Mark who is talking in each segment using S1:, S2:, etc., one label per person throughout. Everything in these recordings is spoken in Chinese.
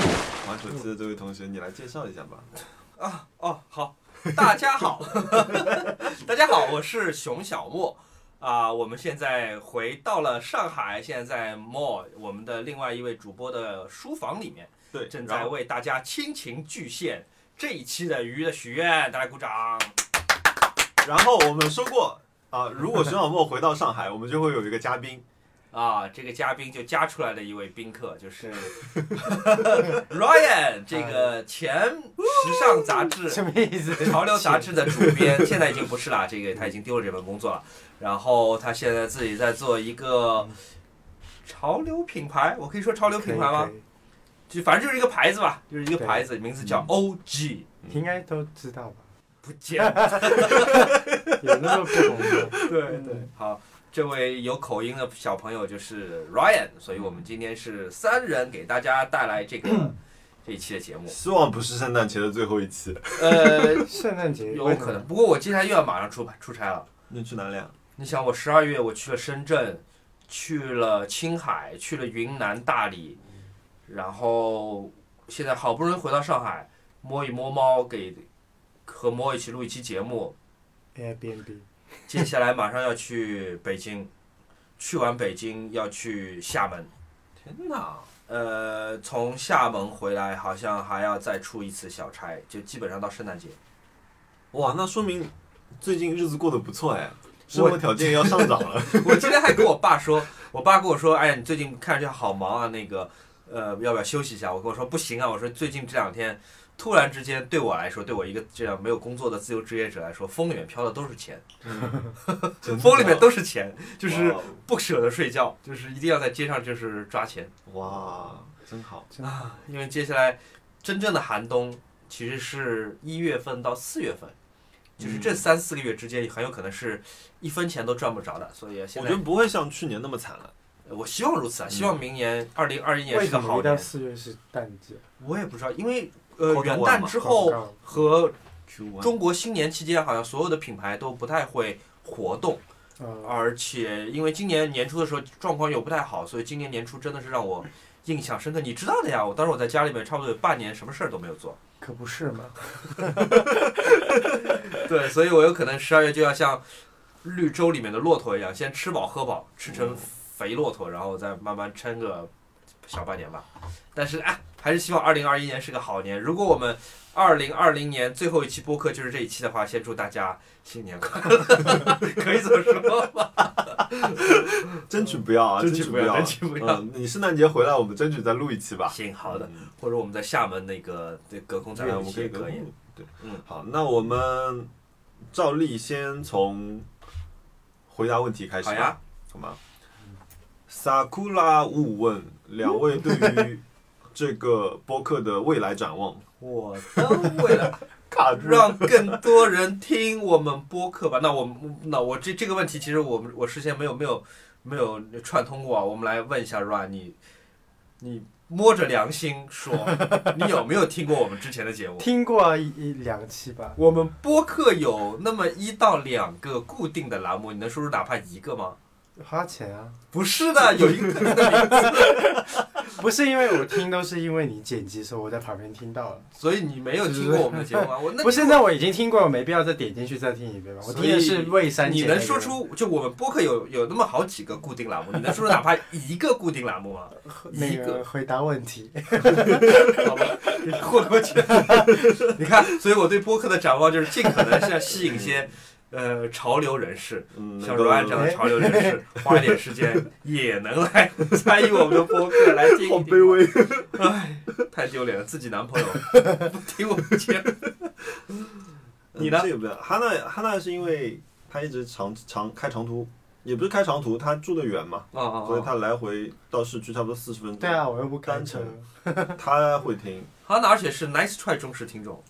S1: 粉丝的这位同学，你来介绍一下吧。
S2: 啊哦好，大家好， 大家好，我是熊小莫啊、我们现在回到了上海，现在在 mall 我们的另外一位主播的书房里面，
S1: 对，
S2: 正
S1: 然
S2: 在
S1: 后
S2: 为大家亲情巨献这一期的鱼的许愿，大家鼓掌。
S1: 然后我们说过啊、如果熊小莫回到上海，我们就会有一个嘉 宾。
S2: 啊，这个嘉宾就加出来的一位宾客就是 Ryan，这个前时尚杂 志
S3: 什么意思？
S2: 潮流杂志的主 编，现在已经不是啦，这个他已经丢了这份工作了。然后他现在自己在做一个潮流品牌，我可以说潮流
S3: 可以
S2: 品牌吗嗯
S3: 可？以
S2: 就反正就是一个牌子吧，就是一个
S3: 对嗯
S2: 牌子，名字叫 OG。
S3: 应该都知道吧？
S2: 不见 了，
S3: 有那么不 红的？
S2: 对对，好，这位有口音的小朋友就是 Ryan，所以我
S3: 嗯
S2: 们今天是三人给大家带来这 个这一期的节目。
S1: 希望不是圣诞节的最后一期。
S2: 呃，
S3: 圣诞节
S2: 有可能，不过我今天又要马上出出差了。
S1: 你去哪里啊？
S2: 你想，我十二月我去了深圳，去了青海，去了云南大理，然后现在好不容易回到上海，摸一摸猫，给和猫一起录一期节目。
S3: Airbnb
S2: 接下来马上要去北京，去完北京要去厦门，
S1: 天哪！
S2: 呃，从厦门回来好像还要再出一次小差，就基本上到圣诞节。
S1: 哇，那说明最近日子过得不错哎，生活条件要上涨 了。
S2: 我今天还跟我爸说，我爸跟我说，哎呀，你最近看上去好忙啊，那个，呃，要不要休息一下？我跟我说不行啊，我说最近这两天，突然之间对我来说，对我一个这样没有工作的自由职业者来说，风里面飘的都是钱，
S1: 真的
S2: 风里面都是钱，就是
S1: 哇
S2: 不舍得睡觉，就是一定要在街上就是抓钱
S1: 哇，真好。
S2: 啊，因为接下来真正的寒冬其实是一月份到四月份。就是
S1: 嗯
S2: 这三四个月之间，很有可能是一分钱都赚不着的，所以现
S1: 我
S2: 在
S1: 觉得不会像去年那么惨了。
S2: 我希望如此啊！希望明年二零二一年
S3: 为
S2: 是个
S3: 什么
S2: 好
S3: 一到
S2: 年。
S3: 四月是淡季？
S2: 我也不知道，因为呃
S1: 口罩
S2: 元
S1: 完
S2: 旦
S1: 了
S2: 之后
S3: 广告
S2: 和
S1: Q
S2: 中国新年期间，好像所有的品牌都不太会活动，
S3: 呃，
S2: 而且因为今年年初的时候状况又不太好，所以今年年初真的是让我印象深刻。你知道的呀，我当时我在家里面差不多有半年什么事儿都没有做。
S3: 可不是嘛？
S2: 对，所以我有可能十二月就要像绿洲里面的骆驼一样，先吃饱喝饱，吃成肥骆驼，然后再慢慢撑个小半年吧。但是啊，还是希望二零二一年是个好年。如果我们二零二零年最后一期播客就是这一期的话，先祝大家新年快乐， 可以这么说吧？
S1: 争取不要啊，
S2: 争
S1: 争
S2: 取
S1: 取
S2: 不要
S1: 要，
S2: 争取不要
S1: 嗯，你圣诞节回来，我们争取再录一期吧。
S2: 行，好的。
S1: 嗯，
S2: 或者我们在厦门那个那隔空
S1: 这
S2: 展
S1: 样我
S2: 览
S1: 们可以
S2: 也可以。
S1: 录。对，
S2: 嗯，
S1: 好，那我们照例先从回答问题开始
S2: 好
S1: 吧。
S2: 呀，
S1: 好吗？萨库拉勿问两位对 于这个播客的未来展望。
S2: 我都为了
S1: 卡住了，
S2: 让更多人听我们播客吧。那我们那我这这个问题，其实我们我事先没有没有没有串通过啊。我们来问一下 Run，你你摸着良心说， 你有没有听过我们之前的节目？
S3: 听过一一两期吧，
S2: 我们播客有那么一到两个固定的栏目，你能说出哪怕一个吗？
S3: 花钱啊，
S2: 不是的，有一个特定的名字，
S3: 不是因为我听，都是因为你剪辑的时候我在旁边听到了。
S2: 所以你没有听过我们的节目啊？我那
S3: 不是，那我已经听过，我没必要再点进去再听一遍吧。我听的是魏三姐
S2: 你
S3: 那个。
S2: 能说出就我们播客有有那么好几个固定栏目，你能说出哪怕一个固定栏目 吗？
S3: 那
S2: 一个
S3: 个回答 问题？
S2: 好吧，混过去。 你看，所以我对播客的展望就是尽可能是要吸引一些呃潮流人士，
S1: 嗯，
S2: 像
S1: 那
S2: 罗安这样的潮流人士，花一点时间也能来参与我们的播客，来听一听。
S1: 好卑微。
S2: 唉，太丢脸了，自己男朋友不听我们节目。你呢
S1: 嗯这个不要。哈娜，哈娜是因为她一直长长开长途，也不是开长途，她住得远嘛，
S2: 哦哦
S1: 所以
S2: 哦，
S1: 她来回到市区差不多四十分钟。
S3: 对，啊，我又不开车。
S1: 她会听。
S2: 好，那而且是 Nice Try 忠实听众。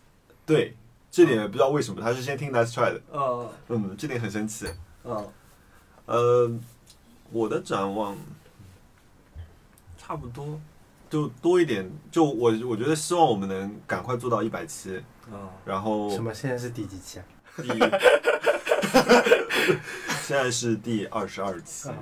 S1: 对，这点也不知道为什么，她是先听 Nice Try 的。
S2: 呃
S1: 嗯，这点很神奇。
S2: 呃，
S1: 呃，我的展望
S2: 差不多。
S1: 就多一点，就我我觉得希望我们能赶快做到一百期，
S2: 嗯，
S1: 然后
S3: 什么？现在是第几期啊？
S2: 嗯
S1: 第现在是第二十二期，
S3: 啊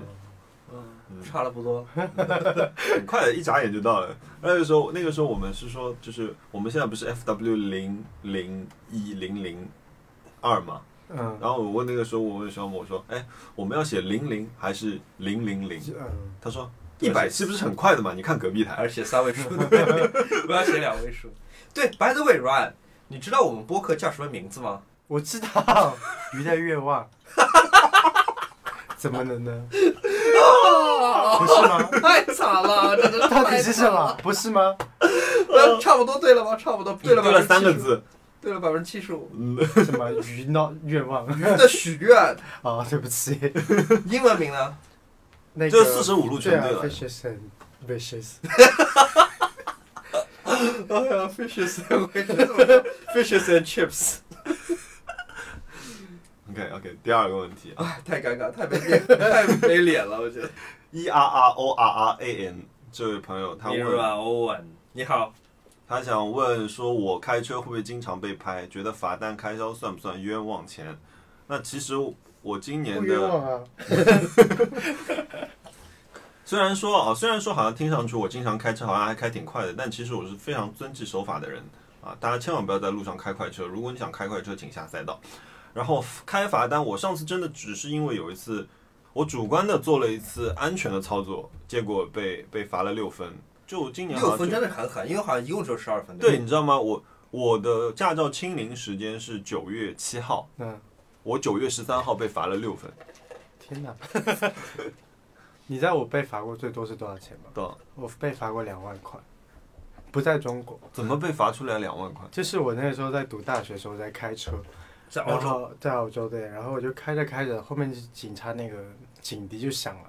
S2: 差的不多。
S1: 很快一眨眼就到了。那个时候，那个时候我们是说，就是我们现在不是 FW 零零一零零二嘛？
S3: 嗯
S1: 然后我问那个时候，我问小某我说，哎，我们要写零零还是零零零？
S3: 嗯，
S1: 他说一百七不是很快的嘛？你看隔壁台，
S2: 而且三位 数， 不要写两位数。对，By the way，Ryan，你知道我们播客叫什么名字吗？
S3: 我知道，鱼的愿望，怎么能呢？不是吗？
S2: 太惨了，真的是
S3: 到
S2: 太
S3: 底是
S2: 惨
S3: 什么
S2: 了？？
S3: 不是吗？
S2: 呃差不多对了吧？差不多对了，
S1: 对了三个，字，
S2: 对了百分之七十五。
S1: 嗯，
S3: 什么鱼闹愿望？
S2: 鱼的许愿，
S3: 啊，对不起，
S2: 英文 名呢？
S3: 那个
S1: 这四十五路全
S3: 对啊
S1: 对了。
S3: ，vicious and vicious。
S2: 哎呀，fishes and fishes and chips，
S1: OK OK，第二个问题啊
S2: 哎太尴尬，太 没脸，太没脸了，我觉得。
S1: ，E R R O R R A N 这位朋友他
S2: 你
S1: 问，
S2: 欧文，你好，
S1: 他想问说，我开车会不会经常被拍？觉得罚单开销算不算冤枉钱？那其实我今年
S3: 不
S1: 的
S3: 冤枉啊！
S1: 虽然说啊，虽然说好像听上去我经常开车，好像还开挺快的，但其实我是非常遵纪守法的人啊！大家千万不要在路上开快车，如果你想开快车，请下赛道。然后开罚单，我上次真的只是因为有一次我主观的做了一次安全的操作，结果被被罚了六分。就我今年好
S2: 六
S1: 像
S2: 分
S1: 就
S2: 真的很狠，因为好像一共只有十二分。吧
S1: 对，你知道吗？我我的驾照清零时间是九月七号，
S3: 嗯，
S1: 我九月十三号被罚了六分，
S3: 天哪！ 你知道我被罚过最多是多少钱吗？
S1: 到
S3: 我被罚过两万块，不在中国，
S1: 怎么被罚出来两万块？
S3: 就是我那个时候在读大学的时候在开车，
S2: 在澳
S3: 然
S2: 洲，
S3: 后在澳洲对，然后我就开着开着，后面警察那个警笛就响了，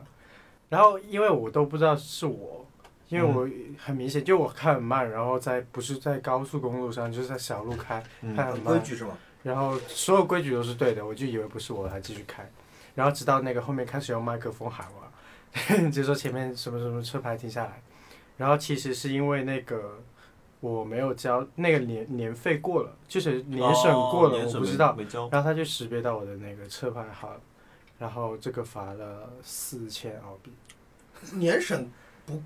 S3: 然后因为我都不知道是我，因为我很明显就我开很慢，然后在不是在高速公路上，就是在小路开，
S1: 嗯
S3: 开很
S2: 很
S3: 慢，
S2: 规矩是吗？
S3: 然后所有规矩都是对的，我就以为不是我，还继续开，然后直到那个后面开始用麦克风喊我， 就说前面什么什么车牌停下来，然后其实是因为那个我没有交那个年年费过了，就是年审过
S1: 哦
S3: 了，
S1: 年
S3: 我
S1: 审
S3: 不
S1: 没
S3: 知道，
S1: 没交。
S3: 然后他就识别到我的那个车牌号，然后这个罚了四千澳币，
S2: 年审不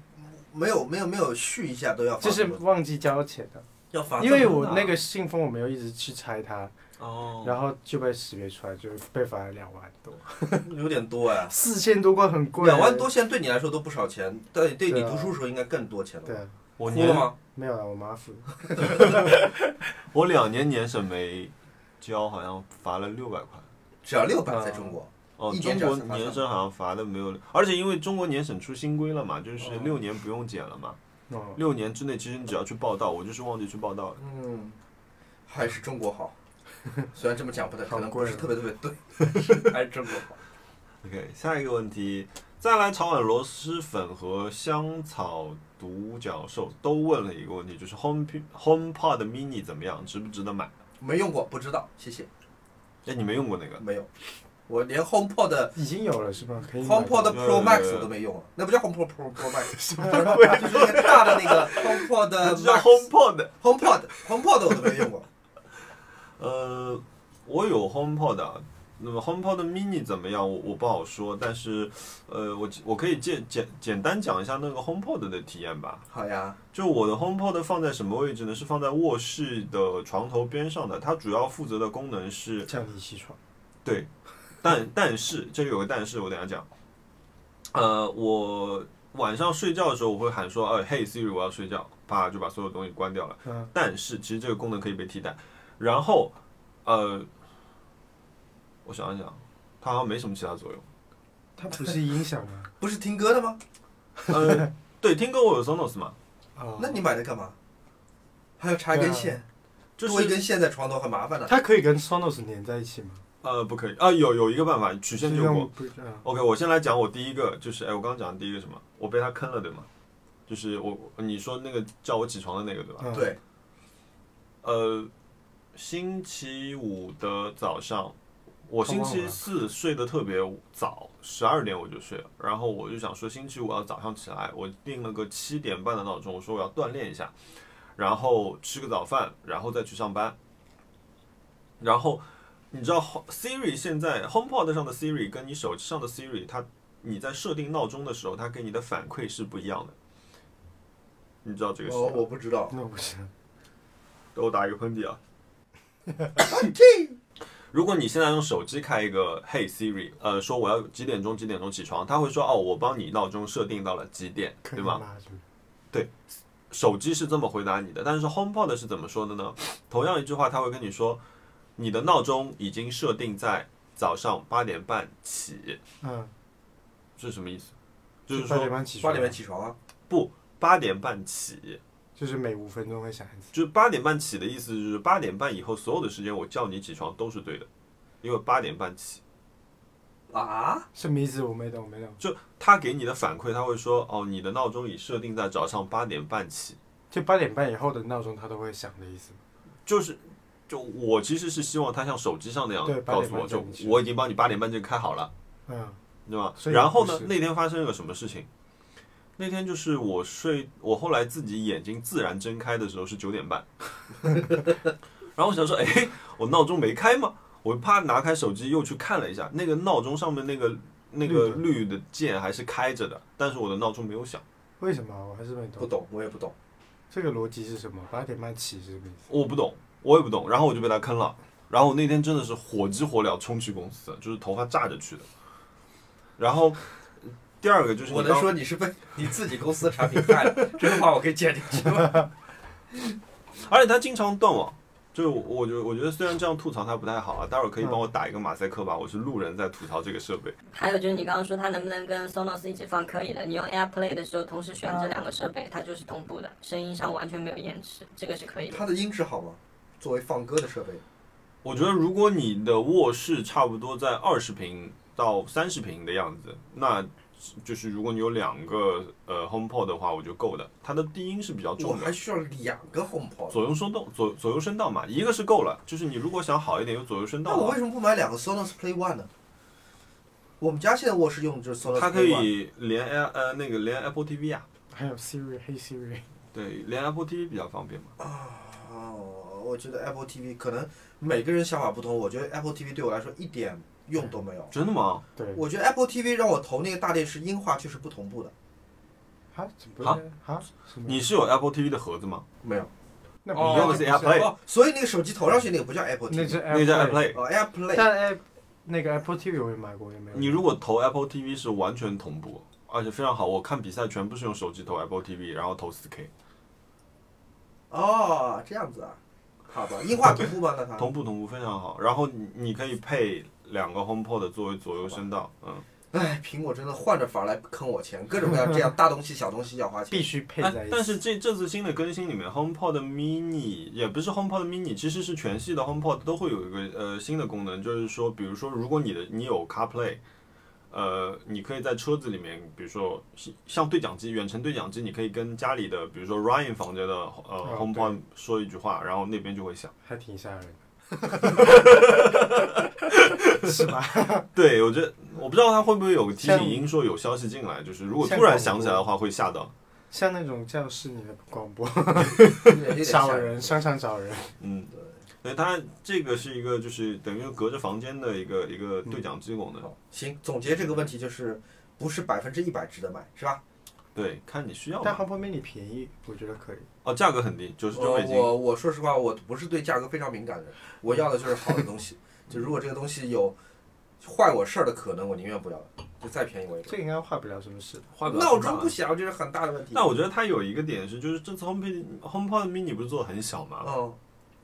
S2: 没有没有没有续一下都要罚，
S3: 就是忘记交钱的，
S2: 要罚这
S3: 因
S2: 么多啊，
S3: 为我那个信封我没有一直去拆它，
S1: 哦
S3: 然后就被识别出来，就被罚了两万多。
S2: 有点多哎。
S3: 四千多块很贵，啊
S2: 两万多，现在对你来说都不少钱，对对你
S3: 对啊
S2: 读书时候应该更多钱了吧。
S3: 对啊，
S1: 我
S2: 哭了
S1: 年
S2: 吗？
S3: 没有了，我妈付的。
S1: 我两年年审没交，好像罚了六百块。
S2: 只要六百在中国，
S1: 哦，
S2: 一
S1: 中
S2: 年
S1: 国
S2: 只要
S1: 年审好像罚的没有，而且因为中国年审出新规了嘛，就是
S3: 哦
S1: 六年不用减了嘛。
S3: 哦，
S1: 六年之内，其实你只要去报道，我就是忘记去报道了。
S2: 嗯，还是中国好。虽然这么讲不太可能
S3: 好贵
S2: 不
S3: 啊
S2: 是特别特别对，还是中国好。
S1: OK，下一个问题，再来炒碗螺蛳粉和香草独角兽都问了一个问题，就是 Home HomePod Mini 怎么样，值不值得买？
S2: 没用过，不知道，谢谢。
S1: 哎，你没用过那个？
S2: 没有，我连 HomePod 的
S3: 已经有了是吗？可以买
S2: HomePod 的
S1: 对
S2: Pro
S1: 对
S2: Max
S1: 对
S2: 我都没用啊，那不叫 HomePod Pro Pro Max，什么就是那个大的那个
S1: 它
S2: HomePod 的
S1: 就叫
S2: Max
S1: HomePod。
S2: HomePod HomePod 我都没用过。
S1: 呃，我有 HomePod，啊那么 HomePod Mini 怎么样？我我不好说，但是，呃，我我可以简简简单讲一下那个 HomePod 的体验吧。
S2: 好呀，
S1: 就我的 HomePod 放在什么位置呢？是放在卧室的床头边上的。它主要负责的功能是，
S3: 叫你起床。
S1: 但但是这里有个但是，我等一下讲。呃，我晚上睡觉的时候，我会喊说，呃，Hey Siri，我要睡觉，啪就把所有东西关掉了。
S3: 嗯，
S1: 但是其实这个功能可以被替代。然后，呃，我想一想，它好像没什么其他作用。
S3: 它不是音响 吗？
S2: 不是听歌的吗？
S1: 呃，对，听歌我有 Sonos 嘛，
S3: 哦，
S2: 那你买它干嘛？还要插一根线，
S1: 就
S2: 多一
S1: 是
S2: 根线在床头很麻烦的。
S3: 它可以跟 Sonos 连在一起吗？
S1: 呃不可以啊、有有一个办法曲线
S3: 是
S1: 救
S3: 用
S1: 国。
S3: 不嗯
S1: OK，我先来讲我第一个，就是哎，我刚刚讲的第一个什么？我被他坑了，对吗？就是我你说那个叫我起床的那个，对吧？
S3: 嗯
S2: 对，
S1: 呃，星期五的早上，我星期四睡得特别早，十二点我就睡了。然后我就想说，星期五要早上起来，我定了个七点半的闹钟，我说我要锻炼一下，然后吃个早饭，然后再去上班。然后你知道 Ho- Siri 现在 HomePod 上的 Siri 跟你手机上的 Siri，它你在设定闹钟的时候，它给你的反馈是不一样的。你知道这个事
S2: 我
S1: 吗？
S2: 我不知道，
S3: 那我不知道。
S1: 给我打一个喷嚏 啊！ 如果你现在用手机开一个 Hey Siri，呃，说我要几点钟几点钟起床，它会说哦，我帮你闹钟设定到了几点，
S3: 可
S1: 对
S3: 以
S1: 吗？
S3: 吗？是不是
S1: 手机是这么回答你的，但是 HomePod 是怎么说的呢？同样一句话，它会跟你说，你的闹钟已经设定在早上八点半起，
S3: 嗯，
S1: 这是什么意思？就是
S3: 八点
S1: 说
S3: 半起
S2: 八
S3: 床，
S2: 点半起床啊，
S1: 八点半起，
S3: 就是每五分钟会响一次。
S1: 就是八点半起的意思，就是八点半以后所有的时间我叫你起床都是对的，因为八点半起。
S2: 啊，
S3: 什么意思？我没懂，我没懂。
S1: 就他给你的反馈，他会说哦，你的闹钟已设定在早上八点半起，
S3: 就八点半以后的闹钟它都会响的意思吗。
S1: 就是就我其实是希望他像手机上那样
S3: 对
S1: 告诉我，
S3: 8:30
S1: 就
S3: 你起
S1: 我已经帮你八点半就开好了。
S3: 嗯，
S1: 对吧？
S3: 所以
S1: 然后呢
S3: 不是，
S1: 那天发生了个什么事情？那天就是我睡，我后来自己眼睛自然睁开的时候是九点半， 然后我想说，哎，我闹钟没开吗？我啪拿开手机又去看了一下，那个闹钟上面那个那个
S3: 绿的
S1: 绿的键还是开着的，但是我的闹钟没有响，
S3: 为什么？我还是没
S2: 不
S3: 懂。
S2: 懂，我也不懂。
S3: 这个逻辑是什么？八点半起是什么意思？
S1: 我不懂，我也不懂，然后我就被他坑了。然后我那天真的是火急火燎冲去公司，就是头发炸着去的。然后第二个就是你
S2: 我能
S1: 刚
S2: 说你是被你自己公司的产品害了，这个话我可以剪进 去吗？
S1: 而且他经常断网，就是我我觉得我觉得虽然这样吐槽他不太好啊，待会儿可以帮我打一个马赛克吧，我是路人在吐槽这个设备。
S4: 还有就是你刚刚说它能不能跟 Sonos 一起放，可以的。你用 AirPlay 的时候同时选这两个设备，它就是同步的，声音上完全没有延迟，这个是可以的。
S2: 它的音质好吗？作为放歌的设备，
S1: 我觉得如果你的卧室差不多在二十平到三十平的样子，那就是如果你有两个呃 HomePod 的话，我就够的。它的低音是比较
S2: 我
S1: 重
S2: 还
S1: 的，
S2: 需要两个 HomePod。
S1: 左右声道左左右声道嘛，一个是够了，就是你如果想好一点有左右声
S2: 那
S1: 道
S2: 我为
S1: 的
S2: 什么不买两个 Sonos Play One 呢？我们家现在卧室用的就是 Sonos
S1: 话，它可
S2: Play One。
S1: 以连 Air 呃那个连 Apple TV 啊，
S3: 还有 Siri，黑 Siri。
S1: 对，连 Apple TV 比较方便嘛。
S2: 哦，我觉得 Apple TV 可能每个人想法不同，我觉得 Apple TV 对我来说一点用都没有。
S1: 真的吗？
S3: 对。
S2: 我觉得 Apple TV 让我投那个大电视音画确实不同步的，
S3: 啊？怎么不
S1: 啊
S3: 是？啊？什么？
S1: 你是有 Apple TV 的盒子吗？
S2: 没有。
S3: 那
S1: 你用的是
S3: 不
S1: AirPlay
S2: 哦，所以那个手机投上去那个不叫 Apple
S3: 那
S2: TV，
S3: 是
S1: 那叫 AirPlay。
S3: AirPlay。
S2: 哦 AirPlay。
S3: 但 Air 那个 Apple TV 我也买过，也没有。
S1: 你如果投 Apple TV 是完全同步，而且非常好。我看比赛全部是用手机投 Apple TV，然后投 4K，
S2: 哦，这样子啊，好吧，音画同步吗？那 它
S1: 同步同步非常好。然后你你可以配两个 HomePod 作为左右声道，嗯。
S2: 哎，苹果真的换着法儿来坑我钱，各种各样这样大东西小东西要花 钱。
S3: 必须配在
S1: 哎
S3: 一起。
S1: 但是这这次新的更新里面，HomePod Mini 也不是 HomePod Mini，其实是全系的 HomePod 都会有一个呃新的功能，就是说，比如说如果你的你有 CarPlay。呃，你可以在车子里面，比如说像对讲机、远程对讲机，你可以跟家里的，比如说 Ryan 房间的呃
S3: 哦
S1: HomePod 说一句话，然后那边就会响。
S3: 还挺吓人的， 是吧？
S1: 对，我觉得我不知道它会不会有个提醒音说有消息进来，就是如果突然响起来的话会吓到。
S3: 像那种教室里的广播，
S2: 有点有点吓
S3: 找人，商场找人，
S1: 嗯，对，它这个是一个就是等于隔着房间的一个一个对讲机功能。
S2: 好哦行，总结这个问题就是，不是百分之一百值得买，是吧？
S1: 对，看你需要
S3: 但
S1: 吧。
S3: HomePod mini 便宜，我觉得可以。
S1: 哦，价格很低，九十九
S2: 我
S1: 美金。
S2: 我我说实话，我不是对价格非常敏感
S3: 嗯
S2: 的人，我要的就是好的东 西。就如果这个东西有坏我事儿的可能，我宁愿不要了，就再便宜我也不
S3: 这个应该坏不了什么事吧。
S1: 坏
S2: 要。
S1: 不了
S2: 闹
S1: 多少
S2: 钟不响，这是很大的问题。
S1: 但我觉得它有一个点是，就是这次 HomePod HomePod Mini 不是做的很小嘛，
S2: 嗯，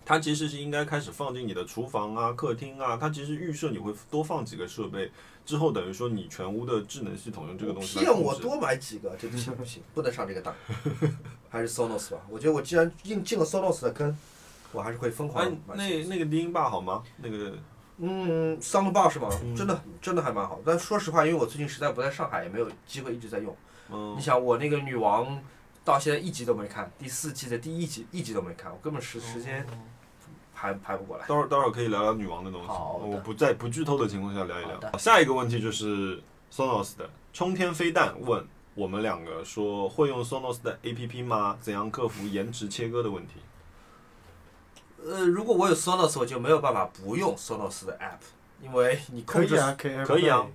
S1: 它其实是应该开始放进你的厨房啊、客厅啊，它其实预设你会多放几个设备，之后等于说你全屋的智能系统用这个东西来
S2: 骗
S1: 控
S2: 我
S1: 制。
S2: 多买几个，这不行不行，不能上这个当。 还是 Sonos 吧，我觉得我既然进进了 Sonos 的坑，我还是会疯狂
S1: 哎
S2: 地，买。
S1: 那那个低音坝好吗？那个
S2: 嗯，Soundbar 是吗
S1: 嗯？
S2: 真的真的还蛮好，但说实话，因为我最近实在不在上海，也没有机会一直在用。
S1: 嗯
S2: 你，想，我那个女王到现在一集都没看，第四季的第一集一集都没看，我根本
S1: 哦
S2: 时时间排排不过来。
S1: 待会儿待会儿可以聊聊女王的东西。
S2: 好的
S1: 我不在不剧透的情况下聊一
S2: 好
S1: 聊。下一个问题就是 Sonos 的冲天飞弹问我们两个说会用 Sonos 的 APP 吗？怎样克服延迟切割的问题？
S2: 呃，如果我有 Sonos，我就没有办法不用 Sonos 的 app，因为你
S3: 可
S2: 控制
S3: 以啊，可以，
S1: 可以啊，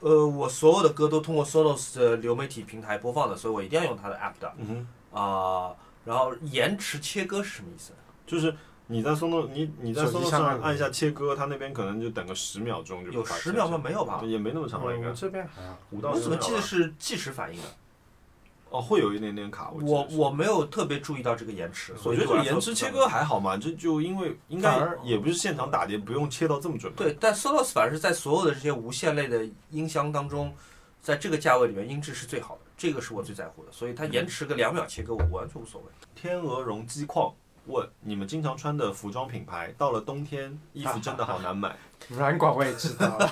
S2: 呃，我所有的歌都通过 Sonos 的流媒体平台播放的，所以我一定要用它的 app 的
S1: 嗯哼，
S2: 啊、然后延迟切割是什么意思？
S1: 就是你在松豆，你你在
S3: 手
S1: 松
S3: 机
S1: 豆
S3: 上
S1: 上
S3: 按
S1: 按一下切割，它那边可能就等个十秒钟就
S2: 有
S1: 把
S2: 十
S1: 切
S2: 秒
S1: 切
S2: 吗？没有吧
S1: 对？也没那么
S2: 啊
S1: 长吧，应该
S3: 嗯我这边
S2: 哎
S3: 还好，
S1: 五到
S2: 我
S1: 十
S2: 怎么
S1: 秒
S2: 记得
S1: 吧
S2: 是计时反应的？
S1: 哦，会有一点点卡。记得
S2: 我
S1: 是
S2: 我没有特别注意到这个延迟，所
S1: 我
S2: 以
S1: 觉得
S2: 对
S1: 就
S2: 我来说
S1: 延迟切割还好嘛，这就因为应该
S3: 反而
S1: 也不是现场打碟，不用切到这么准。
S2: 对，但 Sonos 反而是在所有的这些无线类的音箱当中，在这个价位里面音质是最好的，这个是我最在乎的，所以它延迟个两秒切割我完全无所谓。
S1: 天鹅绒机矿问你们经常穿的服装品牌，到了冬天衣服真的好难 买。
S3: 软管我也知道，啊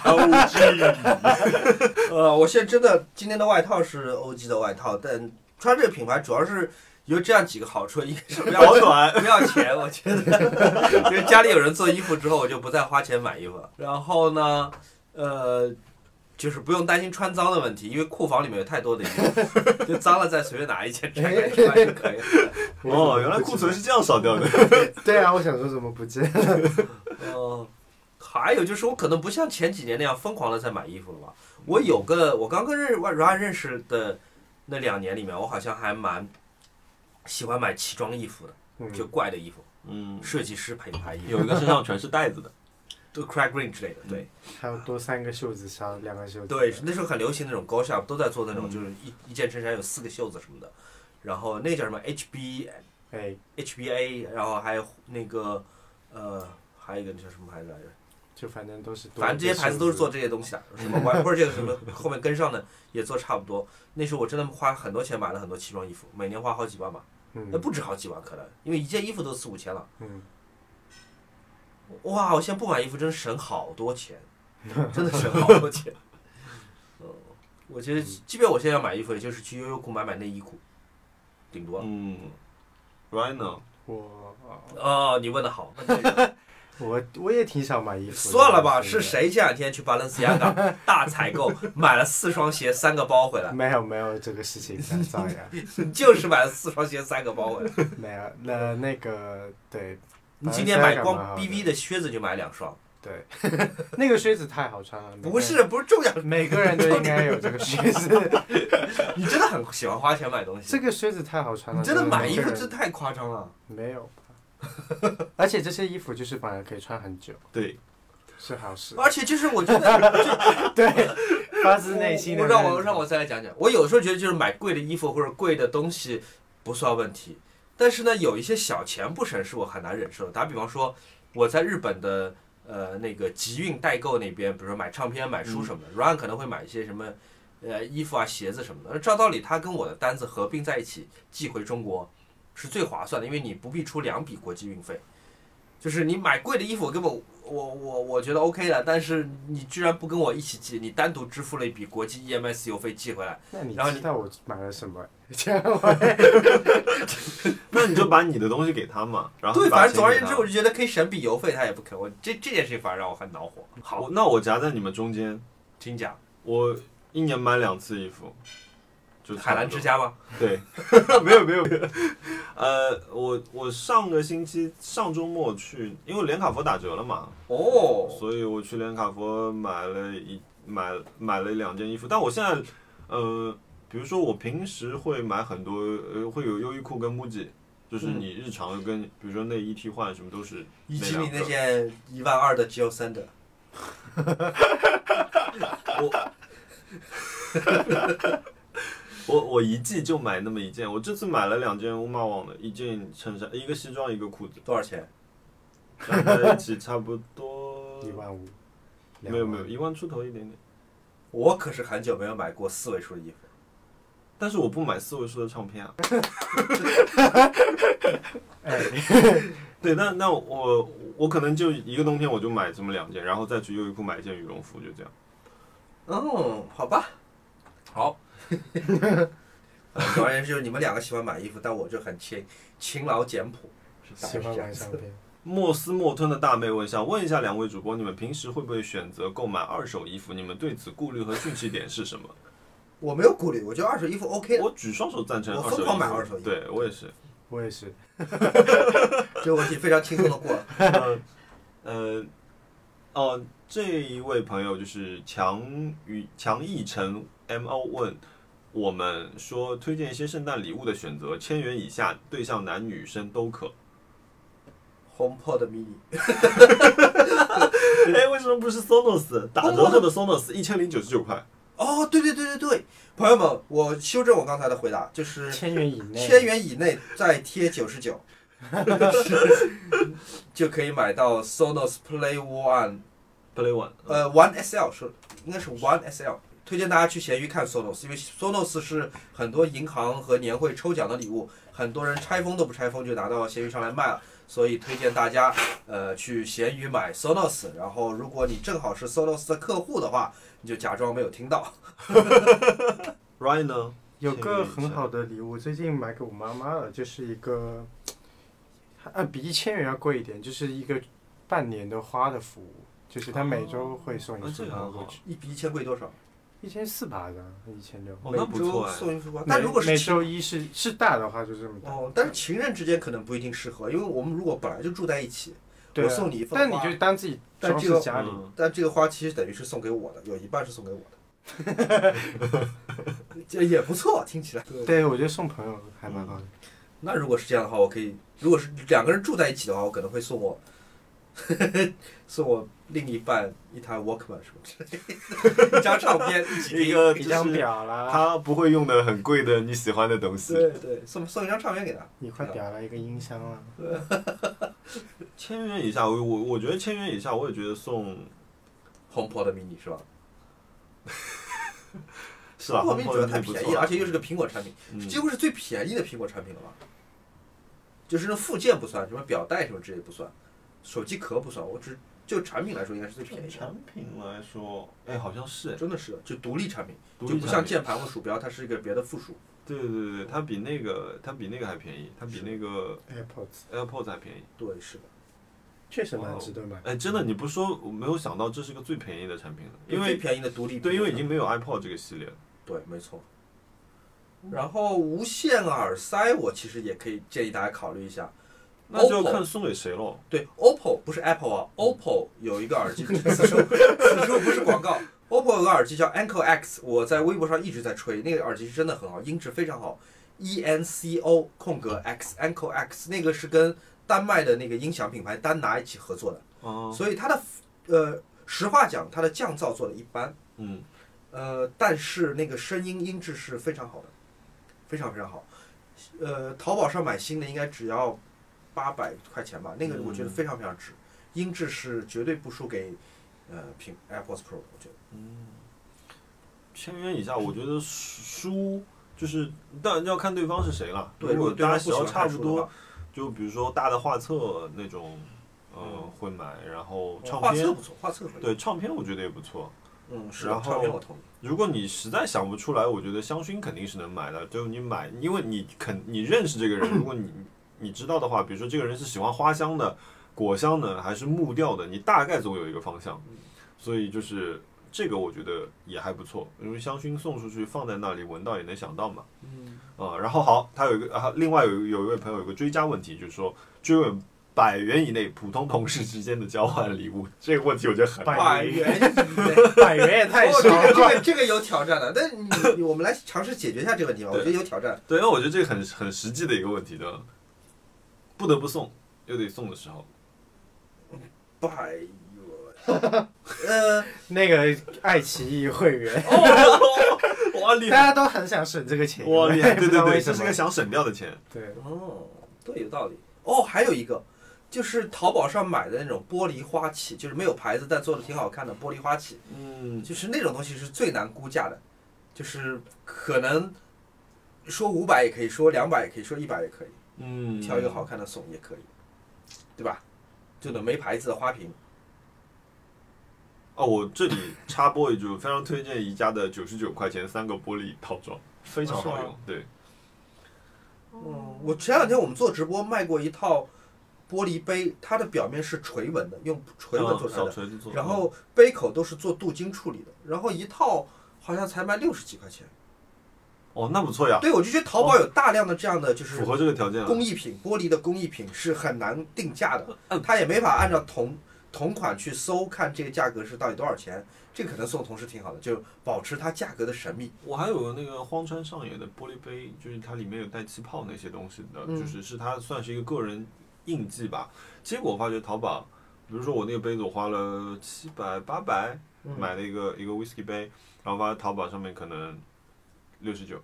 S2: 呃，我现在真的今天的外套是 OG 的外套，但穿这个品牌主要是有这样几个好处，一个是不要
S1: 保暖，
S2: 不要钱，我觉得，因为家里有人做衣服之后，我就不再花钱买衣服了。然后呢，呃，就是不用担心穿脏的问题，因为库房里面有太多的衣服，就脏了再随便拿一件 拆开穿就可以了。
S1: 哦，原来库存是这样少掉的。
S3: 对啊，我想说怎么不见？
S2: 嗯，还有就是我可能不像前几年那样疯狂的在买衣服了吧。我有个我刚跟认软软认识的那两年里面，我好像还蛮喜欢买奇装异服的，
S3: 嗯
S2: 就怪的衣服，
S1: 嗯，
S2: 设计师品牌衣服，
S1: 有一嗯个身上全是袋子的，
S2: 就 Craig Green 之类的，对。
S3: 还有多三个袖子，少两个袖子。
S2: 对，那时候很流行那种高 shop，都在做那种
S1: 嗯
S2: 就是一一件衬衫有四个袖子什么的，然后那叫什么 HB
S3: 哎，
S2: HBA，然后还有那个呃还有一个那叫什么牌子来着？
S3: 就反正都是多一个袖
S2: 反正
S3: 子，
S2: 这些牌子都是做这些东西的，什么 Y 或者这个什么后面跟上的也做差不多。那时候我真的花很多钱买了很多奇装异服，每年花好几万吧，那
S3: 嗯
S2: 不止好几万可能，因为一件衣服都四五千了。
S3: 嗯，
S2: 哇，我现在不买衣服真省好多 钱，真的省好多钱。嗯，我觉得，即便我现在要买衣服，也就是去优衣库买买内衣裤，顶多了。
S1: 嗯，right now，
S3: 我
S2: 哦，你问的好，
S3: 我我也挺少买衣服的。
S2: 算了吧。
S3: 真的
S2: 是？谁这两天去 Balenciaga 大采购，买了四双鞋、三个包回来？
S3: 没有没有这个事情，造 谣。
S2: 就是买了四双鞋、三个包回来。
S3: 没有，那那个对
S2: 你今天买
S3: Balenciaga 蛮
S2: 光
S3: 好的
S2: BV 的靴子就买两双，
S3: 对， 那个靴子太好穿了。每个
S2: 不是不是重 要，
S3: 人，每个人都应该有这个靴 子。
S2: 你真的很喜欢花钱买东西
S3: 这。个靴子太好穿
S2: 你
S3: 了。
S2: 真的买衣服
S3: 每个
S2: 这
S3: 人
S2: 太夸张了。
S3: 没 有吧？而且这些衣服就是本来可以穿很久，
S1: 对，
S3: 是好事。
S2: 而且就是我觉得
S3: 对，发 自内心的
S2: 我
S3: 那种。
S2: 让我让我再来讲讲，我有时候觉得就是买贵的衣服或者贵的东西不算问题，但是呢，有一些小钱不省是我很难忍受的。打比方说，我在日本的呃那个集运代购那边，比如说买唱片、买
S1: 嗯
S2: 书什么的，软、可能会买一些什么呃衣服啊、鞋子什么的。而照道理，它跟我的单子合并在一起寄回中国是最划算的，因为你不必出两笔国际运费。就是你买贵的衣服，我根本我我我觉得 OK 的，但是你居然不跟我一起寄，你单独支付了一笔国际 EMS 邮费寄回来，
S3: 那你
S2: 然后你
S3: 知道我买了 什么？这样我
S1: 那你就把你的东西给他嘛，然后
S2: 对，
S1: 你把
S2: 反正总而
S1: 钱给
S2: 言之，
S1: 他
S2: 我就觉得可以省笔邮费，他也不肯。我这这件事情反而让我很恼火。好，
S1: 我那我夹在你们中间，
S2: 请讲，
S1: 我一年买两次衣服，就差
S2: 海
S1: 不
S2: 澜
S1: 多
S2: 之家吗？
S1: 对，没有没有没有， 呃，我我上个星期上周末去，因为连卡佛打折了嘛，
S2: 哦，
S1: 所以我去连卡佛买了一买买了两件衣服，但我现在呃，比如说我平时会买很多，呃，会有优衣库跟 MUJI，就是
S2: 嗯
S1: 你日常跟比如说内衣替换什么都是
S2: 以
S1: 那
S2: 及
S1: 两
S2: 你那
S1: 个
S2: 件一万二的 Gio Sander，
S1: 我我一季就买那么一件，我这次买了两件乌玛网的，一件衬衫，一个西装，一个裤子，
S2: 多少钱？
S1: 加在一起 差不多
S3: 一万五，
S1: 没有没有
S3: 两万，
S1: 一万出头一点点。
S2: 我可是很久没有买过四位数的衣服。
S1: 但是我不买四位数的唱片啊。
S3: 哎，
S1: 对，那那我我可能就一个冬天我就买这么两件，然后再去优衣库买一件羽绒服，就这样。哦
S2: 嗯，好吧，好。总而言之，就是你们两个喜欢买衣服，但我就很勤勤劳简朴，是大
S3: 喜
S2: 概是
S3: 欢
S2: 这样
S3: 买
S2: 子
S3: 商。品，
S1: 莫斯莫吞的大妹问一下，问一下两位主播，你们平时会不会选择购买二手衣服？你们对此顾虑和讯息点是什么？
S2: 我没有顾虑，我觉得二手衣服 OK 的，
S1: 我举双手赞成
S2: 我
S1: 二手衣服。
S2: 疯狂买二手衣服
S1: 对我也是。
S3: 我也是。
S2: 这个问题非常轻松的过了。
S1: 呃，呃哦、这一位朋友就是强与强义成 M O 问我们说，推荐一些圣诞礼物的选择，千元以下，对象男女生都可。
S2: HomePod mini，
S1: 哎，为什么不是 Sonos 打折后的 Sonos 一千零九十九块？
S2: 哦，对对对对对，朋友们，我修正我刚才的回答，就是
S3: 千元以内，
S2: 千元以内再贴九十 九，就可以买到 Sonos Play One，
S1: Play One，
S2: 呃，One SL 是应该是 One SL。推荐大家去闲鱼看 Sonos，因为 Sonos 是很多银行和年会抽奖的礼物，很多人拆封都不拆封就拿到闲鱼上来卖了，所以推荐大家呃去闲鱼买 Sonos。然后如果你正好是 Sonos 的客户的话，你就假装没有听到。
S1: Ryan 呢？
S3: 有个很好的礼物，最近买给我妈妈了，就是一个，呃，比一千元要贵一点，就是一个半年的花的服务，就是她每周会送
S1: 哦
S3: 一束
S1: 这个
S3: 花
S1: 很
S3: 过
S1: 好
S3: 去，
S2: 一比一千贵多少？
S3: 一千四吧，好像一千六。
S1: 哦，那不错哎。
S2: 送一束花，
S3: 每
S2: 但如果是
S3: 每
S2: 情
S3: 周一是是大的话，就这么大。
S2: 哦，但是情人之间可能不一定适合，因为我们如果本来就住在一起，
S3: 对啊
S2: 我送你一份
S3: 但你
S2: 花
S3: 就当自己
S2: 但
S3: 装
S2: 这
S3: 饰
S2: 个
S3: 家里。
S1: 嗯
S2: 但这个花其实等于是送给我的，有一半是送给我的，这也不错，听起来。对，
S3: 对，我觉得送朋友还蛮好的。
S2: 那如果是这样的话，我可以，如果是两个人住在一起的话，我可能会送我， 送我另一半一台 Walkman 什么之类的，一张唱片，一起听
S1: 一个
S3: 一张表啦，
S1: 他不会用的很贵的你喜欢的东西。
S2: 对对，送送一张唱片给他。
S3: 一块表啦，一个音箱啦。
S1: 千元以下，我我我觉得千元以下，我也觉得送
S2: HomePod mini 是吧？
S1: 是吧？
S2: 我们主要太
S1: 不错啊
S2: 便宜了，而且又是个苹果产品，
S1: 嗯
S2: 几乎是最便宜的苹果产品了吧？就是那附件不算，什么表带什么之类不算，手机壳不算，我只就产品来说应该是最便宜的
S1: 产，品来说，哎，好像是哎，
S2: 真的是就独立产品，
S1: 独立
S2: 就不
S1: 产
S2: 像
S1: 品
S2: 键盘或鼠标，它是一个别的附属。
S1: 对对对对，它比那个它比那个还便宜，它比那
S2: 嗯
S1: 个
S3: AirPods
S1: AirPods 还便宜。
S2: 对，是的，
S3: 确实
S2: 哦
S3: 蛮值得买。
S1: 哎，真的，你不说，我没有想到这是个最便宜的产品了，因
S2: 最
S1: 为
S2: 便宜的独立
S1: 对，
S2: 苹
S1: 因
S2: 果
S1: 为已
S2: 产
S1: 经
S2: 品
S1: 没有 iPod 这个系列了。
S2: 对，没错。然后无线耳塞，我其实也可以建议大家考虑一下。
S1: 那就要
S2: OPPO
S1: 看送给谁喽。
S2: 对，OPPO 不是 Apple 啊，OPPO 有一个耳机， 此处此处不是广告。OPPO 有个耳机叫 Enco X，我在微博上一直在吹，那个耳机是真的很好，音质非常好。E N C O 空格 X Enco X 那个是跟丹麦的那个音响品牌丹拿一起合作的，
S1: 哦，
S2: 所以它的呃，实话讲，它的降噪做的一般，
S1: 嗯，
S2: 呃，但是那个声音音质是非常好的，非常非常好。呃，淘宝上买新的应该只要八百块钱吧，那个我觉得非常非常值，音质是绝对不输给呃苹 AirPods Pro，我觉得。
S1: 千元以下，我觉得书就是，当然要看对方是谁了。
S2: 对，
S1: 如
S2: 如
S1: 果
S2: 果对
S1: 大家
S2: 方
S1: 喜
S2: 不喜
S1: 好
S2: 欢
S1: 差
S2: 看
S1: 不
S2: 书的
S1: 多
S2: 话，，
S1: 就比如说大的画册那种，呃
S2: 嗯，哦
S1: 会买。然后唱
S2: 画册
S1: 片
S2: 不，错，画册可以。，
S1: 对，唱片我觉得也不错。
S2: 嗯，是
S1: 然
S2: 的，唱片
S1: 后
S2: 我同意。
S1: 如果你实在想不出来，我觉得香薰肯定是能买的。就是你买，因为你肯你认识这个人，如果你你知道的话，比如说这个人是喜欢花香的、果香的，还是木调的，你大概总有一个方向。所以就是这个，我觉得也还不错，因为香薰送出去放在那里，闻到也能想到嘛。
S2: 嗯，
S1: 啊、然后好，他有一个啊，另外有有一位朋友有个追加问题，就是说追问百元以内普通同事之间的交换礼物这个问题，我觉得很
S2: 百
S3: 百
S2: 元
S3: 元
S2: 以 内。
S3: 百元也太
S2: 哦，
S3: 少
S2: 这个
S3: 了
S2: 这
S3: 吧。
S2: 个这个有挑战的，但是你你我们来尝试解决一下这个问题吧，我觉得有挑战。
S1: 对，因为我觉得这个很很实际的一个问题，对吧？不得不送，又得送的时候，
S2: 百元，呃，哦
S3: 那个爱奇艺会员，
S1: 哇
S3: 大
S1: 厉害，
S3: 家都很想省这个钱，
S1: 哇厉害，
S3: 不
S1: 对
S3: 知
S1: 对
S3: 道为
S1: 对，
S3: 什
S1: 这是
S3: 么
S1: 个。想省掉的钱，
S3: 对，
S2: 哦，对，有道理。哦，还有一个，就是淘宝上买的那种玻璃花器，就是没有牌子但做的挺好看的玻璃花器，
S1: 嗯，
S2: 就是那种东西是最难估价的，就是可能说五百也可以，说两百也可以，说一百也可以，
S1: 嗯，
S2: 挑一个好看的送也可以，对吧？就那没牌子的花瓶，
S1: 哦，我这里插播一句，我非常推荐宜家的九十九块钱三个玻璃套装，非常好
S2: 是
S1: 用，对，
S2: 嗯，我前两天我们做直播卖过一套玻璃杯，它的表面是锤纹的，用锤纹做
S1: 嗯
S2: 出来
S1: 小
S2: 的，
S1: 锤子做的，
S2: 然后杯口都是做镀金处理的，然后一套好像才卖六十几块钱。
S1: 哦，那不错呀，
S2: 对，啊哦我就觉得淘宝有大量的这样的就是
S1: 符合这个条件了
S2: 嗯工，艺品，玻璃的工艺品是很难定价的，它也没法按照同同款去搜看这个价格是到底多少钱，这个可能送同事挺好的，就保持它价格的神 秘。
S1: 我还有个那个荒川上野的玻璃杯，就是它里面有带气泡那些东西的，
S3: 嗯
S1: 就是是它算是一个个人印记吧。结果我发觉淘宝，比如说我那个杯子，我花了七百八百
S3: 嗯
S1: 买了一个一个 whisky 杯，然后发现淘宝上面可能六十九，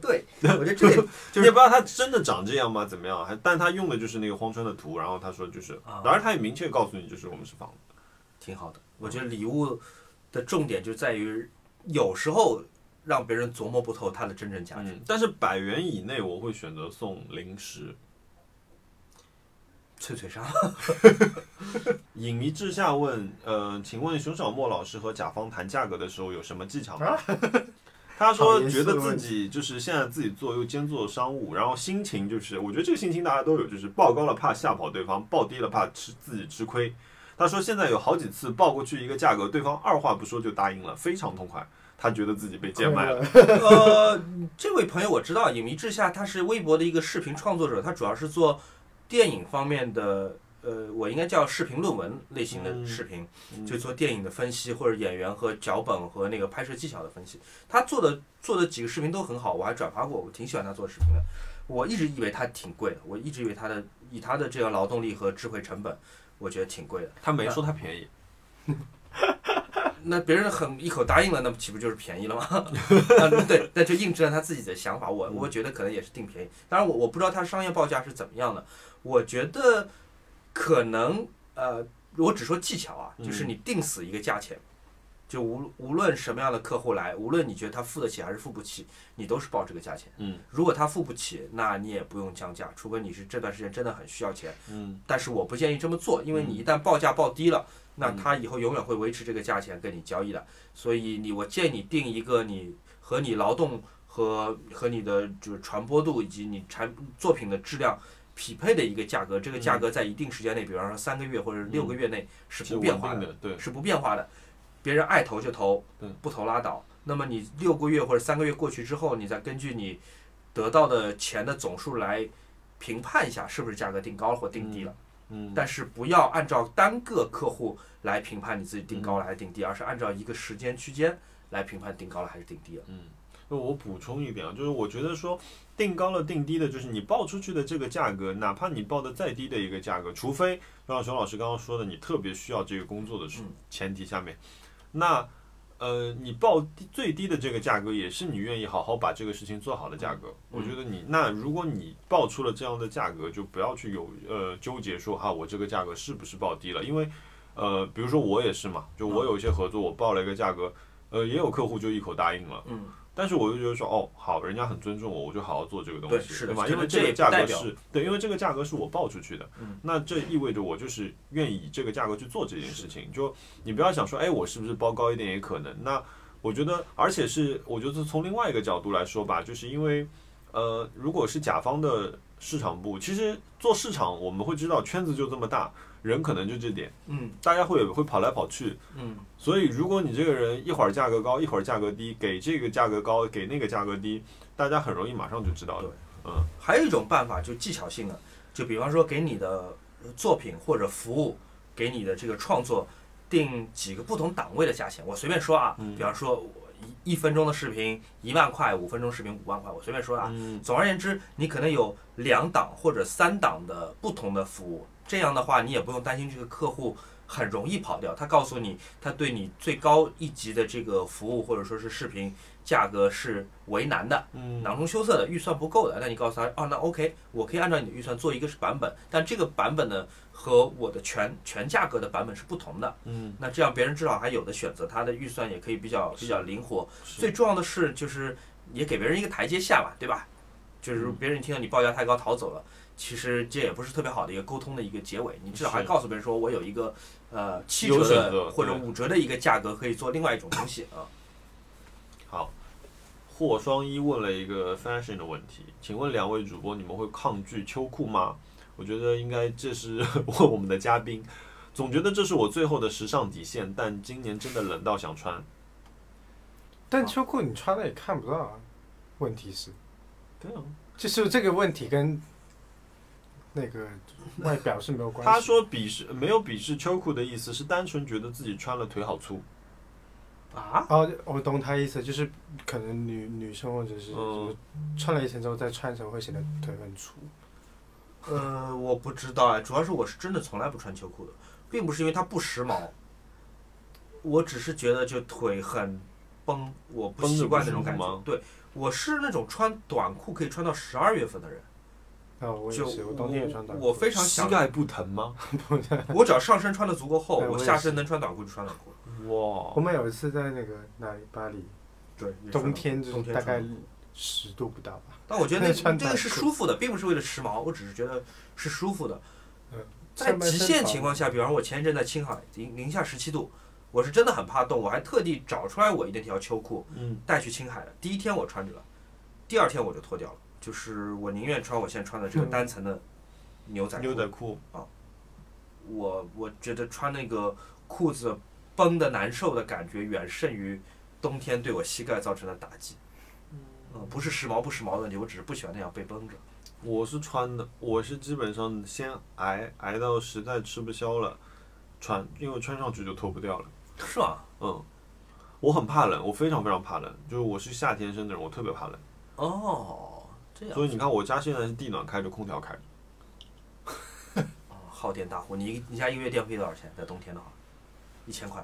S2: 对对，我觉得这个
S1: 你也不知道它真的长这样吗？怎么样？还但他用的就是那个荒川的图，然后他说就是
S2: 啊，
S1: 当然他也明确告诉你，就是我们是仿的。
S2: 挺好的。我觉得礼物的重点就在于，有时候让别人琢磨不透它的真正价值。
S1: 嗯，但是百元以内我会选择送零食。
S2: 脆脆鲨，
S1: 影迷志下问，呃，请问熊小莫老师和甲方谈价格的时候有什么技巧吗？ 他
S3: 好
S1: 说
S3: 严肃
S1: 觉
S3: 的
S1: 得自己就是现在自己做又兼做商务，然后心情就是，我觉得这个心情大家都有，就是报高了怕吓跑对方，报低了怕吃自己吃亏。他说现在有好几次报过去一个价格，对方二话不说就答应了，非常痛快。他觉得自己被贱卖了，
S2: 呃，这位朋友我知道，影迷志下他是微博的一个视频创作者，他主要是做电影方面的，呃，我应该叫视频论文类型的
S1: 嗯
S2: 视频，
S1: 嗯
S2: 就做电影的分析或者演员和脚本和那个拍摄技巧的分析。他做的做的几个视频都很好，我还转发过，我挺喜欢他做视频的。我一直以为他挺贵的，我一直以为他的以他的这个劳动力和智慧成本，我觉得挺贵的。
S1: 他没说他便宜，
S2: 那别人很一口答应了，那不岂不就是便宜了吗？ 啊，对，那就印证了他自己的想法。我我觉得可能也是定便宜，当然我我不知道他商业报价是怎么样的。我觉得可能呃，我只说技巧啊，
S1: 嗯
S2: 就是你定死一个价钱，就无无论什么样的客户来，无论你觉得他付得起还是付不起，你都是报这个价钱。
S1: 嗯
S2: 如果他付不起，那你也不用降价，除非你是这段时间真的很需要钱。
S1: 嗯
S2: 但是我不建议这么做，因为你一旦报价报低了，那
S1: 嗯
S2: 他以后永远会维持这个价钱跟你交易的。所以你，我建议你定一个你和你劳动和和你的就是传播度以及你产作品的质量匹配的一个价格。这个价格在一定时间内，比方说三个月或者六个月内是
S1: 嗯是
S2: 不
S1: 稳
S2: 变化
S1: 定
S2: 的，
S1: 的，对，
S2: 是不变化的。别人爱投就投
S1: 对，
S2: 不投拉倒。那么你六个月或者三个月过去之后，你再根据你得到的钱的总数来评判一下，是不是价格定高了或定低了。
S1: 嗯，
S2: 但是不要按照单个客户来评判你自己定高了还是定低，而是按照一个时间区间来评判定高了还是定低了。
S1: 那我补充一点啊，就是我觉得说定高了定低的，就是你报出去的这个价格，哪怕你报的再低的一个价格，除非就像熊老师刚刚说的，你特别需要这个工作的时
S2: 嗯
S1: 前提下面，那呃，你报低最低的这个价格，也是你愿意好好把这个事情做好的价格。我觉得你那如果你报出了这样的价格，就不要去有呃纠结说哈，我这个价格是不是报低了，因为呃，比如说我也是嘛，就我有一些合作，我报了一个价格，呃，也有客户就一口答应了。
S2: 嗯，
S1: 但是我就觉得说，哦，好，人家很尊重我，我就好好做这个东西，
S2: 对是的
S1: 吧？
S2: 可
S1: 因
S2: 能
S1: 为
S2: 这
S1: 个
S2: 也
S1: 价
S2: 代
S1: 格
S2: 表
S1: 是对，因为这个价格是我报出去的，
S2: 嗯
S1: 那这意味着我就是愿意以这个价格去做这件事情。就你不要想说，哎，我是不是报高一点也可能？那我觉得，而且是我觉得从另外一个角度来说吧，就是因为，呃，如果是甲方的市场部，其实做市场我们会知道圈子就这么大，人可能就这点，
S2: 嗯
S1: 大家会会跑来跑去，
S2: 嗯，
S1: 所以，如果你这个人一会儿价格高，一会儿价格低，给这个价格高，给那个价格低，大家很容易马上就知道了。
S2: 还有一种办法就技巧性的，就比方说给你的作品或者服务，给你的这个创作定几个不同档位的价钱。我随便说啊，比方说我一一分钟的视频一万块，五分钟视频五万块，我随便说啊。
S1: 嗯
S2: 总而言之，你可能有两档或者三档的不同的服务，这样的话你也不用担心这个客户很容易跑掉。他告诉你，他对你最高一级的这个服务或者说是视频价格是为难的，
S1: 嗯
S2: 囊中羞涩的，预算不够的。那你告诉他，哦，那 OK，我可以按照你的预算做一个是版本，但这个版本呢和我的全全价格的版本是不同的。
S1: 嗯，
S2: 那这样别人至少还有的选择，他的预算也可以比较比较灵活。
S1: 是
S2: 最重要的是，就是也给别人一个台阶下嘛，对吧？就是如果别人听到你报价太高逃走了，其实这也不是特别好的一个沟通的一个结尾。你至少还
S1: 是
S2: 告诉别人说我有一个呃七
S1: 有
S2: 折
S1: 选择
S2: 的或者
S1: 对
S2: 五折的一个价格可以做另外一种东西啊。
S1: 好。霍双一问了一个 fashion 的问题，请问两位主播，你们会抗拒秋裤吗？我觉得应该这是 问我们的嘉宾，总觉得这是我最后的时尚底线，但今年真的冷到想穿。
S3: 但秋裤你穿了也看不到啊，问题是，
S1: 对啊，
S3: 就是这个问题跟那个外表是没有关系。
S1: 他说鄙视没有鄙视秋裤的意思，是单纯觉得自己穿了腿好粗。
S2: 啊，
S3: 哦，我懂他意思，就是可能女女生或者是什么
S2: 嗯
S3: 穿了一层之后再穿一层会显得腿很粗。
S2: 呃，我不知道哎，主要是我是真的从来不穿秋裤的，并不是因为它不时髦，我只是觉得就腿很绷，我不
S1: 绷着
S2: 习
S1: 不
S2: 惯那
S1: 舒
S2: 种
S1: 服
S2: 感觉
S1: 吗。
S2: 对，我是那种穿短裤可以穿到十二月份的人，
S3: 啊，我也，
S2: 就是
S3: 我冬天也穿短裤。
S2: 我非常
S1: 膝
S2: 想，
S1: 盖不疼吗？
S2: 我只要上身穿的足够厚，
S3: 哎
S2: 我
S3: 我也
S2: 下
S3: 是
S2: 身能穿短裤就穿短裤。
S3: 我
S1: 哇，
S3: 们有一次在那个哪里巴黎，
S2: 对，也
S3: 冬
S2: 穿
S3: 天就
S2: 冬
S3: 是
S2: 天
S3: 大
S2: 穿
S3: 概十度不到吧，
S2: 但我觉得那
S3: 穿
S2: 这个
S3: 短
S2: 是
S3: 裤
S2: 舒服的，并不是为了时髦，我只是觉得是舒服的
S3: 嗯。
S2: 在
S3: 上半
S2: 极
S3: 身
S2: 限
S3: 薄
S2: 情况下，比方说我前一阵在青海零零下十七度，我是真的很怕冻，我还特地找出来我一那条秋裤
S1: 嗯，
S2: 带去青海了。第一天我穿着了，第二天我就脱掉了，就是我宁愿穿我现在穿的这个
S3: 嗯
S2: 单层的牛仔裤。
S1: 牛仔裤，
S2: 我我觉得穿那个裤子绷的难受的感觉，远胜于冬天对我膝盖造成的打击。嗯，不是时髦不时髦的问题，我只是不喜欢那样被绷着。
S1: 我是穿的，我是基本上先挨挨到实在吃不消了，穿，因为穿上去就脱不掉了。
S2: 是吗？
S1: 嗯，我很怕冷，我非常非常怕冷，就是我是夏天生的人，我特别怕冷，
S2: 哦，这样
S1: 所以你看我家现在是地暖开着，空调开着，
S2: 哦，耗电大户，你你家一个月电费多少钱？在冬天的话，一千块。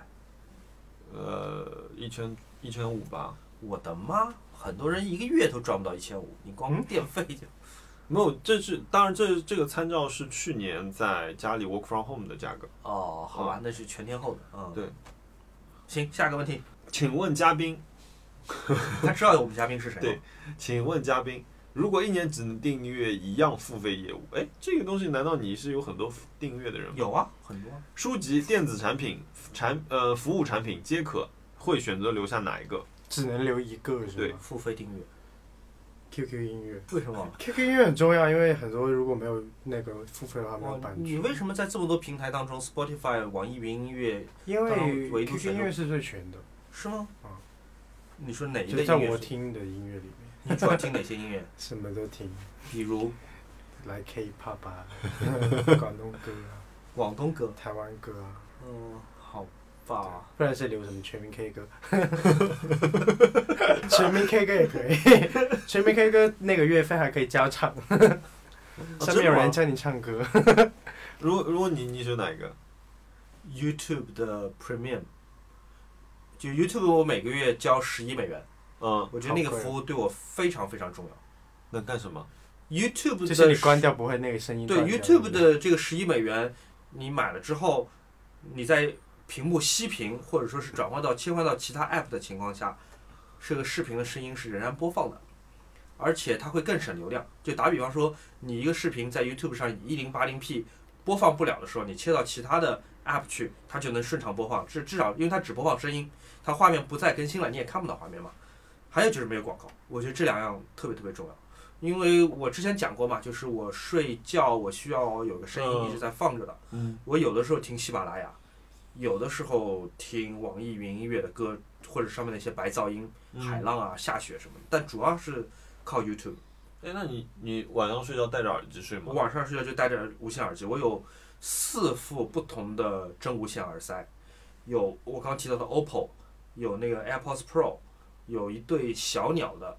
S1: 呃，一千一千五吧，
S2: 我的妈！很多人一个月都赚不到一千五，你光电费就……
S1: 没有，这是当然这这个参照是去年在家里 work from home 的价格。
S2: 哦，好吧，那是全天候的。嗯，
S1: 对。
S2: 行，下个问题，
S1: 请问嘉宾，
S2: 他知道我们嘉宾是谁吗？
S1: 对请问嘉宾，如果一年只能订阅一样付费业务，哎，这个东西难道你是有很多订阅的人吗？
S2: 有啊，很多啊。
S1: 书籍、电子产品、产呃服务产品皆可，会选择留下哪一个？
S3: 只能留一个是
S1: 对
S3: 吗
S2: 付费订阅，
S3: ？QQ 音乐
S2: 为什么？
S3: ，QQ 音乐很重要，因为很多如果没有那个付费的话没有
S2: 哇
S3: 版，
S2: 哦你
S3: 权。
S2: 为什么在这么多平台当中，Spotify、网易云音乐
S3: 因
S2: 当然唯
S3: 为
S2: 一都
S3: QQ
S2: 选
S3: 音
S2: 中
S3: 乐是最全的，
S2: 是吗？
S3: 嗯
S2: 你说哪一
S3: 就
S2: 类
S3: 是在
S2: 音乐
S3: 我
S2: 是？
S3: 听的音乐里面，
S2: 你主要听哪些音乐？
S3: 什么都听，
S2: 比如
S3: 来 K-pop 啊， 广东歌啊，
S2: 广东歌。
S3: 台湾歌啊，
S2: 嗯，好吧。
S3: 不然是留什么全民 K 歌？ 全民 K 歌也可以， 全民 K 歌那个月份还可以加 唱，
S2: 哦
S3: 上面有人教你唱歌。
S1: 如果如果你你选哪一个？
S2: YouTube 的 Premium，就 YouTube 我每个月交十一美元，
S1: 嗯，
S2: 我觉得那个
S3: 好贵啊
S2: 服务对我非常非常重要。
S1: 那干什么？
S2: YouTube 的
S3: 就是你关掉不会那个声音
S2: 对
S3: 断掉。
S2: YouTube 的这个十一美元，你买了之后，你在屏幕熄屏或者说是转换到切换到其他 App 的情况下，这个视频的声音是仍然播放的，而且它会更省流量。就打比方说，你一个视频在 YouTube 上一零八零 P 播放不了的时候，你切到其他的 App 去，它就能顺畅播放。至至少因为它只播放声音，它画面不再更新了，你也看不到画面嘛。还有就是没有广告，我觉得这两样特别特别重要。因为我之前讲过嘛，就是我睡觉我需要有个声音
S1: 嗯
S2: 一直在放着的。
S1: 嗯，
S2: 我有的时候听喜马拉雅，有的时候听网易云音乐的歌，或者上面的一些白噪音、
S1: 嗯
S2: 海浪啊、下雪什么的。但主要是靠 YouTube。
S1: 哎，那你你晚上睡觉戴着耳机睡
S2: 我
S1: 吗？
S2: 晚上睡觉就戴着无线耳机，我有四副不同的真无线耳塞，有我刚提到的 OPPO，有那个 AirPods Pro，有一对小鸟的，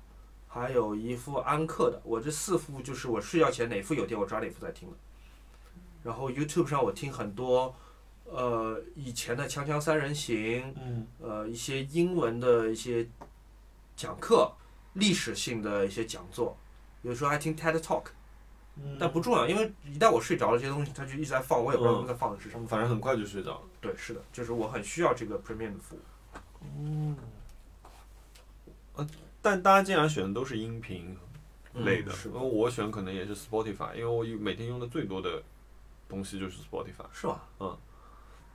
S2: 还有一副安克的。我这四副就是我睡觉前哪副有电我抓哪副在听的。然后 YouTube 上我听很多，呃，以前的《锵锵三人行》，
S1: 嗯，
S2: 呃一些英文的一些讲课，历史性的一些讲座，有时候还听 TED Talk，、但不重要，因为一旦我睡着了，这些东西它就一直在放，我也不知道他们在放的是什么。
S1: 反正很快就睡着了。
S2: 对，是的，就是我很需要这个 Premium 的服务。
S1: 但大家竟然选的都是音频类的
S2: 嗯，是
S1: 因
S2: 的
S1: 为我选可能也是 Spotify，因为我每天用的最多的东西就是 Spotify。
S2: 是 吧？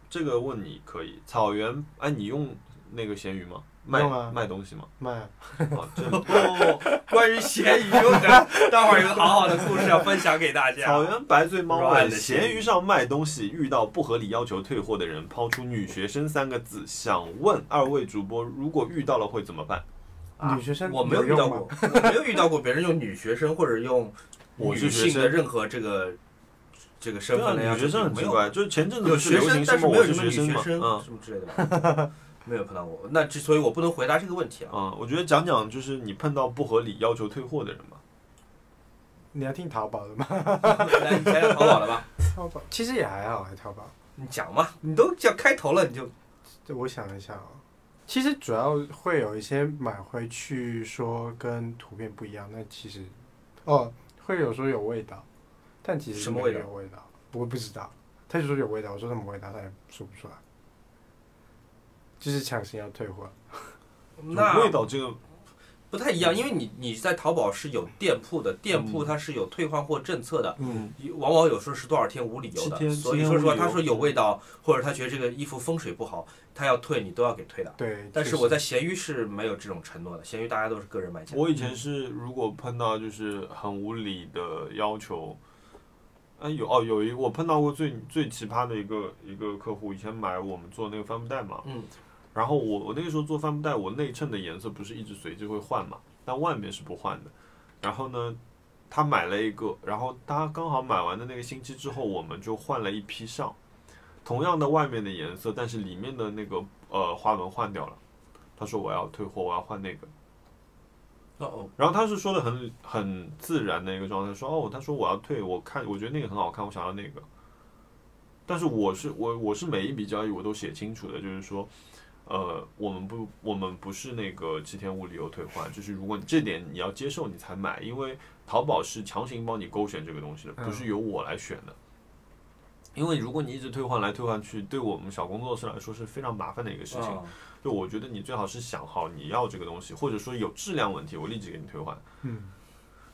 S1: 这个问你可以，草原哎，你用那个闲鱼吗？卖
S3: 用啊
S1: 卖东西 吗？
S3: 妈呀，
S1: 啊，这
S2: 哦，关于咸鱼，我感待会儿有个好好的故事要分享给大家。
S1: 草原白醉猫问：
S2: Right，
S1: 闲鱼上卖东西遇到不合理要求退货的人，抛出“女学生”三个字，想问二位主播，如果遇到了会怎么办？
S2: 啊
S3: 女学生
S2: 我没有遇
S3: 有
S2: 到
S3: 用吗
S2: 过，我没有遇到过别人用女学生或者用
S1: 我是
S2: 女
S1: 学
S2: 性的
S1: 生，
S2: 任何这个这个身
S1: 对啊，
S2: 份了呀，
S1: 女学生很
S2: 没
S1: 奇
S2: 有
S1: 怪，就是前阵子
S2: 有
S1: 不
S2: 学
S1: 流行
S2: 生，但
S1: 什
S2: 是
S1: 么我
S2: 没有
S1: 是
S2: 什么
S1: 学
S2: 女
S1: 生
S2: 学
S1: 嘛，
S2: 生
S1: 嗯
S2: 什么之类的吧？没有碰到过，那之所以我不能回答这个问 题啊。
S1: 嗯，我觉得讲讲就是你碰到不合理要求退货的人嘛，
S3: 你要听淘宝的吗？
S2: 来，你讲讲淘宝了吧？
S3: 淘宝其实也还好，淘宝。
S2: 你讲嘛，你都讲开头了，你就
S3: 这我想一下哦，其实主要会有一些买回去说跟图片不一样，那其实哦会有说有味道，但其实
S2: 什么
S3: 没
S2: 味道
S3: 有味道，我不知道。他就说有味道，我说什么味道，他也说不出来，就是强行要退货。
S2: 啊
S1: 就
S2: 那
S1: 味道这个
S2: 不太一样，因为你你在淘宝是有店铺的，店
S1: 嗯
S2: 铺它是有退换货政策的，
S3: 嗯，
S2: 往往有时候是多少天无理由
S1: 七天
S2: 的，所以
S1: 七天
S2: 说实话，
S1: 无理由嗯
S2: 他说有味道，或者他觉得这个衣服风水不好，他要退你都要给退的。
S1: 嗯
S3: 对。
S2: 但是
S3: 确实
S2: 我在闲鱼是没有这种承诺的，闲鱼大家都是个人买家。
S1: 我以前是如果碰到就是很无理的要求，啊有哦有一我碰到过最最奇葩的一个一个客户，以前买我们做那个帆布袋嘛，
S2: 嗯，
S1: 然后我我那个时候做帆布袋，我内衬的颜色不是一直随机会换嘛，但外面是不换的。然后呢，他买了一个，然后他刚好买完的那个星期之后，我们就换了一批上，同样的外面的颜色，但是里面的那个呃花纹换掉了。他说我要退货，我要换那个。
S2: 哦哦，
S1: 然后他是说的很很自然的一个状态，说哦，他说我要退，我看我觉得那个很好看，我想要那个。但是我是我我是每一笔交易我都写清楚的，就是说，呃，我们不我们不是那个七天无理由退换，就是如果你这点你要接受你才买，因为淘宝是强行帮你勾选这个东西的，
S3: 嗯
S1: 不是由我来选的。因为如果你一直退换来退换去，对我们小工作室来说是非常麻烦的一个事情。
S2: 哦
S1: 就我觉得你最好是想好你要这个东西，或者说有质量问题，我立即给你退换。
S3: 嗯，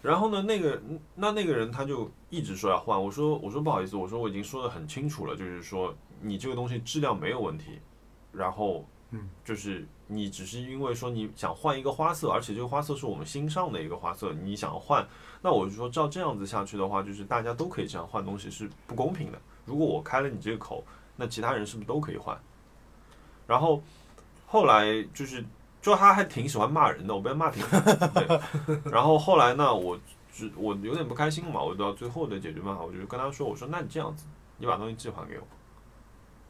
S1: 然后呢，那个那那个人他就一直说要换，我说我说不好意思，我说我已经说的很清楚了，就是说你这个东西质量没有问题，然后
S3: 嗯，
S1: 就是你只是因为说你想换一个花色，而且这个花色是我们新上的一个花色，你想换，那我就说照这样子下去的话，就是大家都可以这样换东西是不公平的。如果我开了你这个口，那其他人是不是都可以换？然后后来就是。就他还挺喜欢骂人的，我被他骂挺 惨的。对，然后后来呢，我只我有点不开心嘛，我到最后的解决办法，我就跟他说，我说那你这样子，你把东西寄还给我。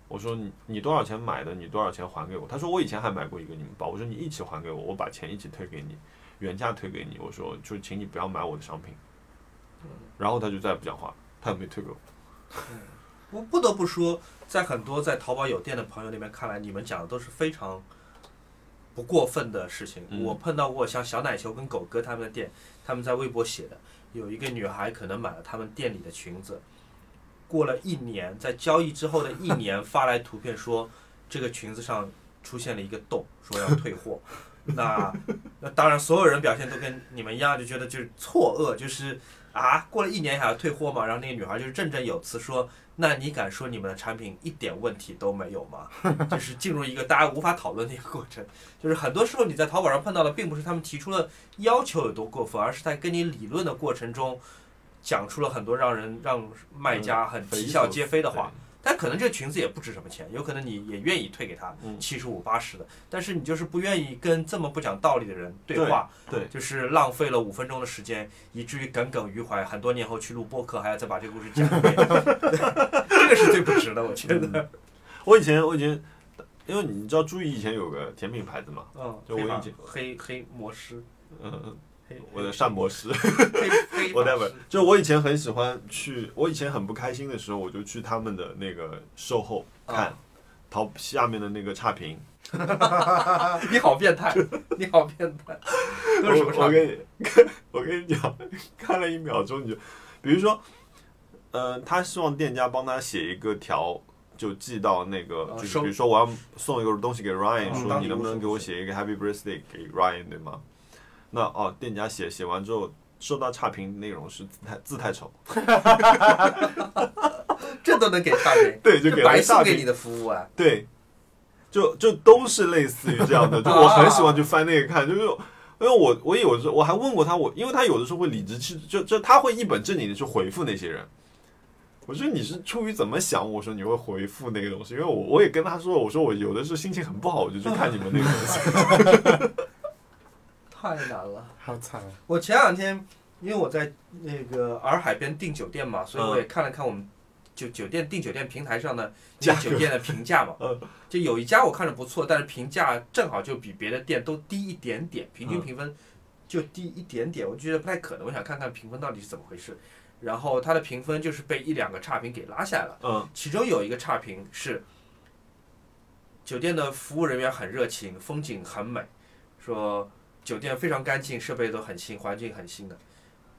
S1: 我说你你多少钱买的，你多少钱还给我？他说我以前还买过一个你们包，我说你一起还给我，我把钱一起退给你，原价退给你。我说就请你不要买我的商品。然后他就再也不讲话了，他也没退给我。
S2: 我不得不说，在很多在淘宝有店的朋友那边看来，你们讲的都是非常不过分的事情。
S1: 嗯
S2: 我碰到过像小奶球跟狗哥他们的店，他们在微博写的，有一个女孩可能买了他们店里的裙子，过了一年，在交易之后的一年发来图片说这个裙子上出现了一个洞，说要退货。 那那当然，所有人表现都跟你们一样，就觉得就是错愕，就是啊，过了一年还要退货吗？然后那个女孩就是振振有词说：“那你敢说你们的产品一点问题都没有吗？” 就是进入一个大家无法讨论的一个过程。就是很多时候你在淘宝上碰到的，并不是他们提出了要求有多过分，而是在跟你理论的过程中，讲出了很多让人让卖家很
S1: 嗯匪夷
S2: 啼笑
S1: 所
S2: 皆
S1: 思
S2: 非的话。但可能这个裙子也不值什么钱，有可能你也愿意退给他
S1: 嗯
S2: 七十五八十的，但是你就是不愿意跟这么不讲道理的人对话，
S1: 对对
S2: 就是浪费了五分钟的时间，以至于耿耿于怀，很多年后去录播客还要再把这个故事讲 一遍，这个是最不值的，我觉
S1: 嗯
S2: 得。
S1: 我以前我以前，因为你知道朱毅以前有个甜品牌子嘛，
S2: 嗯，
S1: 就我已经
S2: 黑黑魔师，
S1: 嗯，
S2: 黑
S1: 我的膳魔师。
S2: 黑黑
S1: 我待
S2: 法
S1: 会儿
S2: 师，
S1: 就我以前很喜欢去，我以前很不开心的时候，我就去他们的那个售后看
S2: 啊，
S1: 淘下面的那个差评。
S2: 你好变态， 你好变态，都是什么
S1: 我
S2: 商
S1: 我
S2: 品？
S1: 跟你我跟你讲， 看了一秒钟你就，比如说，呃，他希望店家帮他写一个条。就寄到那个，
S2: 啊
S1: 就是
S2: 收
S1: 比如说我要送一个东西给 Ryan，、
S2: 嗯
S1: 说
S2: 当
S1: 你
S2: 礼
S1: 能
S2: 物
S1: 不能
S2: 送
S1: 给我
S2: 去
S1: 写一个 Happy Birthday 给 Ryan，对吗？那哦，店家写写完之后，收到差评内容是字太字太丑，
S2: 这都能给差评，
S1: 对，就
S2: 这
S1: 给了
S2: 白
S1: 差
S2: 送
S1: 评
S2: 给。你的服务啊！
S1: 对，就就都是类似于这样的，就我很喜欢去翻那个看，就是因为我我有时候我还问过他，我因为他有的时候会理直气，就就他会一本正经的去回复那些人。我说你是出于怎么想？我说你会回复那个东西，因为我我也跟他说，我说我有的时候心情很不好，我就去看你们那个 东西。
S2: 太难了。
S3: 好惨啊！
S1: 嗯
S2: 我前两天因为我在那个洱海边订酒店嘛，所以我也看了看我们酒酒店订酒店平台上的
S1: 价
S2: 订酒店的评价嘛
S1: 嗯，
S2: 就有一家我看着不错，但是评价正好就比别的店都低一点点，平均
S1: 嗯
S2: 评分就低一点点，我就觉得不太可能，我想看看评分到底是怎么回事。然后它的评分就是被一两个差评给拉下来了，
S1: 嗯
S2: 其中有一个差评是酒店的服务人员很热情，风景很美，说酒店非常干净，设备都很新，环境很新的。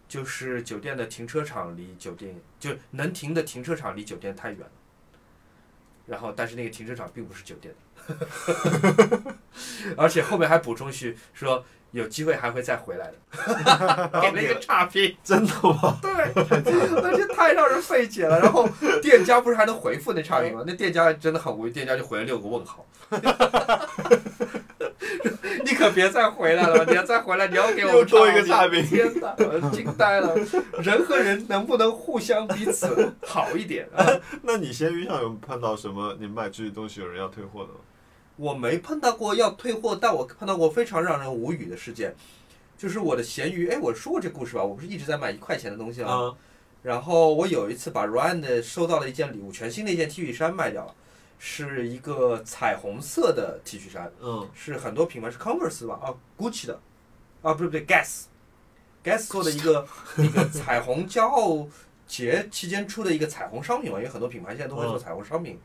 S2: 就是酒店的停车场离酒店就能停的停车场离酒店太远了，然后但是那个停车场并不是酒店的， 而且后面还补充一句说有机会还会再回来 的，给了一个差评。
S1: 真的吗？
S2: 对， 那就太让人费解了。然后店家不是还能回复那差评吗？那店家真的很无语，店家就回了六个问号。 你可别再回来了吧！你要再回来，你要给我们
S1: 又多一个差评
S2: 天哪，我惊呆了！人和人能不能互相彼此好一点啊？
S1: 那你闲鱼上有碰到什么你买这些东西有人要退货的吗？
S2: 我没碰到过要退货，但我碰到过非常让人无语的事件，就是我的闲鱼。哎，我说过这故事吧？我不是一直在买一块钱的东西吗？
S1: 啊，
S2: 然后我有一次把 Ryan 的收到的一件礼物，全新的一件 T 恤衫卖掉了，是一个彩虹色的 T 恤衫，
S1: 嗯，
S2: 是很多品牌是 Converse 吧？啊，Gucci 的，啊，不对不对，Guess，Guess 做的一 个一个彩虹骄傲节期间出的一个彩虹商品嘛，因为很多品牌现在都会做
S1: 嗯
S2: 彩虹商品。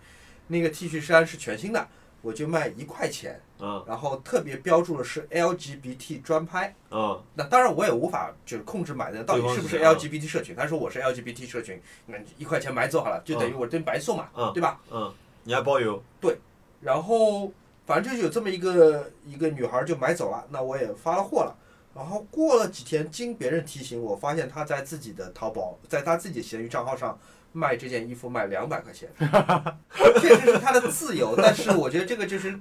S2: 那个 T 恤衫是全新的，我就卖一块钱，
S1: 嗯
S2: 然后特别标注的是 LGBT 专拍。
S1: 嗯
S2: 那当然，我也无法就是控制买的到
S1: 对
S2: 底
S1: 方
S2: 是不
S1: 是
S2: 是
S1: 谁啊
S2: LGBT 社群。他说我是 LGBT 社群，那一块钱买走好了，就等于我真白送嘛，
S1: 嗯
S2: 对吧？
S1: 嗯，你还包邮？
S2: 然后反正就有这么一个一个女孩就买走了，那我也发了货了。然后过了几天，经别人提醒，我发现她在自己的淘宝，在她自己的闲鱼账号上卖这件衣服卖两百块钱，确实是她的自由，但是我觉得这个就是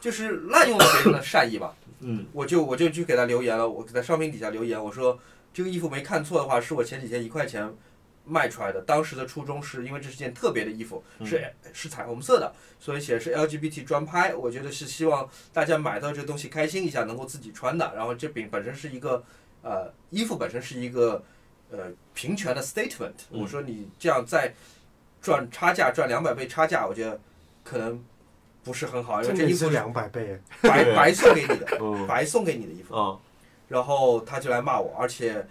S2: 就是滥用了别人的善意吧。
S1: 嗯
S2: 我就我就去给他留言了，我给他商品底下留言，我说这个衣服没看错的话，是我前几天一块钱卖出来的。当时的初衷是因为这是件特别的衣服，
S1: 嗯
S2: 是是彩虹色的，所以写的是 LGBT 专拍。我觉得是希望大家买到这个东西开心一下，能够自己穿的。然后这饼本身是一个呃衣服本身是一个呃平权的 statement。
S1: 嗯
S2: 我说你这样再赚差价赚两百倍差价，我觉得可能不是很好，因
S3: 这
S2: 为这
S3: 也
S2: 衣服
S3: 是
S2: 是
S3: 两百倍耶，
S2: 白
S1: 对
S2: 白送给你的。
S1: 嗯
S2: 白送给你的衣服，
S1: 嗯
S2: 然后他就来骂我，而且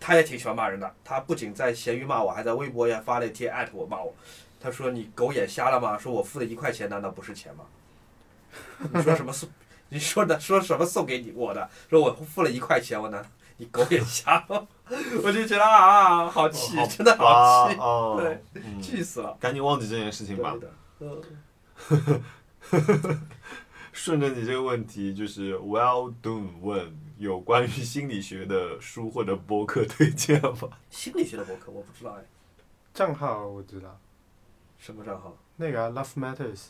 S2: 他也挺喜欢骂人的。他不仅在闲鱼骂我，还在微博也发了一贴艾特我骂我。他说你狗眼瞎了吗？说我付的一块钱难道不是钱吗？ 你说什么送？你说的说什么送给你我的？说我付了一块钱，我难道你狗眼瞎了？ 我就觉得啊，好气，
S1: 哦好
S2: 真的好气，
S1: 哦，
S2: 对
S1: 嗯
S2: 气死了。
S1: 赶紧忘记这件事情
S2: 对
S1: 吧。
S2: 的，嗯，
S1: 顺着你这个问题，就是 Well Done 问有关于心理学的书或者播客推荐吗？
S2: 心理学的博客我不知道哎，
S3: 账号我知道，
S2: 什么账号？
S1: 嗯
S3: 那个、啊、Love Matters，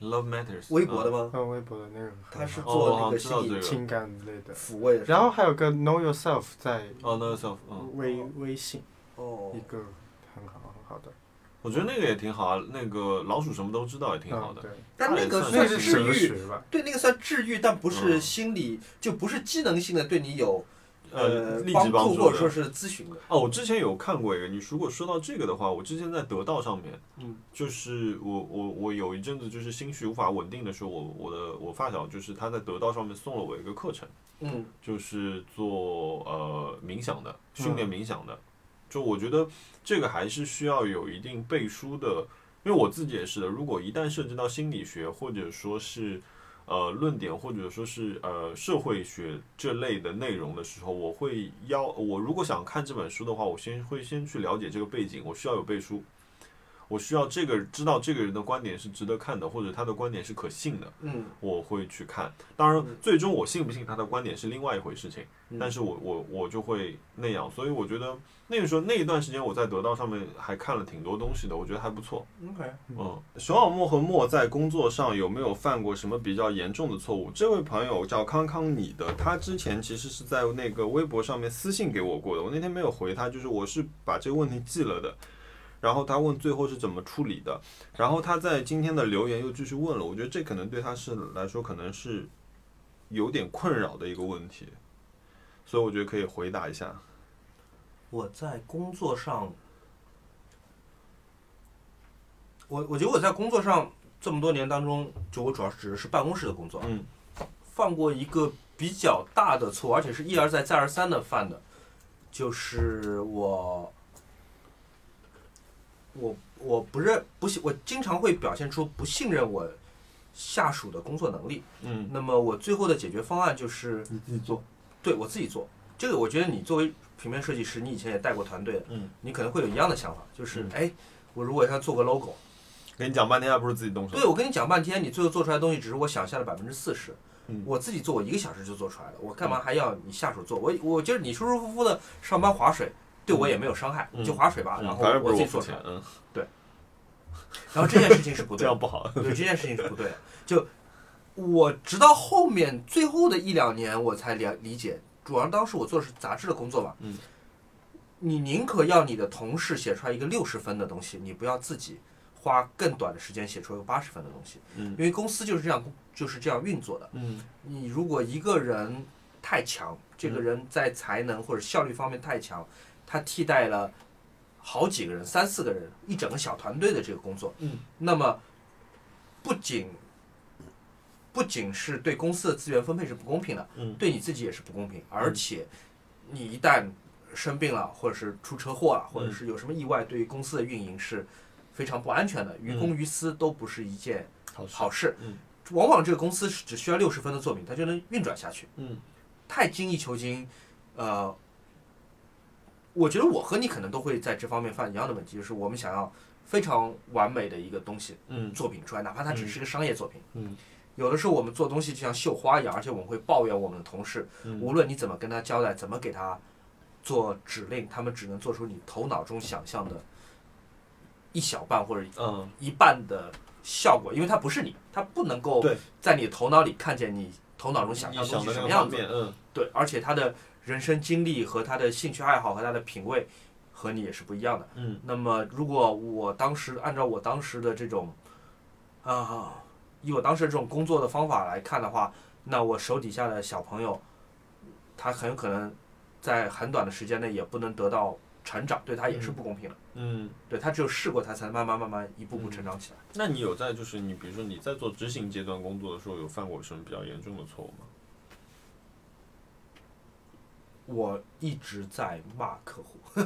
S1: Love Matters，啊
S2: 微博的吗？
S3: 看微博的那个很好，
S2: 他是
S1: 嗯
S2: 做那
S1: 哦
S2: 个
S1: 知道
S2: 心理
S1: 这个
S3: 情感类的。
S2: 抚慰的是吧，
S3: 然后还有个 Know Yourself 在
S1: 哦、n o Self，嗯，
S3: 微微信
S2: 哦
S3: 一个很好很好的，
S1: 我觉得那个也挺好啊，那个老鼠什么都知道也挺好
S3: 嗯
S1: 的。
S3: 对，
S2: 但那个
S1: 那
S2: 算
S3: 个是
S2: 治
S3: 哲
S2: 愈，
S3: 学吧？
S2: 对，那个算治愈，但不是
S1: 嗯
S2: 心理，就不是机能性的对你有
S1: 呃，立即
S2: 帮
S1: 帮
S2: 助
S1: 助
S2: 或者
S1: 的
S2: 说是咨询的。
S1: 哦，我之前有看过一个，你如果说到这个的话，我之前在得到上面，
S2: 嗯，
S1: 就是我我我有一阵子就是心绪无法稳定的时候，我我的我发小就是他在得到上面送了我一个课程，
S2: 嗯，
S1: 就是做呃冥想的训练冥想的，就我觉得这个还是需要有一定背书的，因为我自己也是的，如果一旦涉及到心理学或者说是。呃，论点或者说是呃社会学这类的内容的时候，我会要我如果想看这本书的话，我先会先去了解这个背景，我需要有背书，我需要这个知道这个人的观点是值得看的，或者他的观点是可信的，
S2: 嗯，
S1: 我会去看。当然
S2: 嗯，
S1: 最终我信不信他的观点是另外一回事情，
S2: 嗯
S1: 但是我我我就会那样，所以我觉得那个时候那一段时间我在得到上面还看了挺多东西的，我觉得还不错。
S2: OK，
S1: 嗯，熊小莫和莫在工作上有没有犯过什么比较严重的错误？这位朋友叫康康，你的他之前其实是在那个微博上面私信给我过的，我那天没有回他，就是我是把这个问题记了的。然后他问最后是怎么处理的，然后他在今天的留言又继续问了，我觉得这可能对他是来说可能是有点困扰的一个问题，所以我觉得可以回答一下。
S2: 我在工作上我我觉得我在工作上这么多年当中，就我主要指的是办公室的工作，啊
S1: 嗯，
S2: 犯过一个比较大的错误，而且是一而再再而三的犯的，就是我我我不认不信，我经常会表现出不信任我下属的工作能力。
S1: 嗯，
S2: 那么我最后的解决方案就是
S1: 你自己做，
S2: 对我自己做。这个我觉得你作为平面设计师，你以前也带过团队，
S1: 嗯，
S2: 你可能会有一样的想法，就是
S1: 嗯
S2: 哎，我如果要做个 logo，
S1: 跟你讲半天还不如自己动手。
S2: 对我跟你讲半天，你最后做出来的东西只是我想象的百分之四十
S1: 嗯。
S2: 我自己做，我一个小时就做出来了，我干嘛还要你下属做？我我就是你舒舒服服的上班划水，对我也没有伤害，
S1: 嗯
S2: 就划水吧。
S1: 嗯
S2: 然后
S1: 反正不
S2: 我
S1: 是
S2: 自己
S1: 付
S2: 做出
S1: 钱
S2: 来，，
S1: 嗯，
S2: 然后这件事情是不
S1: 这
S2: 对的
S1: 样，不好。
S2: 对这件事情是不对的。就我直到后面最后的一两年，我才了理解，主要当时我做的是杂志的工作嘛，
S1: 嗯，
S2: 你宁可要你的同事写出来一个六十分的东西，你不要自己花更短的时间写出一个八十分的东西，
S1: 嗯
S2: 因为公司就是这样就是这样运作的。
S1: 嗯
S2: 你如果一个人太强，这个人在才能或者效率方面太强，他替代了好几个人、三四个人、一整个小团队的这个工作，
S1: 嗯，
S2: 那么不仅不仅是对公司的资源分配是不公平的，
S1: 嗯
S2: 对你自己也是不公平，而且你一旦生病了，或者是出车祸
S1: 嗯
S2: 了，或者是有什么意外，对于公司的运营是非常不安全
S1: 嗯
S2: 的，于公于私都不是一件
S1: 好
S2: 好事。
S1: 嗯
S2: 往往这个公司是只需要六十分的作品，它就能运转下去。
S1: 嗯
S2: 太精益求精，呃，我觉得我和你可能都会在这方面犯一样的问题，就是我们想要非常完美的一个东西
S1: 嗯
S2: 作品出来，哪怕它只是个商业作品。
S1: 嗯
S2: 有的时候我们做东西就像绣花一样，而且我们会抱怨我们的同事，
S1: 嗯
S2: 无论你怎么跟他交代，怎么给他做指令，他们只能做出你头脑中想象的一小半或者
S1: 嗯，
S2: 一半的效果，因为它不是你，它不能够
S1: 对
S2: 在你头脑里看见你头脑中想象
S1: 你
S2: 的
S1: 想
S2: 东西
S1: 的
S2: 什
S1: 那
S2: 么
S1: 个
S2: 样
S1: 方
S2: 子。
S1: 面，嗯
S2: 对，而且他的人生经历和他的兴趣爱好和他的品味和你也是不一样的。
S1: 嗯
S2: 那么，如果我当时按照我当时的这种，啊，以我当时这种工作的方法来看的话，那我手底下的小朋友，他很有可能在很短的时间内也不能得到成长，对他也是不公平的。
S1: 嗯。
S2: 对他只有试过，他才慢慢慢慢一步步
S1: 嗯
S2: 成长起来。
S1: 那你有在就是你比如说你在做执行阶段工作的时候，有犯过什么比较严重的错误吗？
S2: 我一直在骂客户，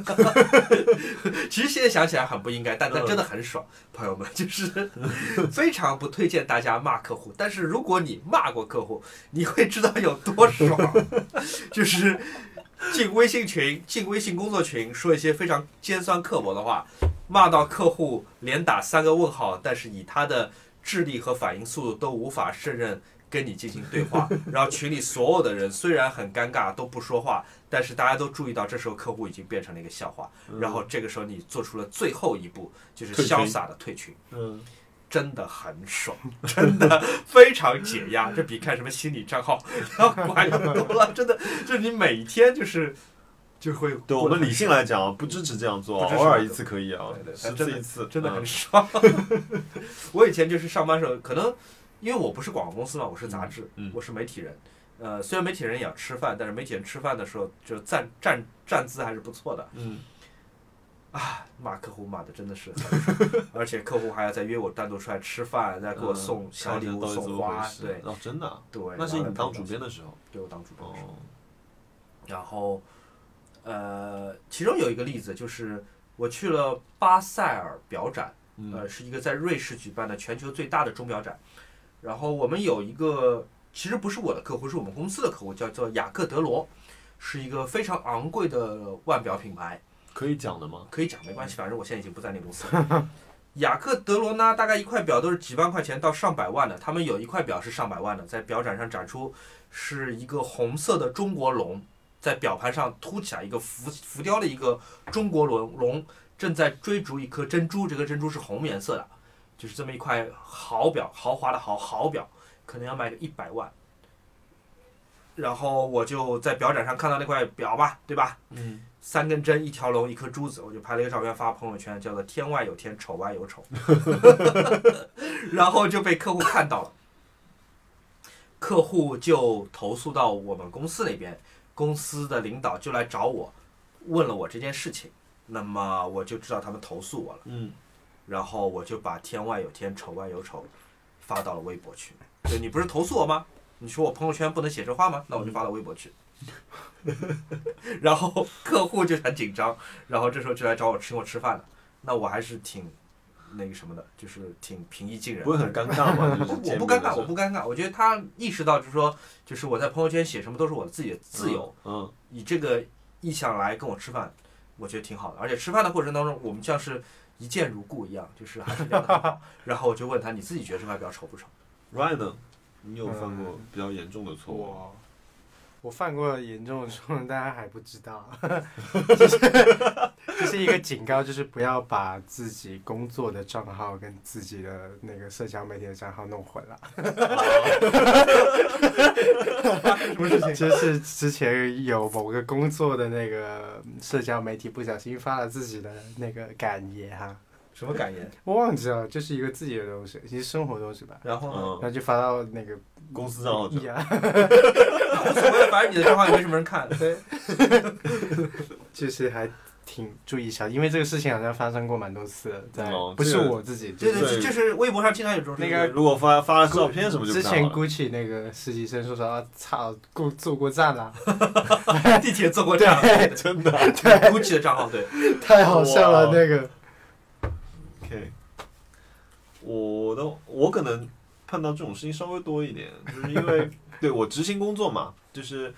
S2: 其实现在想起来很不应该，但但
S1: 嗯
S2: 真的很爽，朋友们，就是 非常不推荐大家骂客户。但是如果你骂过客户，你会知道有多爽，就是进微信群、进微信工作群，说一些非常尖酸刻薄的话，骂到客户连打三个问号，但是以他的智力和反应速度都无法胜任跟你进行对话，然后群里所有的人虽然很尴尬都不说话，但是大家都注意到这时候客户已经变成了一个笑话，然后这个时候你做出了最后一步，就是
S1: 嗯退群
S2: 潇洒的退群。
S1: 嗯，
S2: 真的很爽， 真的非常 解压，这比看什么心理账号要管用多了。真的，就是你每天就是就会
S1: 对我
S2: 过得
S1: 们理性来讲啊，不支持这样做啊，
S2: 不支持
S1: 偶尔一次可以啊
S2: 对，对
S1: 十
S2: 真
S1: 次
S2: 的
S1: 一次
S2: 真的很
S1: 嗯
S2: 爽。 我以前就是上班时候，可能因为我不是广告公司嘛，我是杂志，
S1: 嗯嗯
S2: 我是媒体人。呃，虽然媒体人也要吃饭，但是媒体人吃饭的时候就站站站姿还是不错的。
S1: 嗯
S2: 啊，骂客户骂的真的是很爽，而且客户还要再约我单独出来吃饭，再给我送
S1: 嗯
S2: 小礼物、
S1: 看一下到底怎
S2: 送
S1: 么回
S2: 花。
S1: 事
S2: 对
S1: 哦，真的啊，
S2: 对，
S1: 那是
S2: 然
S1: 你
S2: 后
S1: 当主编的时候
S2: 对我当主编的时候。
S1: 哦，
S2: 然后，呃，其中有一个例子就是我去了巴塞尔表展，
S1: 嗯
S2: 呃，是一个在瑞士举办的全球最大的钟表展。然后我们有一个，其实不是我的客户，是我们公司的客户，叫做雅各德罗，是一个非常昂贵的腕表品牌。
S1: 可以讲的吗？
S2: 可以讲没关系，反正我现在已经不在那公司了。雅克德罗呢，大概一块表都是几万块钱到上百万的，他们有一块表是上百万的，在表展上展出是一个红色的中国龙，在表盘上凸起来一个浮浮雕的一个中国龙龙正在追逐一颗珍珠，这颗珍珠是红颜色的，就是这么一块好表，豪华的豪好表，可能要卖个一百万。然后我就在表展上看到那块表吧，对吧？
S1: 嗯，
S2: 三根针，一条龙，一颗珠子，我就拍了一个照片发朋友圈，叫做“天外有天，丑外有丑”， 然后就被客户看到了，客户就投诉到我们公司那边，公司的领导就来找我，问了我这件事情，那么我就知道他们投诉我了。
S1: 嗯
S2: 然后我就把“天外有天，丑外有丑”发到了微博去。对你不是投诉我吗？你说我朋友圈不能写这话吗？那我就发到微博去。 然后客户就很紧张，然后这时候就来找我请我吃饭了。那我还是挺那个什么的，就是挺平易近人的。
S1: 不会很尴尬 吗？就是
S2: 我
S1: 见
S2: 不
S1: 面
S2: 尴
S1: 的
S2: 尬，
S1: 时
S2: 我
S1: 候
S2: 不尴尬。我觉得他意识到，就是说，就是我在朋友圈写什么都是我自己的自由，，
S1: 嗯，
S2: 以这个意向来跟我吃饭，我觉得挺好的。而且吃饭的过程当中，我们像是一见如故一样，就是还是聊得很好。然后我就问他，你自己觉得这外表丑不 丑？
S1: 嗯，Ryan 呢？你有
S2: 嗯
S1: 犯过比较严重的错误吗？
S3: 我我犯过严重的错 误，大家还不知道， 就是就是一个警告，就是不要把自己工作的账号跟自己的那个社交媒体的账号弄混了。 不是，就是之前有某个工作的那个社交媒体不小心发了自己的那个感言哈，
S2: 什么感言？
S3: 我忘记了，就是一个自己的东西，其实生活东西吧，
S2: 然后 呢？
S3: 然
S1: 嗯，
S3: 后就发到那个
S1: 公司账号者
S3: 呀
S2: 无所谓，反正你的账号也没什么人看。
S3: 对，就是还挺注意一下，因为这个事情好像发生过蛮多次的，在、
S1: 哦
S3: 不是
S1: 这个
S3: 我自己，
S2: 对
S3: 就是
S1: 对
S2: 对，就是微博上经常有这种事
S3: 那
S2: 情
S3: 个
S1: 如果发发了照片什么就不
S3: 之
S1: 太
S3: 前
S1: 好了
S3: GUCCI 那个实习生说说啊，操，过坐过啊 站了、
S2: 地铁坐过站号，对
S1: 真的。
S2: ，GUCCI 的账号，对，
S3: 太好笑了
S1: 哇哦
S3: 那个。
S1: OK，我的我可能碰到这种事情稍微多一点，就是因 为对我执行工作嘛，就是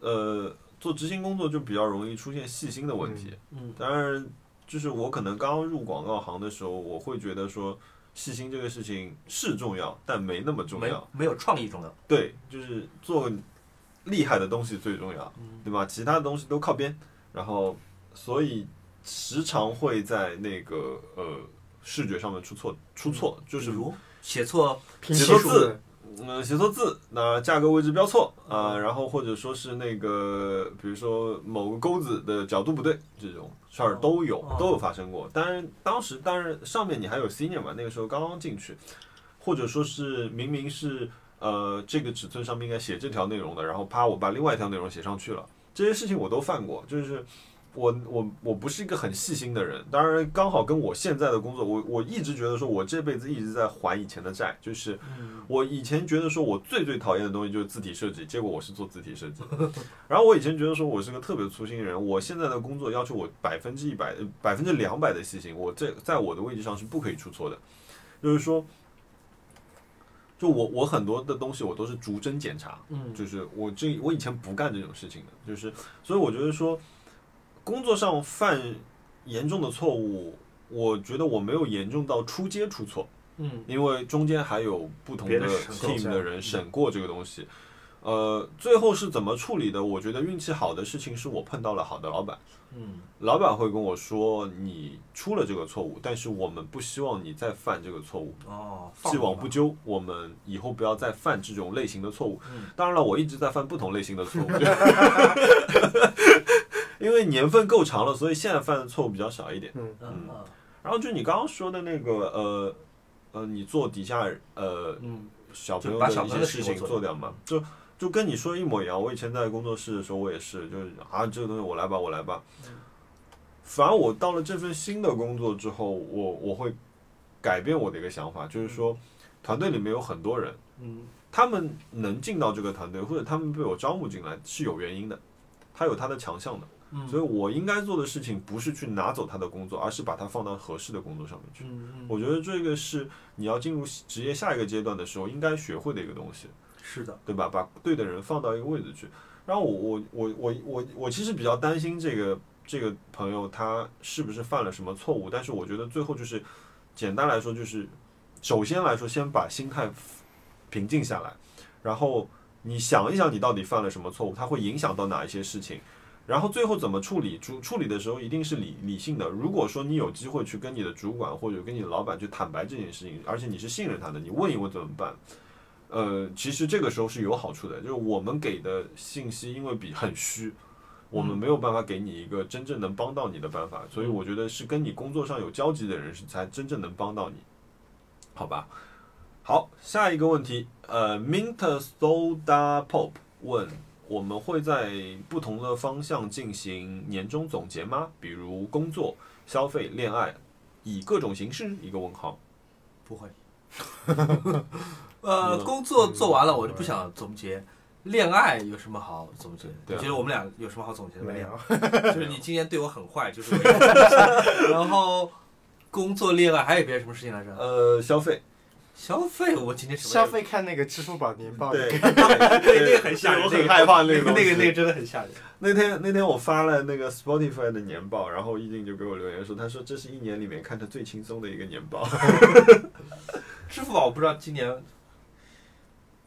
S1: 呃做执行工作就比较容易出现细心的问题。
S2: 嗯，
S1: 当然，就是我可能刚入广告行的时候，我会觉得说细心这个事情是重要，但没那么重
S2: 没
S1: 要。
S2: 没有创意重要。
S1: 对，就是做厉害的东西最重要，对吧？其他的东西都靠边。然后，所以时常会在那个呃视觉上面出错，出错就是
S2: 比如写错，
S3: 拼
S1: 写
S3: 写
S1: 错
S3: 数
S1: 字
S3: 的，
S1: 嗯，写错字，那价格位置标错啊、然后或者说是那个，比如说某个钩子的角度不对，这种事儿都有
S2: 哦，
S1: 都有发生过。当然，当时当然上面你还有 senior 嘛，那个时候刚刚进去，或者说是明明是呃这个尺寸上面应该写这条内容的，然后啪我把另外一条内容写上去了，这些事情我都犯过，就是。我我我不是一个很细心的人，当然刚好跟我现在的工作，我我一直觉得说，我这辈子一直在还以前的债，就是我以前觉得说我最最讨厌的东西就是字体设计，结果我是做字体设计。然后我以前觉得说我是个特别粗心人，我现在的工作要求我百分之一百、呃百分之两百的细心，我这在我的位置上是不可以出错的。就是说，就我我很多的东西我都是逐帧检查，
S2: 嗯，
S1: 就是我这我以前不干这种事情的，就是所以我觉得说，工作上犯严重的错误，我觉得我没有严重到出街出错，
S2: 嗯，
S1: 因为中间还有不同
S2: 别
S1: 的
S2: 的审过
S1: team
S2: 这
S1: 的
S2: 样
S1: 人
S2: 嗯
S1: 审过这个东西。呃，最后是怎么处理的？我觉得运气好的事情是我碰到了好的老板，
S2: 嗯，
S1: 老板会跟我说你出了这个错误，但是我们不希望你再犯这个错误，
S2: 哦，放
S1: 既往
S2: 吧
S1: 不咎，我们以后不要再犯这种类型的错误。
S2: 嗯
S1: 当然了，我一直在犯不同类型的 错误，就因为年份够长了，所以现在犯的错误比较少一点。
S2: 嗯嗯
S1: 然后就你刚刚说的那个呃呃，你做底下呃
S2: 嗯，
S1: 小朋友
S2: 就把小
S1: 一
S2: 朋友
S1: 些
S2: 的
S1: 事
S2: 事情
S1: 情
S2: 做
S1: 做掉嘛，就就跟你说一模一样。我以前在工作室的时候，我也是，就是啊，这个东西我来吧，我来吧。反而我到了这份新的工作之后，我我会改变我的一个想法，就是说，团队里面有很多人，
S2: 嗯，
S1: 他们能进到这个团队，或者他们被我招募进来是有原因的，他有他的强项的，
S2: 嗯
S1: 所以我应该做的事情不是去拿走他的工作，而是把它放到合适的工作上面去。
S2: 嗯
S1: 我觉得这个是你要进入职业下一个阶段的时候应该学会的一个东西，
S2: 是的，
S1: 对吧？把对的人放到一个位置去。然后我我我我我我其实比较担心这个这个朋友他是不是犯了什么错误，但是我觉得最后就是简单来说就是，首先来说先把心态平静下来，然后你想一想你到底犯了什么错误，它会影响到哪一些事情。然后最后怎么处理？处处理的时候一定是理理性的。如果说你有机会去跟你的主管或者跟你的老板去坦白这件事情，而且你是信任他的，你问一问怎么办？呃，其实这个时候是有好处的，就是我们给的信息因为比很虚，我
S2: 嗯
S1: 们没有办法给你一个真正能帮到你的办法，所以我觉得是跟你工作上有交集的人是才真正能帮到你，好吧？好，下一个问题，呃，Mint Soda Pop 问。我们会在不同的方向进行年终总结吗？比如工作、消费、恋爱、以各种形式一个问号。
S2: 不会。呃，工作做完了，我就不想总结。恋爱有什么好总结？
S1: 对
S2: 你觉得我们俩有什么好总结的？
S3: 没有，
S2: 就是你今年对我很坏，就是我也。然后工作、恋爱还有别的什么事情来着？
S1: 呃，消费，
S2: 消费，我今天什么
S3: 消？费看那个支付宝年报，
S1: 对，
S2: 对，那
S1: 那
S2: 个很吓人，
S1: 我
S2: 那
S1: 很
S2: 个
S1: 害怕
S2: 那
S1: 啊那
S2: 个
S1: 个
S2: 那个那
S1: 个。
S2: 个真的很吓人。
S1: 那天那天我发了那个 Spotify 的年报，然后易静就给我留言说，他说这是一年里面看的最轻松的一个年报。
S2: 支付宝我不知道今年，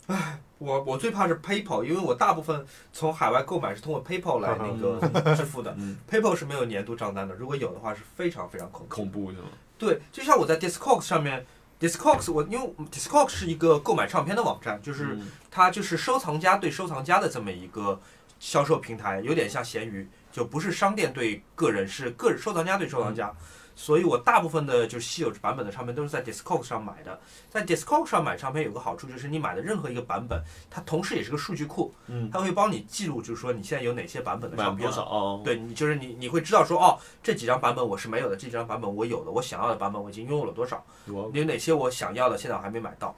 S2: 唉，我我最怕是 PayPal，因为我大部分从海外购买是通过 PayPal 来那个支付的。
S1: 嗯，
S2: PayPal 是没有年度账单的，如果有的话是非常非常恐 怖。
S1: 恐怖是吗？
S2: 对，就像我在 Discogs 上面，Discogs 我因为 Discogs 是一个购买唱片的网站，就是
S1: 嗯
S2: 它就是收藏家对收藏家的这么一个销售平台，有点像闲鱼，就不是商店对个人，是个人收藏家对收藏家。
S1: 嗯
S2: 所以我大部分的就是稀有版本的唱片都是在 Discog 上买的，在 Discog 上买唱片有个好处就是你买的任何一个版本，它同时也是个数据库，
S1: 嗯，
S2: 它会帮你记录，就是说你现在有哪些版本的
S1: 买
S2: 唱
S1: 了
S2: 片
S1: 多
S2: 了。
S1: 少？哦，
S2: 对你就是你，你会知道说哦，这几张版本我是没有的，这几张版本我有的，我想要的版本我已经拥有了多少。
S1: 我
S2: 有哪些我想要的，现在我还没买到。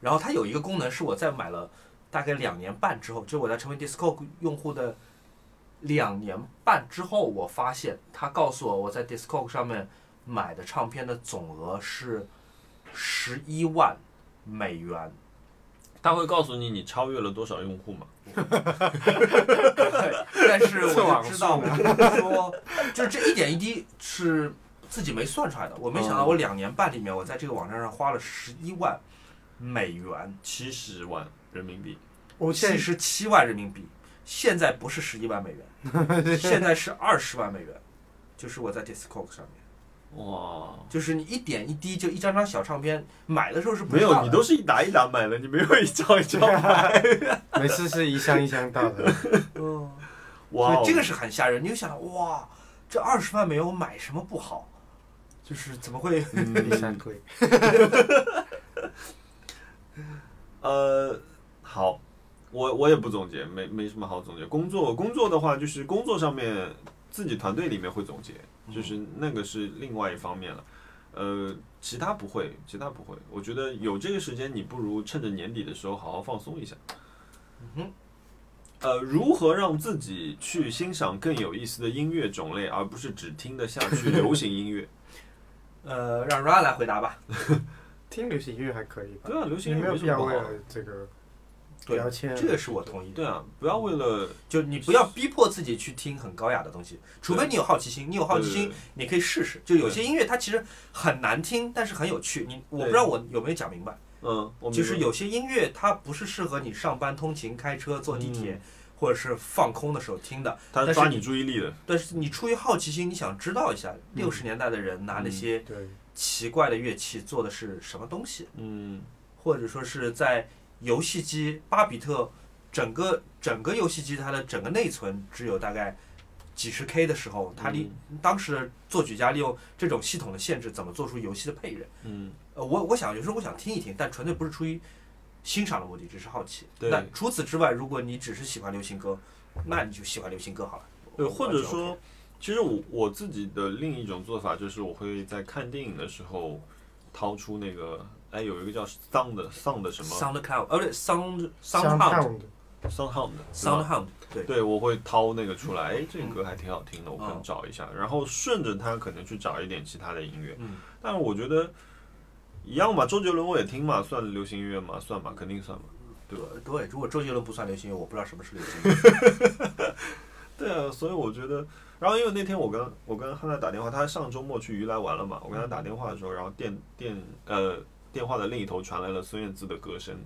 S2: 然后它有一个功能是我在买了大概两年半之后，就是我在成为 Discog 用户的两年半之后，我发现它告诉我我在 Discog 上面买的唱片的总额是十一万美元。
S1: 他会告诉你你超越了多少用户吗？
S2: 但是我
S3: 网
S2: 就知
S3: 速
S2: 道，说就是这一点一滴是自己没算出来的。我没想
S1: 嗯
S2: 到我两年半里面，我在这个网站上花了十一万美元。
S1: 七十万人民币。
S3: 我现
S2: 七
S3: 在
S2: 十七万人民币，现在不是十一万美 元，现在是二十万美元，就是我在 Discog 上面，
S1: 哇，
S2: 就是你一点一滴，就一张张小唱片，买的时候是不
S1: 没
S2: 知道
S1: 有，
S2: 的
S1: 你都是一沓一沓买的，你没有一张一张 买。
S3: 每次是一箱一箱到 的，
S2: 嗯，
S1: 哇哦
S2: 所以这个是很吓人。你就想，哇，这二十万美元我买什么不好？就是怎么会？
S1: 嗯
S3: 一箱贵。
S1: 呃，好，我我也不总结，没没什么好总结。工作工作的话，就是工作上面自己团队里面会总结，就是那个是另外一方面了。呃，其他不会，其他不会。我觉得有这个时间，你不如趁着年底的时候好好放松一下。
S2: 嗯
S1: 呃，如何让自己去欣赏更有意思的音乐种类，而不是只听得下去流行音乐？
S2: 呃，让 Run 来回答吧。
S3: 听流行音乐还可以吧？
S1: 对 啊，流行
S3: 你
S1: 音
S3: 没
S1: 乐没
S3: 有必
S1: 什么
S3: 要
S1: 不
S3: 为
S1: 好
S3: 了。这个
S2: 对
S3: 标签，
S2: 这个是我同意的，
S1: 对啊，不要为了
S2: 就你不要逼迫自己去听很高雅的东西，除非你有好奇心。你有好奇心，你可以试试。就有些音乐它其实很难听，但是很有趣。你我不知道我有没有讲明白，
S1: 嗯，我
S2: 就是
S1: 明白
S2: 有些音乐它不是适合你上班通勤、开车、坐地
S1: 嗯
S2: 铁、或者是放空的时候听的。
S1: 他
S2: 但是
S1: 抓
S2: 你
S1: 你注意力的，
S2: 但是你出于好奇心，你想知道一下六
S1: 嗯
S2: 十年代的人拿那些
S3: 对，
S2: 奇怪的乐器做的是什么东西，
S1: 嗯，
S2: 或者说是在游戏机巴比特整个整个游戏机它的整个内存只有大概几十 K 的时候，
S1: 嗯
S2: 它利当时的作曲家利用这种系统的限制，怎么做出游戏的配乐？
S1: 嗯，
S2: 呃，我我想有时候我想听一听，但纯粹不是出于欣赏的目的，只是好奇。
S1: 对
S2: 那除此之外，如果你只是喜欢流行歌，那你就喜欢流行歌好了。
S1: 对，
S2: 我
S1: 或
S2: 完
S1: 者
S2: 全
S1: 说
S2: OK，
S1: 其实我我自己的另一种做法就是，我会在看电影的时候掏出那个，哎，有一个叫 sound 的 sound 的什么
S2: SoundCloud，呃，不对，Sound
S3: 相
S2: SoundHound
S3: 抗的
S1: soundhound 的
S2: SoundHound，对，
S1: 对，我会掏那个出来，哎，
S2: 嗯
S1: 这个歌还挺好听的，我可能找一下，然后顺着它可能去找一点其他的音乐。
S2: 嗯，
S1: 但是我觉得一样嘛，周杰伦我也听嘛，算流行音乐嘛，算嘛，肯定算嘛。
S2: 对对。如果周杰伦不算流行乐，我不知道什么是流行乐。
S1: 对啊，所以我觉得，然后因为那天我跟我跟汉娜打电话，她上周末去鱼来玩了嘛，我跟她打电话的时候，然后电电呃电话的另一头传来了孙燕姿的歌声，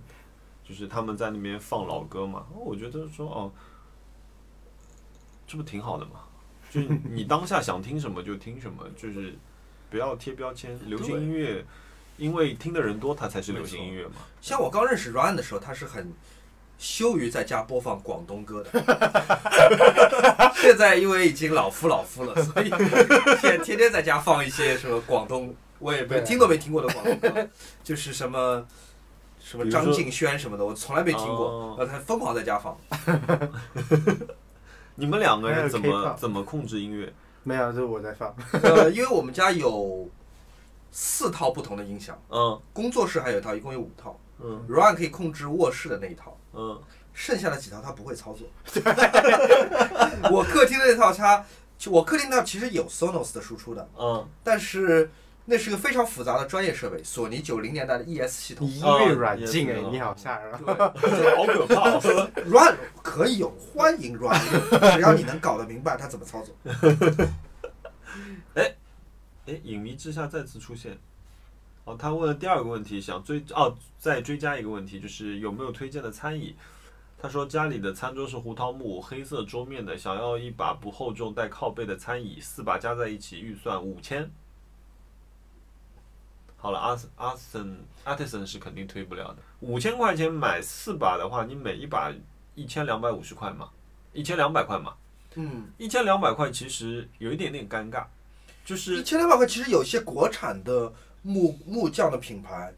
S1: 就是他们在那边放老歌嘛，我觉得说哦，这不挺好的嘛，就是你当下想听什么就听什么，就是不要贴标签，流行音乐。因为听的人多，它才是流行音乐嘛。
S2: 像我刚认识 Ryan 的时候，他是很羞于在家播放广东歌的。 现在因为已经老夫老夫了，所以天天天在家放一些什么广东，我也没
S3: 对
S2: 听都没听过的广东歌，就是什么什么
S1: 比如说
S2: 张敬轩什么的，我从来没听过
S1: 哦。
S2: 呃，他疯狂在 家放。
S1: 你们两个
S3: 还
S1: 人
S3: 有
S1: 怎么
S3: K-pop
S1: 怎么控制音乐？
S3: 没有，这是我在放。
S2: 呃，因为我们家有四套不同的音响，
S1: 嗯
S2: 工作室还有一套，一共有五套。
S1: 嗯
S2: r o n 可以控制卧室的那一套，
S1: 嗯
S2: 剩下的几套他不会操作。 我客厅的那套他，我客厅那套其实有 Sonos 的输出的，
S1: 嗯，
S2: 但是那是个非常复杂的专业设备，索尼九零年代的 ES 系统。
S3: 你音乐软
S1: 也
S3: 禁
S1: 是的
S3: 哎、你好吓人啊！
S1: 好可怕哦！
S2: Run 可以有，欢迎 Run，只要你能搞得明白它怎么操作。
S1: 哎，影迷之下再次出现。哦，他问了第二个问题，想追哦，再追加一个问题，就是有没有推荐的餐椅？他说家里的餐桌是胡桃木，黑色桌面的，想要一把不厚重带靠背的餐椅，四把加在一起预算五千。好了，阿斯阿森阿特森是肯定推不了的。五千块钱买四把的话，你每一把一千两百五十块嘛，一千两百块嘛，
S2: 嗯，
S1: 一千两百块其实有一点点尴尬，就是
S2: 一千两百块，其实有一些国产的木木匠的品牌，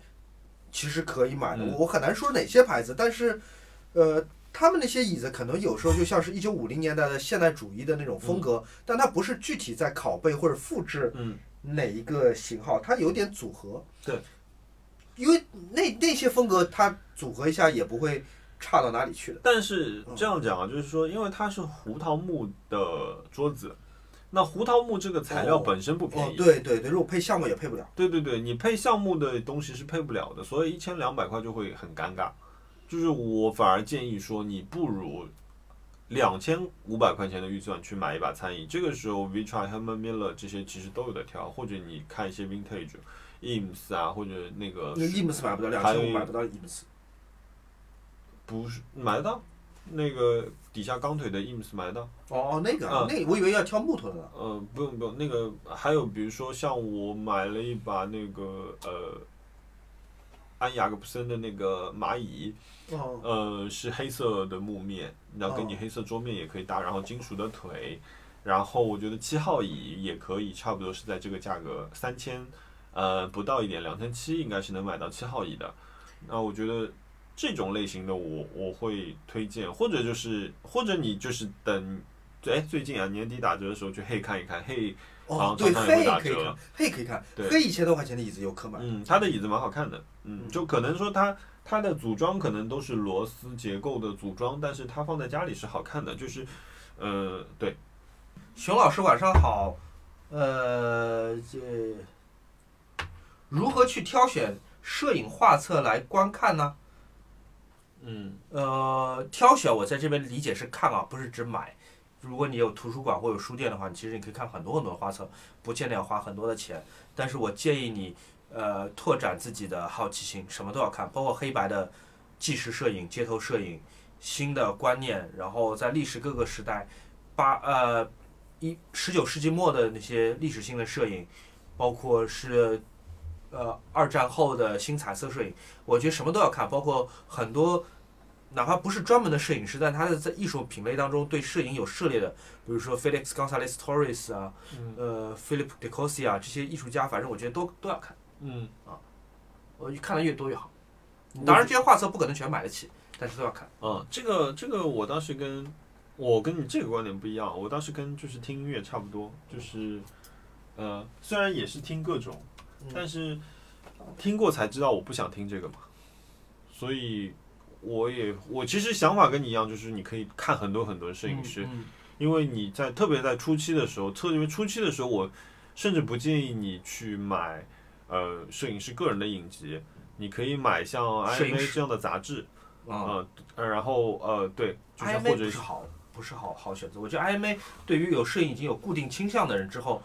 S2: 其实可以买的。
S1: 嗯
S2: 我很难说哪些牌子，但是，呃，他们那些椅子可能有时候就像是一九五零年代的现代主义的那种风格，但它不是具体在拷贝或者复制
S1: 嗯。
S2: 哪一个型号，它有点组合。
S1: 对，
S2: 因为那那些风格它组合一下也不会差到哪里去的。嗯
S1: 但是这样讲啊，就是说，因为它是胡桃木的桌子，那胡桃木这个材料本身不便
S2: 哦，
S1: 宜，
S2: 对对对，如果配橡木也配不了。
S1: 对对对，你配橡木的东西是配不了的，所以一千两百块就会很尴尬。就是我反而建议说，你不如两千五百块钱的预算去买一把餐椅，这个时候 Vitra、Herman Miller 这些其实都有的挑，或者你看一些 Vintage、Eames 啊，或者那个
S2: 那 Eames 买不到，两
S1: 还有
S2: 千五买不到 Eames。
S1: 不是买得到，那个底下钢腿的 Eames 买得到。
S2: 哦哦，那个、
S1: 嗯
S2: 那个我以为要挑木头的呢。
S1: 呃，不用不用，那个还有比如说像我买了一把那个呃，安雅各布森的那个蚂蚁，
S2: 哦，
S1: 呃，是黑色的木面，然后给你
S2: 哦
S1: 黑色桌面也可以搭，然后金属的腿，然后我觉得七号椅也可以，差不多是在这个价格三千，呃，不到一点，两千七应该是能买到七号椅的。那我觉得这种类型的我我会推荐，或者就是或者你就是等。哎，最近啊，年底打折的时候去嘿看一看，嘿，
S2: 哦
S1: 常，
S2: 对，
S1: 常常也会
S2: 黑
S1: 打
S2: 可以
S1: 折
S2: 看，黑可以看，
S1: 对
S2: 黑一千多块钱的椅子有可买。
S1: 嗯，它的椅子蛮好看的，嗯，
S2: 嗯
S1: 就可能说它它的组装可能都是螺丝结构的组装，但是它放在家里是好看的，就是，呃，对，
S2: 熊老师晚上好，呃，这如何去挑选摄影画册来观看呢？
S1: 嗯
S2: 呃，挑选我在这边理解是看啊，不是只买。如果你有图书馆或有书店的话，你其实你可以看很多很多的画册，不见得要花很多的钱。但是我建议你，呃，拓展自己的好奇心，什么都要看，包括黑白的纪实摄影、街头摄影、新的观念，然后在历史各个时代，八呃一十九世纪末的那些历史性的摄影，包括是呃二战后的新彩色摄影，我觉得什么都要看，包括很多哪怕不是专门的摄影师，但他的在艺术品类当中对摄影有涉猎的，比如说 Felix Gonzalez Torres 啊，
S1: 嗯
S2: 呃 Philip De c o s i 啊这些艺术家，反正我觉得都都要看，
S1: 嗯，
S2: 我看的越多越好。当然这些画册不可能全买得起，但是都要看。
S1: 啊，这个这个我当时跟我跟你这个观点不一样，我当时跟就是听音乐差不多，就是，呃，虽然也是听各种，但是听过才知道我不想听这个嘛，所以我也我其实想法跟你一样，就是你可以看很多很多摄影师。
S2: 嗯嗯
S1: 因为你在特别在初期的时候，特别初期的时候，我甚至不建议你去买呃摄影师个人的影集，你可以买像
S2: 摄影
S1: IMA
S2: 师
S1: 这样的杂志，
S2: 啊
S1: 呃，呃然后呃对，就是或
S2: IMA
S1: 者
S2: 不是好，不是好好选择。我觉得 IMA 对于有摄影已经有固定倾向的人之后，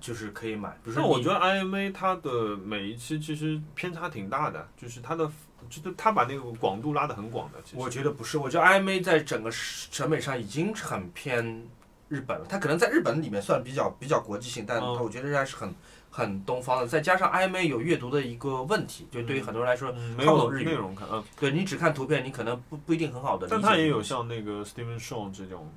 S2: 就是可以买。比如说
S1: 那
S2: 你，
S1: 我觉得 IMA 它的每一期其实偏差挺大的，就是它的就是它把那个广度拉得很广的，其实
S2: 我觉得不是，我觉得 IMA 在整个审美上已经很偏日本了。它可能在日本里面算比较比较国际性，但它
S1: 嗯
S2: 我觉得仍然是很很东方的。再加上 IMA 有阅读的一个问题，就对于很多人来说，
S1: 嗯没
S2: 看
S1: 有
S2: 不懂日语
S1: 内容看，嗯，
S2: 对你只看图片，你可能不不一定很好的理解。
S1: 但它也有像那个 Steven Shaw 这种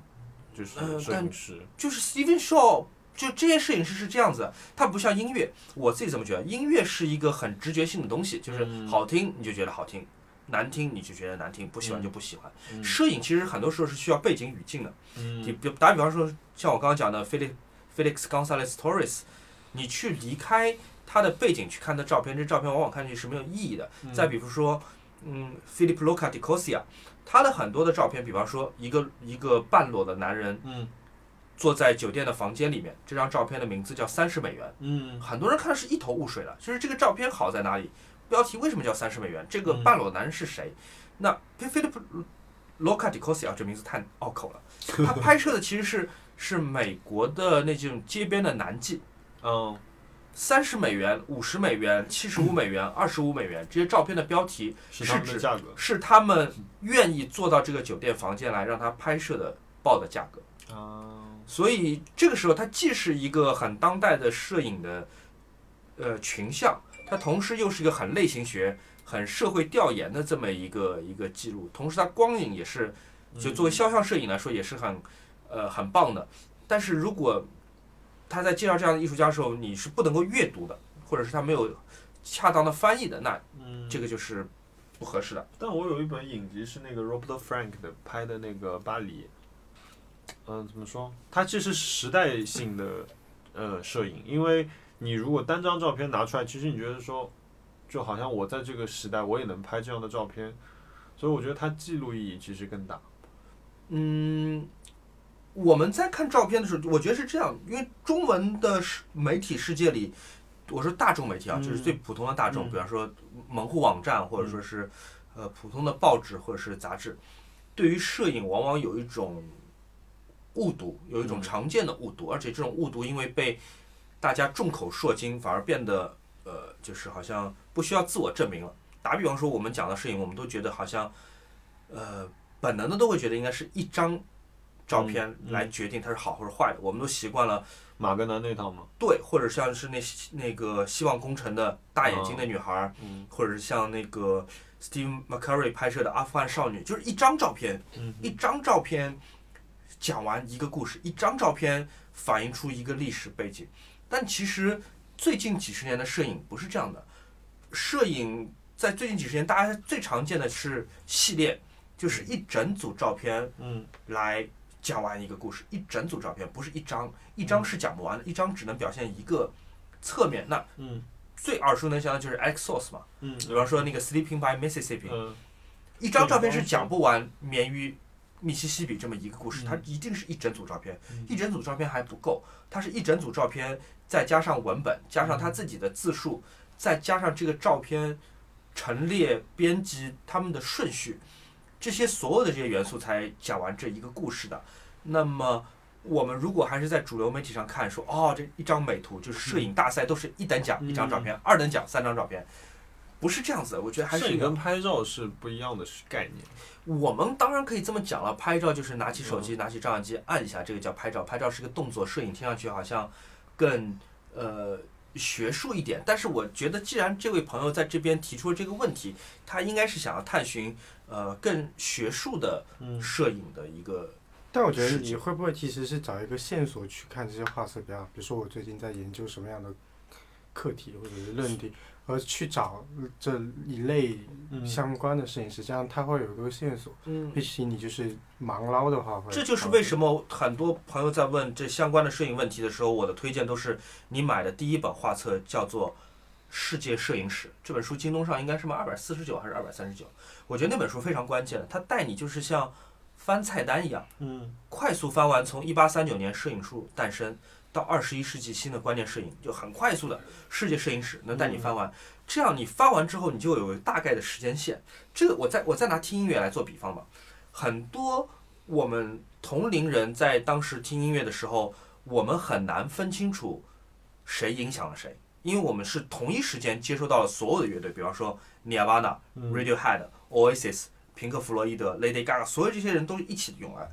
S1: 就是
S2: 呃
S1: 摄
S2: 但
S1: 影师，
S2: 就是 Steven Shaw，就这些摄影师是这样子，他不像音乐，我自己这么觉得，音乐是一个很直觉性的东西，就是
S1: 嗯
S2: 好听你就觉得好听，难听你就觉得难听，不喜欢就不喜欢。
S1: 嗯
S2: 摄影其实很多时候是需要背景语境的，
S1: 嗯
S2: 你比打比方说，像我刚刚讲的 Felix Felix Gonzalez Torres，你去离开它的背景去看它照片，这照片往往看上去是没有意义的。
S1: 嗯
S2: 再比如说，嗯，Philip Loca di Cosia，他的很多的照片，比方说一个一个半裸的男人
S1: 嗯
S2: 坐在酒店的房间里面，这张照片的名字叫《三十美元》。
S1: 嗯
S2: 很多人看是一头雾水了，就是这个照片好在哪里？标题为什么叫三十美元？这个
S1: 嗯
S2: 半裸男人是谁？那 Philip Loca di Cosia 啊这名字太拗口了，他拍摄的其实是是美国的那种街边的男妓，
S1: 嗯
S2: 三十美元、五十美元、七十五美元、二十五美元这些照片的标题
S1: 是他们
S2: 是
S1: 的
S2: 指
S1: 价格
S2: 是他们愿意坐到这个酒店房间来让他拍摄的报的价格。
S1: 啊，
S2: 所以这个时候，它既是一个很当代的摄影的呃群像，它同时又是一个很类型学、很社会调研的这么一个一个记录。同时，它光影也是，就
S1: 嗯
S2: 作为肖像摄影来说，也是很呃很棒的。但是如果他在介绍这样的艺术家的时候，你是不能够阅读的，或者是他没有恰当的翻译的，那
S1: 嗯
S2: 这个就是不合适的。
S1: 但我有一本影集是那个 Robert Frank 的拍的那个巴黎，嗯、怎么说？它这是时代性的呃摄影，因为你如果单张照片拿出来，其实你觉得说，就好像我在这个时代我也能拍这样的照片，所以我觉得它记录意义其实更大。
S2: 嗯，我们在看照片的时候，我觉得是这样，因为中文的世媒体世界里，我说大众媒体啊，
S1: 嗯
S2: 就是最普通的大众，
S1: 嗯
S2: 比方说门户网站，或者说是呃普通的报纸或者是杂志，对于摄影往往有一种误读，有一种
S1: 嗯
S2: 常见的误读，而且这种误读因为被大家众口铄金，反而变得呃，就是好像不需要自我证明了。打比方说，我们讲到摄影，我们都觉得好像呃本能的都会觉得应该是一张照片
S1: 嗯嗯
S2: 来决定它是好或者坏的，我们都习惯了
S1: 马格南那套吗？
S2: 对，或者像是那那个希望工程的大眼睛的女孩儿，
S1: 嗯
S2: 或者是像那个 Steve McCurry 拍摄的《阿富汗少女》，就是一张照片，
S1: 嗯
S2: 一张照片讲完一个故事，一张照片反映出一个历史背景。但其实最近几十年的摄影不是这样的，摄影在最近几十年大家最常见的是系列，就是一整组照片
S1: 嗯
S2: 来讲完一个故事，一整组照片不是一张，一张是讲不完的，一张只能表现一个侧面。那
S1: 嗯
S2: 最耳熟能详的就是 Exos 嘛，
S1: 嗯
S2: 比方说那个 Sleeping by Mississippi，、
S1: 嗯
S2: 一张照片是讲不完绵于密西西比这么一个故事，
S1: 嗯
S2: 它一定是一整组照片，
S1: 嗯
S2: 一整组照片还不够，它是一整组照片再加上文本，加
S1: 嗯
S2: 上他自己的自述，再加上这个照片陈列、编辑他们的顺序，这些所有的这些元素才讲完这一个故事的。那么。我们如果还是在主流媒体上看说，哦，这一张美图就是摄
S1: 嗯
S2: 影大赛，都是一等奖、一张照片，二等奖三张照片，不是这样子的。我觉得还
S1: 摄
S2: 是一
S1: 影
S2: 个
S1: 跟拍照是不一样的概念。
S2: 我们当然可以这么讲了，拍照就是拿起手机、拿起照相机按一下，这个叫拍照。拍照是个动作，摄影听上去好像更呃学术一点。但是我觉得，既然这位朋友在这边提出了这个问题，他应该是想要探寻呃更学术的
S1: 嗯
S2: 摄影的一个
S3: 但我觉得
S2: 视
S3: 你
S2: 角
S3: 会不会其实是找一个线索去看这些画册比较好，比如说我最近在研究什么样的课题或者是论题，而去找这一类
S1: 嗯
S3: 相关的摄影师，这样他会有一个线索。
S2: 嗯
S3: 毕竟你就是盲捞的话会，
S2: 这就是为什么很多朋友在问这相关的摄影问题的时候，我的推荐都是你买的第一本画册叫做《世界摄影史》这本书，京东上应该是卖二百四十九还是二百三十九？我觉得那本书非常关键的，它带你就是像翻菜单一样，
S1: 嗯
S2: 快速翻完从一八三九年摄影术诞生到二十一世纪新的观念摄影，就很快速的世界摄影史能带你翻完。这样你翻完之后，你就有大概的时间线。这个我再我再拿听音乐来做比方吧，很多我们同龄人在当时听音乐的时候，我们很难分清楚谁影响了谁，因为我们是同一时间接收到了所有的乐队，比方说 Nirvana、Radiohead、Oasis、平克·弗洛伊德、Lady Gaga，所有这些人都是一起涌来。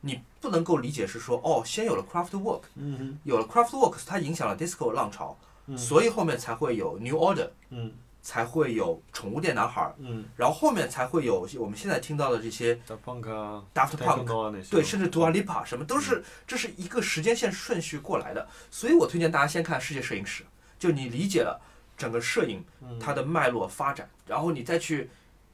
S2: 你不能够理解是说，哦，先有了 Kraftwerk，
S1: 嗯
S2: 有了 Kraftwerk，它影响了 disco 浪潮，
S1: 嗯
S2: 所以后面才会有 New Order，
S1: 嗯
S2: 才会有宠物店男孩，
S1: 嗯，
S2: 然后后面才会有我们现在听到的这些
S1: 大胖哥、
S2: Daft Punk，嗯
S1: 啊那些，
S2: 对，甚至 Dua Lipa 什么都是，这是一个时间线顺序过来的。所以我推荐大家先看《世界摄影史》，就你理解了整个摄影
S1: 嗯
S2: 它的脉络发展，然后你再去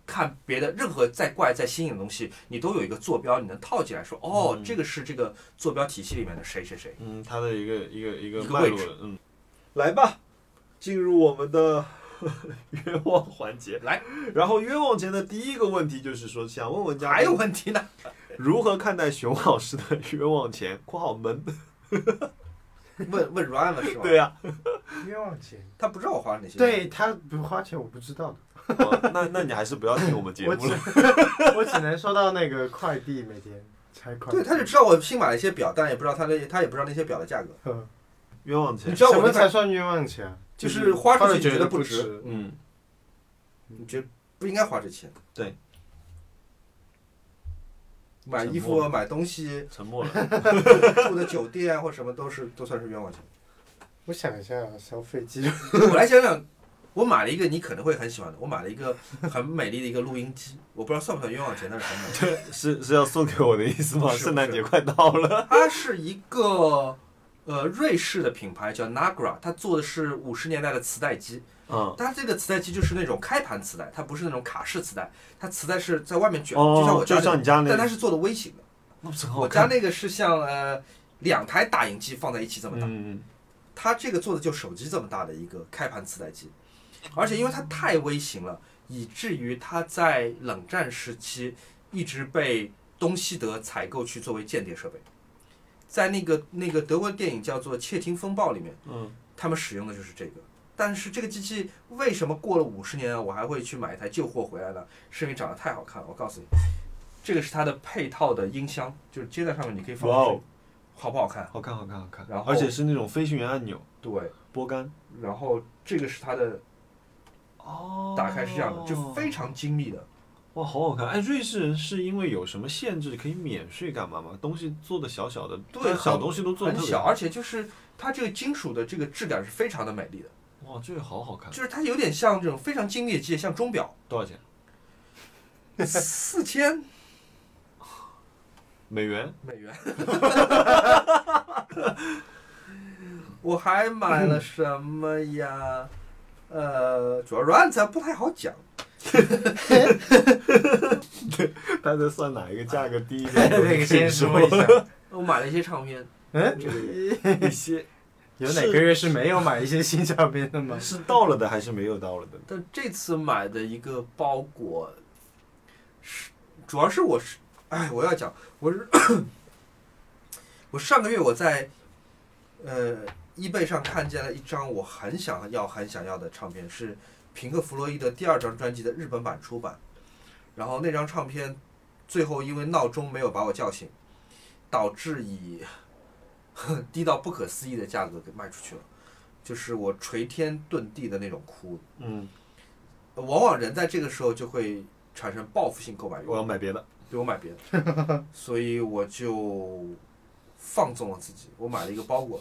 S2: 看别的任何再怪再新颖的东西，你都有一个坐标，你能套进来说，哦，
S1: 嗯
S2: 这个是这个坐标体系里面的谁谁谁。
S1: 嗯，它的一个一个一
S2: 一
S1: 个
S2: 个
S1: 脉
S2: 位
S1: 络
S2: 置
S1: 的，嗯，来吧，进入我们 的冤枉环节。
S2: 来，
S1: 然后冤枉节的第一个问题就是说，想问问嘉
S2: 还有
S1: 宾
S2: 问题呢？
S1: 如何看待熊老师的冤枉钱（括号门
S2: 问问 Ryan 了是）？吧？
S1: 对呀、
S2: 嗯
S3: 冤枉钱，
S2: 他不知道我花了哪些。
S3: 对，他不花钱我不知道的，
S1: 哦那那你还是不要听我们节
S3: 我
S1: 目
S3: 只
S1: 了。
S3: 我只能收到那个快递每天拆快递。
S2: 对，他就知道我新买了一些表，但也不知道他那他也不知道那些表的价格。
S3: 嗯，
S1: 冤枉
S2: 你
S1: 钱，
S2: 知道
S3: 什
S2: 我
S3: 么
S2: 那
S3: 才
S2: 款
S3: 算冤枉钱啊？
S2: 就是花出去
S3: 了
S2: 你觉得
S3: 不
S2: 不值，
S1: 嗯，
S2: 你觉得不应该花这钱？
S1: 对。
S2: 买衣
S1: 沉默
S2: 服、买东西、
S1: 沉默 了。
S2: 住的酒店或什么都是都算是冤枉钱。
S3: 我想一下啊，消费记录，
S2: 我来想想，我买了一个你可能会很喜欢的，我买了一个很美丽的一个录音机，我不知道算不算冤枉钱，但是很美。
S1: 是是要送给我的意思吗？
S2: 是不是
S1: 圣诞节快到了，
S2: 它是一个呃瑞士的品牌叫 Nagra，它做的是五十年代的磁带机。
S1: 嗯，
S2: 它这个磁带机就是那种开盘磁带，它不是那种卡式磁带，它磁带是在外面卷，就
S1: 哦，
S2: 像我家
S1: 就像
S2: 那个，
S1: 你家那
S2: 但它
S1: 个，
S2: 是做的微型的。
S1: 那不是很好
S2: 我家
S1: 看？
S2: 那个是像呃两台打印机放在一起这么大，
S1: 嗯，
S2: 它这个做的就手机这么大的一个开盘磁带机，而且因为它太微型了，以至于它在冷战时期一直被东西德采购去作为间谍设备。在那个那个德国电影叫做《窃听风暴》里面，
S1: 嗯，
S2: 他们使用的就是这个。但是这个机器为什么过了五十年啊我还会去买一台旧货回来呢？是因为长得太好看了。我告诉你，这个是它的配套的音箱，就是接在上面你可以放
S1: 哇
S2: 进
S1: 哦
S2: 去，好不好看？
S1: 好看，好看，好看。
S2: 然后
S1: 而且是那种飞行员按钮，
S2: 对，
S1: 拨杆。
S2: 然后这个是它的
S1: 哦
S2: 打开是这样的，就非常精密的。
S1: 哇，好好看！哎，瑞士人是因为有什么限制可以免税干嘛吗？东西做的小小的，
S2: 对
S1: 但小
S2: 很
S1: 东西都做的
S2: 很
S1: 特别
S2: 小，。而且就是它这个金属的这个质感是非常的美丽的，
S1: 哇，这个好好看
S2: 就！是它有点像这种非常精密的机械，像钟 表，
S1: 多少钱？
S2: 四千
S1: 美 元？
S2: 美元。我还买 了什么呀？呃，主要软件不太好讲，
S1: 他在算哪一个价格低 一点？
S3: 那个先说一下，
S2: 我买了一些唱片，
S3: 嗯，
S1: 一 些
S3: 有哪个月是没有买一些新照片的吗？
S1: 是到了的还是没有到了的？
S2: 但这次买的一个包裹是，主要是我是，哎，我要讲，我是我上个月我在呃 eBay 上看见了一张我很想要很想要的唱片，是平克·弗洛伊德第二张专辑的日本版出版，然后那张唱片最后因为闹钟没有把我叫醒，导致以 低到不可思议的价格给卖出去了，就是我垂天遁地的那种哭。
S1: 嗯，
S2: 往往人在这个时候就会产生报复性购买欲
S1: 我，要买别的。
S2: 对我买别的， 所以我就放纵了自己，我买了一个包裹，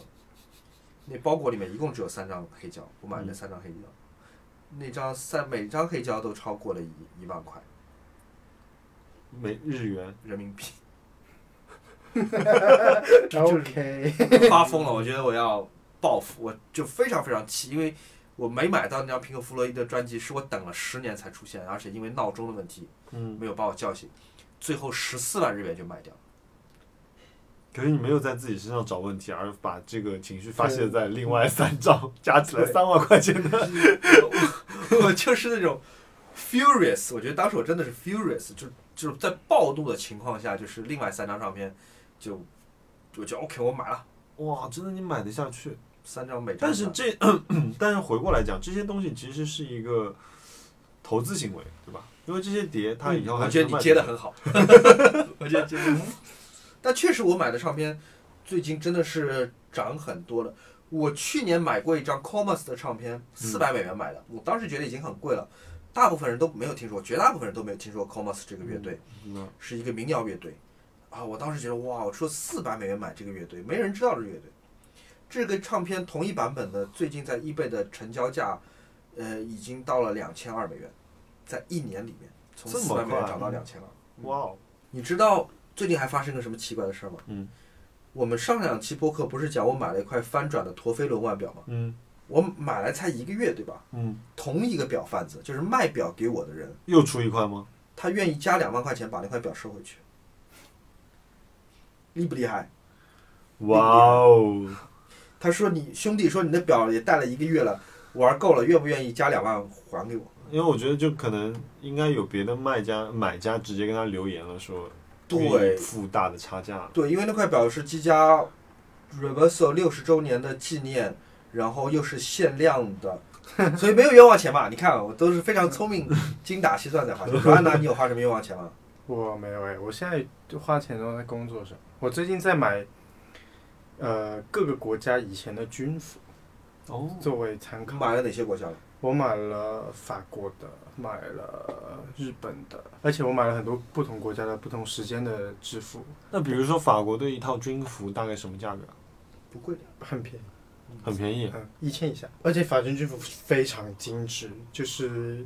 S2: 那包裹里面一共只有三张黑胶，我买了那三张黑胶，那张三每张黑胶都超过了一一万块
S1: 美日元，
S2: 人民币，
S3: OK，
S2: 发疯了，我觉得我要报复，我就非常非常气，因为。我没买到那张平克·弗洛伊德专辑，是我等了十年才出现，而且因为闹钟的问题
S1: 嗯，
S2: 没有把我叫醒，最后十四万日元就卖掉了。
S1: 可是你没有在自己身上找问题，而把这个情绪发泄在另外三张，加起来
S2: 对
S1: 三万块钱的。
S2: 我就是那种 furious，我觉得当时我真的是 furious，就就是在暴怒的情况下，就是另外三张唱片就我就 OK，我买了
S1: 哇，真的你买得下去？
S2: 三张每张，
S1: 但是这， 但是回过来讲，这些东西其实是一个投资行为，对吧？因为这些碟它以后
S2: 我
S1: 还
S2: 觉
S1: 是
S2: 得你
S1: 卖
S2: 接
S1: 的
S2: 的很好，我觉得接的很
S3: 嗯
S2: 好。但确实我买的唱片最近真的是涨很多了。我去年买过一张 Comas 的唱片，
S1: 嗯
S2: 四百美元买的，我当时觉得已经很贵了，大部分人都没有听说，绝大部分人都没有听说 Comas 这个乐队。
S1: 嗯
S2: 是一个民谣乐队，啊，我当时觉得哇，我出四百美元买这个乐队，没人知道这个乐队。这个唱片同一版本的，最近在 eBay 的成交价，呃，已经到了两千二美元，在一年里面，从
S1: 这么
S2: 四百美元
S1: 快
S2: 涨到
S1: 嗯
S2: 两千二。
S1: 哇哦，
S2: 你知道最近还发生个什么奇怪的事儿吗？
S1: 嗯，
S2: 我们上两期播客不是讲我买了一块翻转的陀飞轮腕表吗？
S1: 嗯
S2: 我买来才一个月，对吧？
S1: 嗯，
S2: 同一个表贩子，就是卖表给我的人，
S1: 又出一块吗？
S2: 他愿意加两万块钱把那块表收回去，厉不厉害？
S1: 哇哦，
S5: 他说你兄弟说你的表也戴了一个月了，玩够了，愿不愿意加两万还给我？
S1: 因为我觉得就可能应该有别的卖家、买家直接跟他留言了，说愿意
S5: 对
S1: 付大的差价。
S5: 对，因为那块表是积家 Reverso 六十周年的纪念，然后又是限量的， 所以没有冤枉钱嘛。你看我都是非常聪明、精打细算在花钱。说安娜，你有花什么冤枉钱吗？
S3: 我没有哎，我现在就花钱都在工作上。我最近在买，呃，各个国家以前的军服
S1: 哦，
S3: 作为参考。
S5: 买了哪些国家了？
S3: 我买了法国的，买了日本的，而且我买了很多不同国家的不同时间的制服，
S1: 那比如说法国队一套军服大概什么价格？啊
S5: 不贵的，
S3: 很便宜，
S1: 很便宜，啊
S3: 嗯，一千以下。而且法军军服非常精致，就是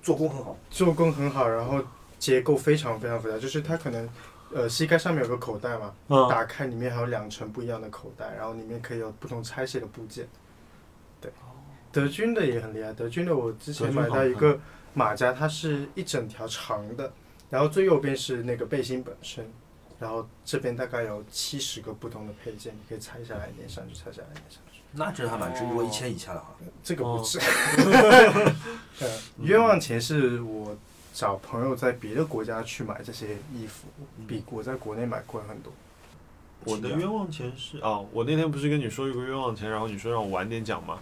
S5: 做工很好。
S3: 做工很好，然后结构非常非常复杂，就是它可能。呃，膝盖上面有个口袋嘛，
S1: 嗯，
S3: 打开里面还有两层不一样的口袋，然后里面可以有不同拆卸的部件。对，德军的也很厉害，德军的我之前买到一个马甲，它是一整条长的，然后最右边是那个背心本身，然后这边大概有七十个不同的配件，你可以拆下来粘上去，拆下来粘上去。
S5: 那这还蛮值，如果一千以下的话，
S3: 这个不
S1: 哦
S3: 止。呃， 冤枉钱是我找朋友在别的国家去买这些衣服，
S1: 嗯
S3: 比我在国内买贵很多。
S1: 我的冤枉钱是啊哦，我那天不是跟你说有个冤枉钱，然后你说让我晚点讲嘛，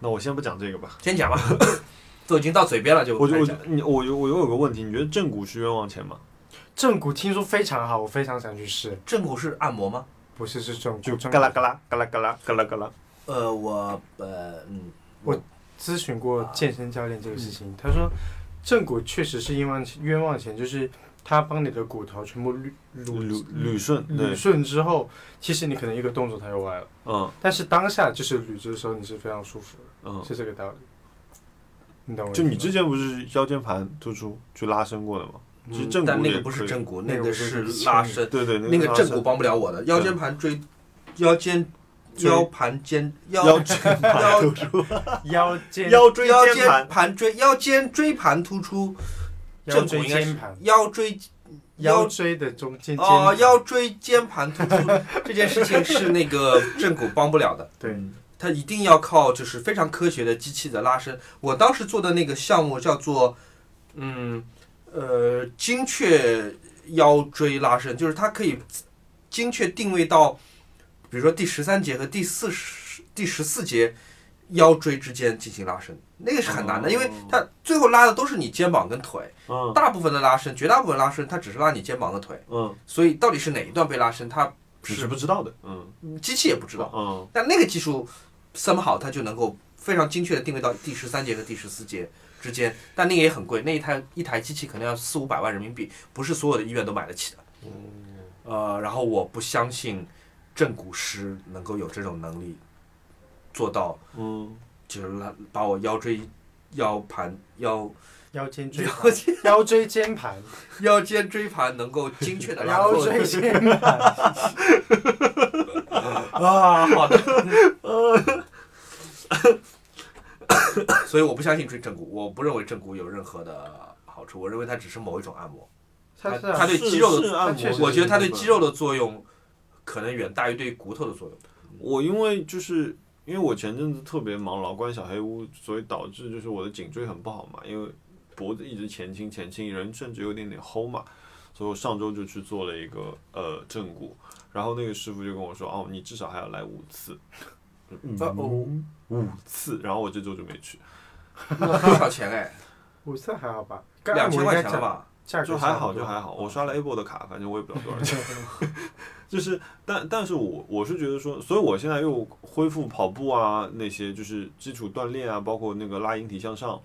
S1: 那我先不讲这个吧。
S2: 先讲吧， 都已经到嘴边了就
S1: 我就
S2: 开始
S1: 我
S2: 讲
S1: 就你我就我有个问题，你觉得正骨是冤枉钱
S3: 哦
S1: 吗？
S3: 正骨听说非常好，我非常想去试。
S2: 正骨是按摩吗？
S3: 不是是正骨，
S1: 就
S3: 正
S1: 嘎啦
S3: 骨
S1: 嘎啦嘎啦嘎啦嘎啦嘎啦，
S2: 呃，我呃嗯，
S3: 咨询过健身教练这个事
S1: 嗯
S3: 情，他说正骨确实是冤枉钱冤枉钱，就是他帮你的骨头全部捋
S1: 捋
S3: 捋
S1: 捋顺，
S3: 嗯捋
S1: 对，
S3: 顺之后，其实你可能一个动作它就歪了，
S1: 嗯
S3: 但是当下就是捋直的时候你是非常舒服的，
S1: 嗯，
S3: 是这个道理。你懂我意思
S1: 就
S3: 吗？
S1: 你之前不是腰间盘突出去拉伸过的吗？其实正骨
S2: 但那
S1: 也
S2: 个不
S1: 可
S2: 是
S1: 以，
S2: 正骨，
S3: 那
S2: 那
S3: 个
S2: 个
S3: 是
S2: 是
S3: 前
S2: 拉
S3: 面
S2: 伸，
S1: 对对，
S2: 那个
S1: 拉
S2: 正
S1: 伸
S2: 骨帮不了我的，腰间盘椎，腰间
S1: 椎
S2: 腰盘肩腰
S1: 腰椎
S2: 腰
S1: 突出，
S3: 腰间
S1: 腰椎
S2: 腰
S1: 间
S2: 间
S1: 盘
S2: 盘椎腰间椎盘突出，
S3: 腰
S2: 正
S3: 椎
S2: 骨应该
S3: 间
S2: 是
S3: 盘，
S2: 腰椎
S3: 腰
S2: 腰
S3: 椎的中间间
S2: 哦
S3: 盘
S2: 腰椎间盘突出这件事情是那个正骨帮不了的。
S3: 对
S2: 它一定要靠就是非常科学的机器的拉伸。我当时做的那个项目叫做，嗯，呃，精确腰椎拉伸，就是它可以精确定位到，比如说第十三节和第四十第十四节腰椎之间进行拉伸，那个是很难的，
S1: 哦
S2: 因为它最后拉的都是你肩膀跟腿，
S1: 嗯
S2: 大部分的拉伸，绝大部分拉伸它只是拉你肩膀和腿，
S1: 嗯，
S2: 所以到底是哪一段被拉伸，它
S1: 你是
S2: 是
S1: 不知道的，嗯，
S2: 机器也不知道。
S1: 嗯
S2: 但那个技术 somehow 它就能够非常精确的定位到第十三节和第十四节之间，但那个也很贵，那一台一台机器可能要四五百万人民币，不是所有的医院都买得起的。呃，然后我不相信正骨师能够有这种能力做到，
S1: 嗯，
S2: 就是拉把我腰椎、腰盘、腰
S3: 腰间椎
S2: 腰
S3: 盘
S2: 间
S3: 腰椎 间盘
S2: 腰间椎盘能够精确的 拉
S3: 腰
S2: 过。
S3: 椎间 盘，
S2: 啊，好的。所以我不相信正正骨，我不认为正骨有任何的好处，我认为它只是某一种按摩。
S3: 它是啊
S2: 它对
S1: 是
S2: 肌肉的
S1: 是按
S3: 它确
S1: 摩
S3: 实
S1: 的
S2: 我觉得它对
S1: 部分
S2: 肌肉的作用可能远大于对骨头的作用。
S1: 我因为就是因为我前阵子特别忙，老关小黑屋，所以导致就是我的颈椎很不好嘛，因为脖子一直前倾前倾，人甚至有点点齁嘛，所以我上周就去做了一个呃正骨，然后那个师傅就跟我说，哦，你至少还要来五次，嗯
S5: 呃哦
S1: 五次，然后我这周就没去，
S2: 多少钱哎？
S3: 五色还好吧？
S2: 两千块钱
S3: 价
S2: 了吧？
S3: 价格
S1: 就还
S3: 差不
S1: 好
S3: 多嗯
S1: 就还好，我刷了 Able 的卡，反正我也不知道多少 钱。 就是，但但是我我是觉得说，所以我现在又恢复跑步啊，那些就是基础锻炼啊，包括那个拉引体向上，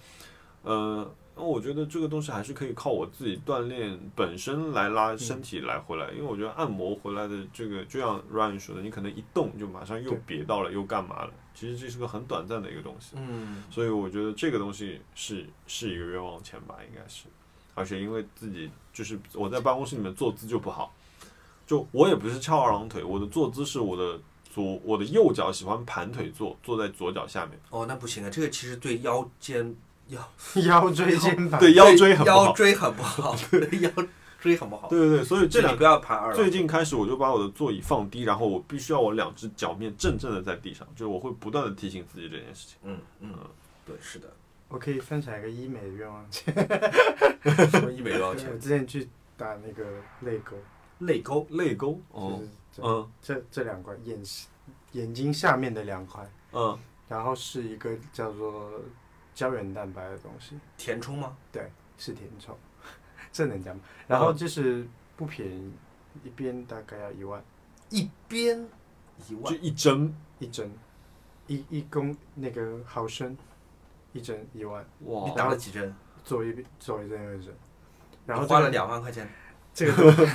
S1: 呃，那我觉得这个东西还是可以靠我自己锻炼本身来
S3: 嗯
S1: 拉身体来回来，因为我觉得按摩回来的这个，就像 Ryan 说的，你可能一动就马上又
S3: 对
S1: 别到了，又干嘛了，其实这是个很短暂的一个东西。
S2: 嗯，
S1: 所以我觉得这个东西是是一个冤枉钱吧，应该是，而且因为自己就是我在办公室里面坐姿就不好，就我也不是翘二郎腿，我的坐姿是我的左我的右脚喜欢盘腿坐，坐在左脚下面，
S2: 哦，那不行啊，这个其实对腰间腰
S3: 腰椎间盘，
S1: 对腰椎很不
S2: 腰
S1: 好，
S2: 椎很不好，对腰注意很不好。
S1: 对对对，所以这
S2: 你
S1: 两
S2: 不要盘二了。
S1: 最近开始，我就把我的座椅放低，然后我必须要我两只脚面正正的在地上，就是我会不断的提醒自己这件事情。
S2: 嗯嗯，对，是的，
S3: 我可以分享一个医美的愿望。
S2: 什么医 美多少
S3: 我
S2: 钱？
S3: 之前去打那个泪沟，
S2: 泪沟，
S1: 泪沟，
S3: 就
S1: 哦，
S3: 是这、
S1: 嗯
S3: 这这两块眼眼睛下面的两块，
S1: 嗯，
S3: 然后是一个叫做胶原蛋白的东西，
S2: 填充吗？
S3: 是填充， 这能讲吗？然后就是不便宜，一边大概要一万
S5: 一边
S2: 一
S1: 就
S2: 万
S1: 一针，
S3: 一针，一一公那个毫升，一针一万，
S1: 哇
S2: 你打了几针？
S3: 左一边左一针右一针，然后
S2: 你花了
S3: 这个
S2: 两万块钱，
S3: 这个东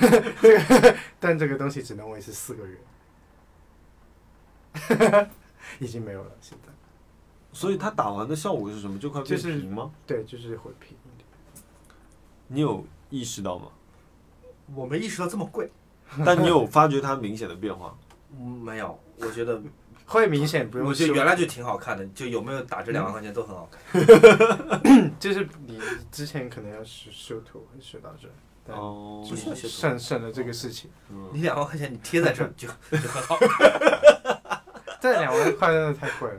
S3: 这个，但这个东西只能维持四个月， 已经没有了。现在
S1: 所以它打完的效果是什么？就快变
S3: 就是
S1: 平吗？
S3: 对，就是会平一点。
S1: 你有意识到吗？
S5: 我没意识到这么贵，
S1: 但你有发觉它明显的变 化？
S2: 嗯没有，我觉得
S3: 会明显不用
S2: 我觉
S3: 修
S2: 得，原来就挺好看的，就有没有打这两万块钱都很好看。
S3: 就是你之前可能要修修图，修到这，但
S1: 哦，
S2: 不
S3: 就是
S2: 是
S3: 省省了这
S2: 哦
S3: 个事情。
S1: 嗯
S2: 你两万块钱你贴在这儿就就很好。
S3: 这两万块真的太贵了，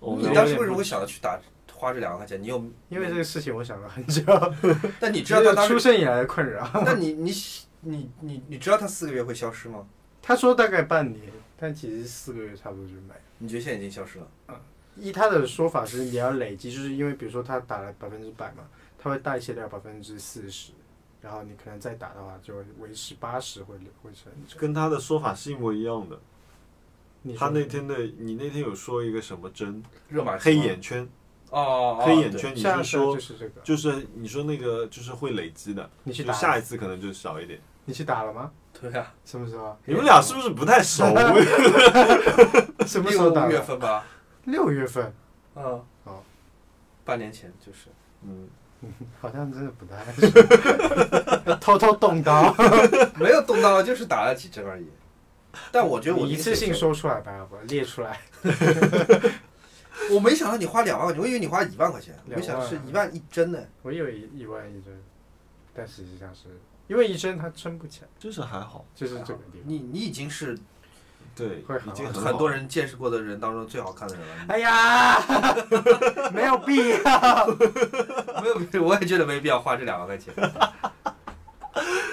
S1: 哦我
S2: 你
S1: 们
S2: 当时为什么会想要去打花这两万块钱？你有
S3: 因为这个事情我想了很久，
S2: 但 你知
S3: 这
S2: 道
S3: 是
S2: 他
S3: 我
S2: 当
S3: 出
S2: 时，
S3: 生以来的困扰。
S2: 但你你
S5: 你你你知道它四个月会消失吗？
S3: 他说大概半年，但其实四个月差不多就没了。
S2: 你觉得现在已经消失了？
S3: 依他的说法是你要累积，就是因为比如说他打了百分之百嘛，他会代谢掉百分之四十，然后你可能再打的话就会维持八十会会成这个。
S1: 跟他的说法是一模一样的。
S3: 你说
S1: 他那天的，你那天有说一个什么针？
S2: 热玛吉
S1: 黑
S2: 吗
S1: 眼圈，
S2: 哦哦，哦
S1: 黑眼
S2: 对
S1: 圈，你
S3: 下
S1: 是
S3: 次
S1: 说
S3: 就是这个，
S1: 就是你说那个就是会累积的，
S3: 你去
S1: 就
S3: 打
S1: 下一次可能就少一点。
S3: 你去打了吗？
S2: 对啊，
S3: 什么 时候啊？
S1: 你们俩是不是不太 熟？
S3: 什么时候打
S2: 六
S3: 的？
S2: 月份吧，
S3: 六月份，
S2: 嗯，
S3: 哦，
S2: 半年前就是。
S1: 嗯，
S3: 好像真的不太熟 偷偷动刀，
S2: 没有动刀，就是打了几针而已。但我觉得我
S3: 你一次性
S2: 说，
S3: 说出来吧，要不列出来。
S5: 我没想到你花两万块钱，我以为你花一万块钱，
S3: 两万
S5: 没想到是一万一针呢。
S3: 我以为一万一针，但实际上是因为一针它撑不起来，
S1: 就是还好，
S3: 就是这个 地方。
S2: 你你已经是
S1: 对，
S3: 会
S1: 已
S3: 好
S1: 经
S2: 很
S1: 好
S2: 多
S1: 了。
S2: 人见识过的人当中最好看的人 了。
S3: 哎呀，没有必要。
S2: 没有，没有我也觉得没必要花这两万块钱，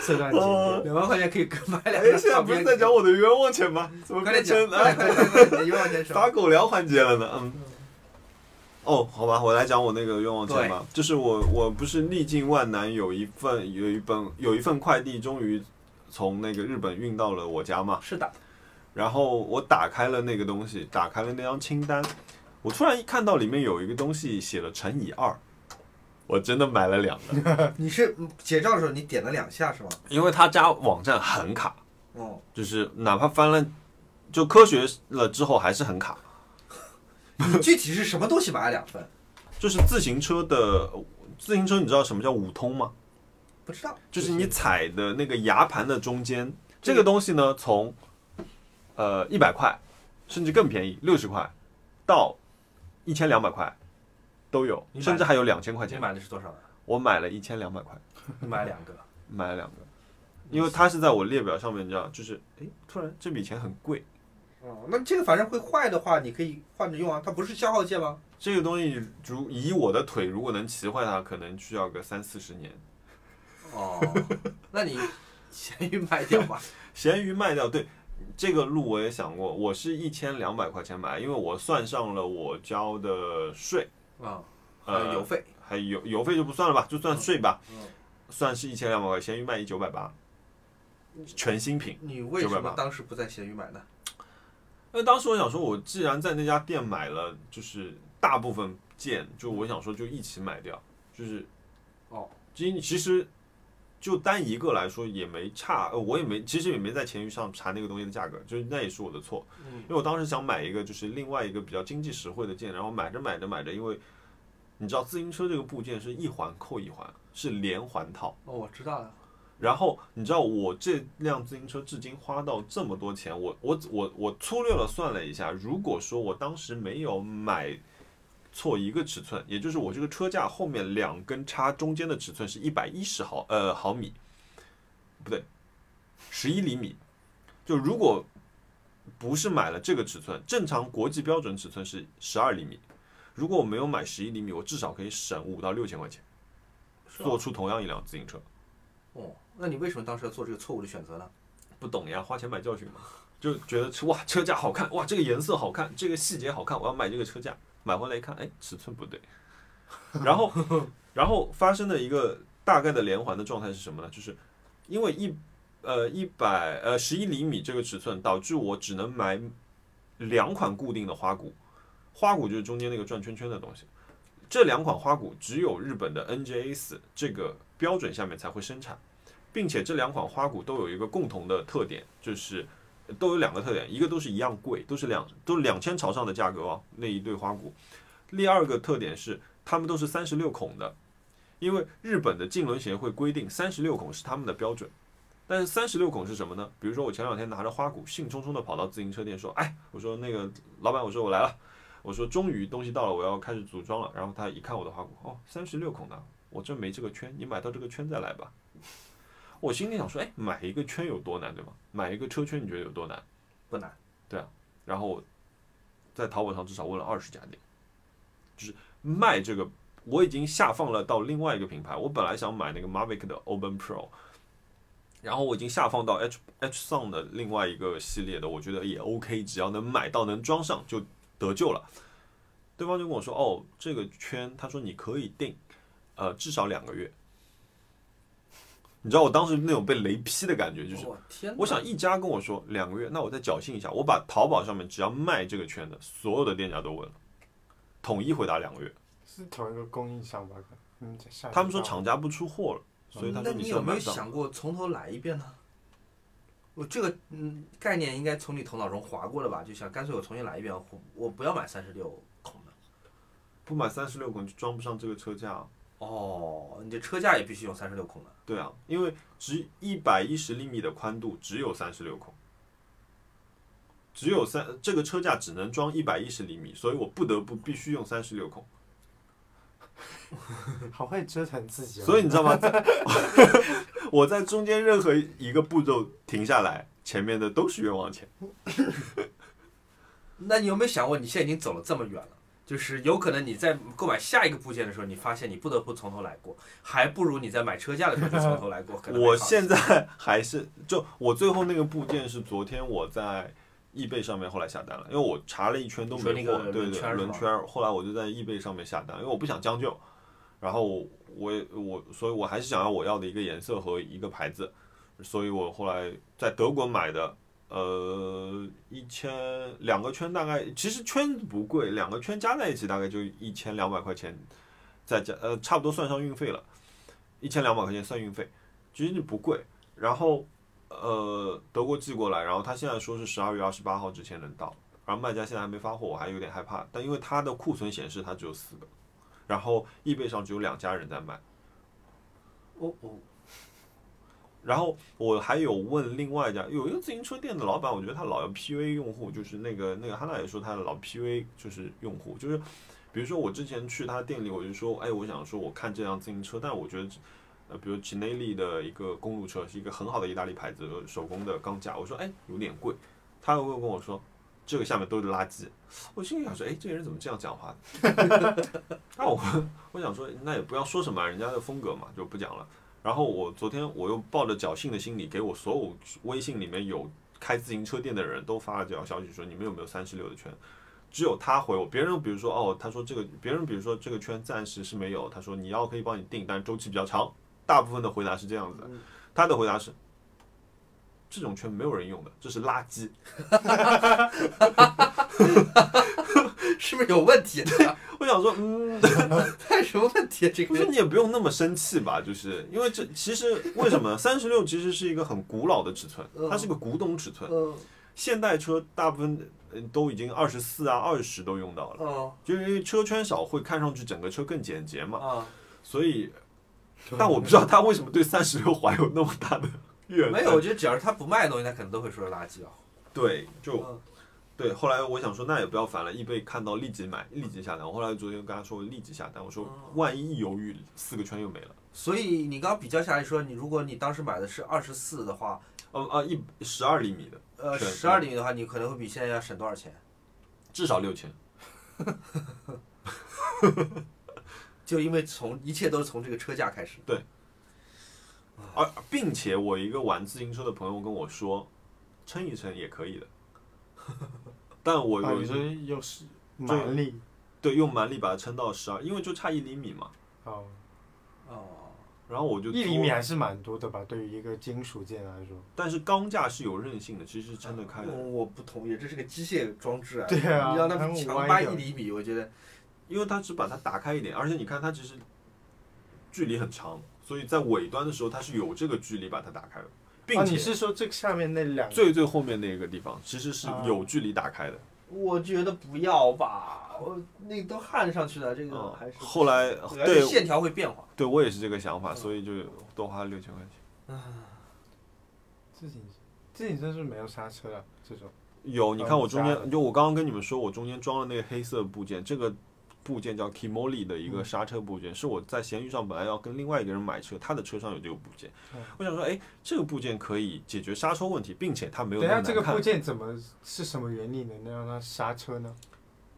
S3: 这段经 历，
S2: 两万块钱可以买两
S1: 哎，
S2: 个
S1: 现在
S2: 唱
S1: 不是
S2: 片。
S1: 在讲我的冤枉钱吗？怎么
S2: 快
S1: 变
S2: 点讲，
S1: 成
S2: 快
S1: 啊
S2: 点快点快点，一万块钱是吧
S1: 打狗粮环节了呢？嗯。哦，好吧，我来讲我那个冤枉钱吧。就是我，我不是历尽万难，有一份有一本有一份快递，终于从那个日本运到了我家嘛。
S2: 是的，
S1: 然后我打开了那个东西，打开了那张清单，我突然一看到里面有一个东西写了乘以二，我真的买了两个，
S5: 你是嗯结账的时候你点了两下是吗？
S1: 因为他家网站很卡，
S5: 哦，
S1: 就是哪怕翻了，就科学了之后还是很卡，
S5: 你具体是什么东西买了两份？
S1: 就是自行车的自行车，你知道什么叫五通吗？
S5: 不知道。
S1: 就是你踩的那个牙盘的中间，这个东西呢，从呃一百块，甚至更便宜六十块，到一千两百块都有，
S2: 你买
S1: 甚至还有两千块
S2: 你
S1: 钱。
S2: 买的是多少？
S1: 我买了一千两百块，
S2: 你买两个，
S1: 买了两个，因为它是在我列表上面，你知道，就是哎，突然这笔钱很贵，
S5: 哦，那这个反正会坏的话，你可以换着用啊，它不是消耗键吗？
S1: 这个东西如以我的腿，如果能骑坏它，可能需要个三四十年。
S2: 哦，那你闲鱼卖掉吧。
S1: 闲鱼卖掉，对这个路我也想过，我是一千两百块钱买，因为我算上了我交的税，
S2: 啊，
S1: 呃，
S2: 呃，邮费
S1: 还有邮邮费就不算了吧，就算税吧，
S5: 嗯
S1: 算是一千两百块，闲鱼卖一九百八，全新品。
S5: 你为什
S1: 980
S5: 么当时不在闲鱼买呢？
S1: 那当时我想说，我既然在那家店买了，就是大部分件，就我想说就一起买掉，就是
S2: 哦，
S1: 其其实就单一个来说也没差，呃，我也没其实也没在闲鱼上查那个东西的价格，就是那也是我的错，因为我当时想买一个就是另外一个比较经济实惠的件，然后买着买着买着，因为你知道自行车这个部件是一环扣一环，是连环套。
S2: 哦，我知道了。
S1: 然后你知道我这辆自行车至今花到这么多钱，我我我我粗略了算了一下，如果说我当时没有买错一个尺寸，也就是我这个车架后面两根叉中间的尺寸是一百一十毫呃毫米，不对，十一厘米。就如果不是买了这个尺寸，正常国际标准尺寸是十二厘米。如果我没有买十一厘米，我至少可以省五到六千块钱，
S2: 是吧
S1: 做出同样一辆自行车。
S5: 哦，那你为什么当时要做这个错误的选择呢？
S1: 不懂呀，花钱买教训嘛，就觉得哇车架好看，哇这个颜色好看，这个细节好看，我要买这个车架。买回来一看，哎，尺寸不对。然后， 然后发生的一个大概的连环的状态是什么呢？就是因为一呃一百呃十一厘米这个尺寸，导致我只能买两款固定的花鼓，花鼓就是中间那个转圈圈的东西。这两款花鼓只有日本的 NJA 四这个标准下面才会生产。并且这两款花鼓都有一个共同的特点，就是呃都有两个特点，一个都是一样贵，都是两都两千朝上的价格哦，那一对花鼓。第二个特点是，它们都是三十六孔的，因为日本的竞轮协会规定三十六孔是他们的标准。但是三十六孔是什么呢？比如说我前两天拿着花鼓，兴冲冲地跑到自行车店说：“哎，我说那个老板，我说我来了，我说终于东西到了，我要开始组装了。”然后他一看我的花鼓，哦，三十六孔的，我这没这个圈，你买到这个圈再来吧。我心里想说，哎，买一个圈有多难，对吗？买一个车圈你觉得有多难？
S5: 不难，
S1: 啊然后我在淘宝上至少问了二十家店，就是卖这个，我已经下放了到另外一个品牌。我本来想买那个 Mavic 的 Open Pro，然后我已经下放到 H H Sun 的另外一个系列的，我觉得也 OK，只要能买到能装上就得救了。对方就跟我说，哦，这个圈，他说你可以定，呃，至少两个月。 你知道我当时那种被雷劈的感觉，就是
S5: 我哦天哪，
S1: 我想一家跟我说两个月，那我再侥幸一下，我把淘宝上面只要卖这个圈的所有的店家都问了，统一回答两个月。
S3: 是同一个供应商吧？嗯，下一个
S1: 他们说厂家不出货了，所以他
S5: 嗯那
S1: 说
S5: 你
S1: 现在
S5: 有没
S1: 买
S5: 有
S1: 不到。
S5: 想过从头来一遍呢？我这个嗯概念应该从你头脑中划过了吧？就想干脆我重新来一遍，我我不要买三十六孔的。
S1: 不买三十六孔就装不上这个车架啊。
S5: 哦，你的车架也必须用三十六孔的。
S1: 对啊，因为只一百一十厘米的宽度只有三十六孔，只有三这个车架只能装一百一十厘米，所以我不得不必须用三十六孔。
S3: 好会折腾自己、哦，
S1: 所以你知道吗？ 在我在中间任何一个步骤停下来，前面的都是冤枉钱。
S5: 那你有没有想过，你现在已经走了这么远了？就是有可能你在购买下一个部件的时候，你发现你不得不从头来过，还不如你在买车架的时候就从头来 过。可能
S1: 我
S5: 还好
S1: 现在还是就我最后那个部件是昨天我在易贝上面后来下单了，因为我查了一圈都没
S5: 你
S1: 货
S5: 说那，个
S1: 对
S5: 轮圈是
S1: 对，
S5: 吧
S1: 轮圈儿。后来我就在易贝上面下单，因为我不想将就，然后我也我所以我还是想要我要的一个颜色和一个牌子，所以我后来在德国买的。呃，一千两个圈大概，其实圈子不贵，两个圈加在一起大概就一千两百块钱，再加呃差不多算上运费了，一千两百块钱算运费，其实不贵。然后呃，德国寄过来，然后他现在说是十二月二十八号之前能到，然后卖家现在还没发货，我还有点害怕。但因为它的库存显示它只有四个，然后易贝上只有两家人在卖。
S5: 我我
S1: 然后我还有问另外一家有一个自行车店的老板，我觉得他老要 PUA 用户，就是那个那个哈娜也说他老 PUA 就是用户，就是比如说我之前去他店里，我就说，哎，我想说我看这辆自行车，但我觉得。呃，比如 g i n e l i 的一个公路车是一个很好的意大利牌子，手工的钢架。我说，哎，有点贵。他又会跟我说，这个下面都是垃圾。我心里想说，哎，这个人怎么这样讲话？ 那我我想说，那也不要说什么，人家的风格嘛，就不讲了。然后我昨天我又抱着侥幸的心理，给我所有微信里面有开自行车店的人都发了这条消息说，你们有没有三十六的圈？只有他回我，别人比如说哦，他说这个，别人比如说这个圈暂时是没有，他说你要可以帮你定，但是周期比较长。大部分的回答是这样子的，
S5: 嗯
S1: 他的回答是，这种圈没有人用的，这是垃圾。
S5: 是不是有问题？
S1: 我想说，嗯，
S5: 太什么问题、啊？这
S1: 不
S5: 个
S1: 是你也不用那么生气吧，就是因为这其实为什么三十六其实是一个很古老的尺寸，它是个古董尺寸。
S5: 嗯
S1: 现代车大部分呃都已经二十四啊、二十都用到了，
S5: 嗯
S1: 就是因为车圈少，会看上去整个车更简洁嘛。
S5: 啊，
S1: 所以，但我不知道他为什么对三十六怀有那么大的怨恨。
S5: 没有，我觉得只要是他不卖的东西，他可能都会说是垃圾啊。
S1: 对，就
S5: 嗯
S1: 对，后来我想说，那也不要烦了，易贝看到立即买，立即下单。我后来昨天跟他说，我立即下单，我说
S3: 嗯
S1: 万一犹豫，四个圈又没了。
S2: 所以你刚刚比较下来说，你如果你当时买的是二十四的话，
S1: 哦啊，一十二厘米的，
S2: 呃，
S1: 对
S2: 十二厘米的话，你可能会比现在要省多少钱？
S1: 至少六千。
S2: 就因为从一切都是从这个车价开始。
S3: 嗯
S1: 而并且我一个玩自行车的朋友跟我说，撑一撑也可 以的。但我
S3: 啊，
S1: 有
S3: 你
S1: 一
S3: 说又是蛮力
S1: 对用蛮力把它撑到十二，因为就差一厘米嘛。
S3: 哦，
S2: 哦，
S1: 然后我就
S3: 一厘
S1: 拖
S3: 米还是蛮多的吧？对于一个金属件来说，
S1: 但是钢架是有韧性的，其实是撑得开
S2: 我
S1: 的。
S2: 我不同意，这是个机械装置啊。
S3: 对啊
S2: 你让它
S3: 它会
S2: 强
S3: 歪
S2: 掰
S3: 掉
S2: 一厘米，我觉得
S1: 因为它只把它打开一点，而且你看它其实距离很长，所以在尾端的时候它是有这个距离把它打开的，并
S3: 啊，
S1: 且
S3: 你是说这个下面那两个？
S1: 最最后面那个地方其实是有距离打开的。
S2: 我觉得不要吧，我那都焊上去的，这个
S1: 嗯
S2: 还是。
S1: 后来
S2: 而且
S1: 对
S2: 线条会变化。
S1: 对我也是这个想法，所以就多花六千块钱。
S3: 自行车自行车是没有刹车的这种。
S1: 有，你看我中
S3: 嗯加
S1: 间，就我刚刚跟你们说，我中间装了那个黑色部件，这个部件叫 Kimoli 的一个刹车部件，是我在闲鱼上本来要跟另外一个人买车，他的车上有这个部件，我想说，哎，这个部件可以解决刹车问题，并且它没有
S3: 等
S1: 那
S3: 一
S1: 么
S3: 下，
S1: 难
S3: 这
S1: 看。
S3: 个部件怎么是什么原理能让它刹车呢？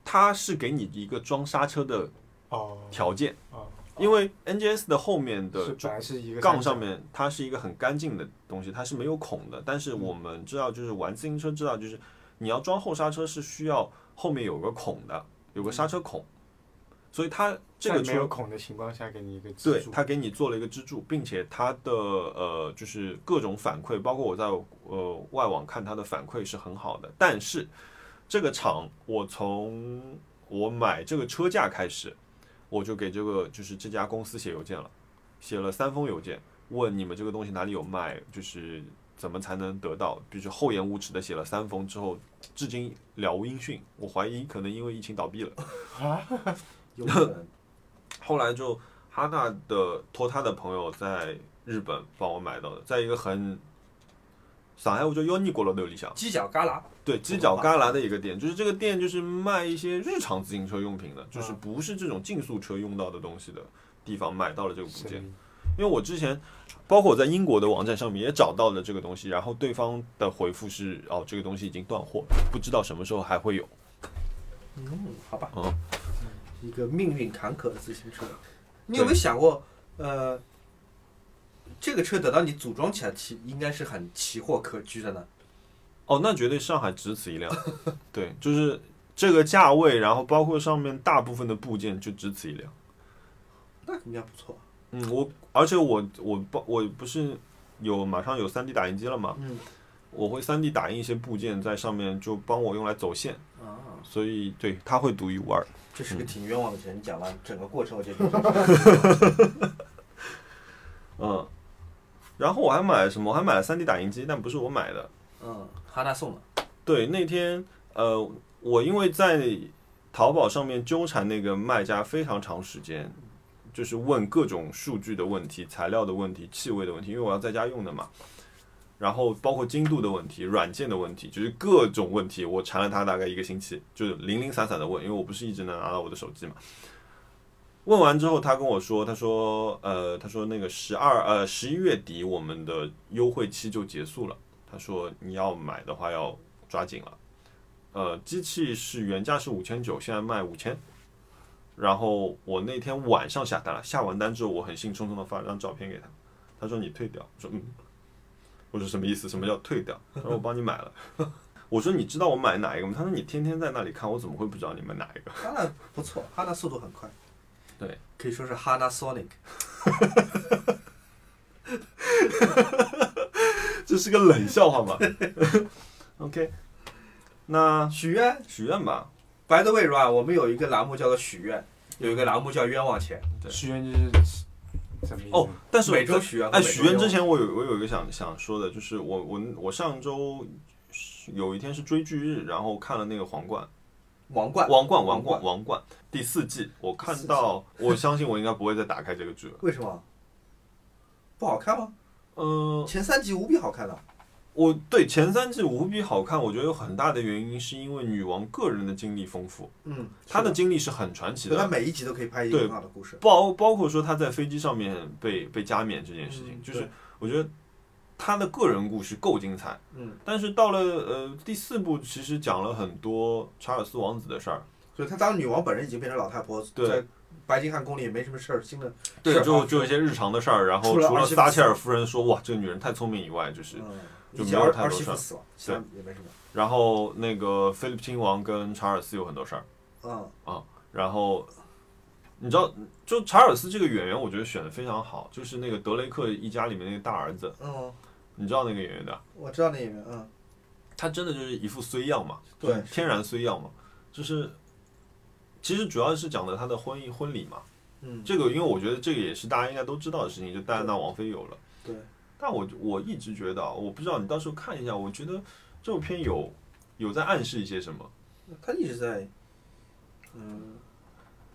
S1: 它是给你一个装刹车的
S3: 哦，
S1: 条件，
S3: 哦
S1: 因为 NGS 的后面的
S3: 是本来是一个
S1: 杠
S3: 三角
S1: 上面它是一个很干净的东西，它是没有孔的。但是
S3: 嗯
S1: 我们知道，就是玩自行车知道，就是你要装后刹车是需要后面有个孔的，有个刹车孔，所以它这
S3: 嗯在
S1: 个
S3: 没有
S1: 车
S3: 孔的情况下给你一个支
S1: 对
S3: 柱。
S1: 它给你做了一个支柱，并且它的呃就是各种反馈，包括我在呃外网看它的反馈是很好的。但是这个厂，我从我买这个车架开始，我就给这个就是这家公司写邮件了，写了三封邮件，问你们这个东西哪里有卖，就是怎么才能得到，就是厚颜无耻的写了三封之后，至今了无音讯。我怀疑可能因为疫情倒闭了。
S2: 有可能。
S1: 后来就哈娜的托他的朋友在日本帮我买到的，在一个很上海我就要你过了的里向，
S2: 犄角旮旯。
S1: 对犄角旮旯的一个店，就是这个店就是卖一些日常自行车用品的，就是不是这种竞速车用到的东西的地方买到了这个部
S3: 神
S1: 件。
S3: 秘
S1: 因为我之前包括我在英国的网站上面也找到了这个东西，然后对方的回复是哦，这个东西已经断货，不知道什么时候还会有。
S2: 嗯，好吧。
S1: 嗯
S2: 一个命运坎坷的自行车，你有没有想过，呃，这个车等到你组装起来，其应该是很奇货可居的呢？
S1: 哦，那绝对上海只此一辆。对，就是这个价位，然后包括上面大部分的部件就只此一辆。
S2: 那应该不错。
S1: 嗯，我而且我我不我不是有马上有 3D 打印机了嘛，
S2: 嗯
S1: 我会 3D 打印一些部件在上面，就帮我用来走线，
S2: 啊，
S1: 所以对它会独一无二。
S2: 这是个挺冤枉的人。你讲完整个过程，我就觉得
S1: 嗯，然后我还买了什么？我还买了 3D 打印机，但不是我买的。
S2: 嗯，哈娜送的。
S1: 对，那天呃，我因为在淘宝上面纠缠那个卖家非常长时间，就是问各种数据的问题、材料的问题、气味的问题，因为我要在家用的嘛。然后包括精度的问题、软件的问题，就是各种问题，我缠了他大概一个星期，就是零零散散的问，因为我不是一直能拿到我的手机嘛。问完之后，他跟我说，他说，呃，他说那个十二，呃，十一月底我们的优惠期就结束了。他说你要买的话要抓紧了。呃，机器是原价是五千九，现在卖五千。然后我那天晚上下单了，下完单之后我很兴冲冲的发了张照片给他，他说你退掉，我说嗯，我说什么意思？什么叫退掉？他说我帮你买了。 我说你知道我买哪一个吗？他说你天天在那里看，我怎么会不知道你买哪一个？
S2: 哈娜不错，哈娜速度很快。
S1: 对，
S2: 可以说是哈娜 Sonic。
S1: 这是个冷笑话嘛 ？OK，那
S2: 许愿
S1: 许愿吧，
S2: ，By the way, right，我们有一个栏目叫做许愿，有一个栏目叫冤枉钱。
S1: 对
S3: 许愿就是怎么意思
S1: 哦但是
S2: 每周许愿和
S1: 哎，
S2: 每周
S1: 许愿
S2: 冤
S1: 之
S2: 枉
S1: 前我有我有一个想想说的，就是我我我上周有一天是追剧日，然后看了那个《皇冠》，
S2: 王冠，
S1: 王冠，王
S2: 王
S1: 冠，
S2: 冠
S1: 王冠第四季，我看到，我相信我应该不会再打开这个剧了。
S2: 为什么？不好看吗？
S1: 嗯、
S2: 前三集无比好看的。
S1: 我对前三季无比好看，我觉得有很大的原因是因为女王个人的经历丰富，
S2: 嗯，
S1: 她的经历是很传奇
S2: 所以他
S1: 的，
S2: 每一集都可以拍一个
S1: 对
S2: 很好的故事。
S1: 包包括说她在飞机上面被被加冕这件事情，
S2: 嗯
S1: 就是
S2: 对
S1: 我觉得她的个人故事够精彩，
S2: 嗯，
S1: 但是到了呃第四部，其实讲了很多查尔斯王子的事儿，
S2: 所以她当女王本人已经变成老太婆，
S1: 对
S2: 在白金汉宫里也没什么事儿，新的
S1: 对，
S2: 事儿
S1: 就
S2: 发
S1: 就一些日常的事儿，然后
S2: 除了
S1: 除了
S2: 儿媳妇
S1: 撒切尔夫人说哇这个女人太聪明以外，就是
S2: 嗯，
S1: 就
S2: 你
S1: 没
S2: 姐
S1: 有
S2: 儿
S1: 太多
S2: 儿媳
S1: 事儿
S2: 妇死了，其他也没什么。
S1: 然后那个菲利普亲王跟查尔斯有很多事儿，
S2: 嗯，
S1: 然后你知道，就查尔斯这个演员，我觉得选的非常好，就是那个德雷克一家里面那个大儿子，
S2: 嗯，
S1: 你知道那个演员的，
S2: 我知道那演员，嗯，
S1: 他真的就是一副衰样嘛，
S2: 对
S1: 就是天然衰样嘛，就是其实主要是讲的他的婚姻婚礼嘛，
S2: 嗯，
S1: 这个因为我觉得这个也是大家应该都知道的事情，就戴安娜王妃有了。
S2: 对。
S1: 但我我一直觉得啊，我不知道你到时候看一下，我觉得这部片有有在暗示一些什么，
S2: 他一直在，嗯，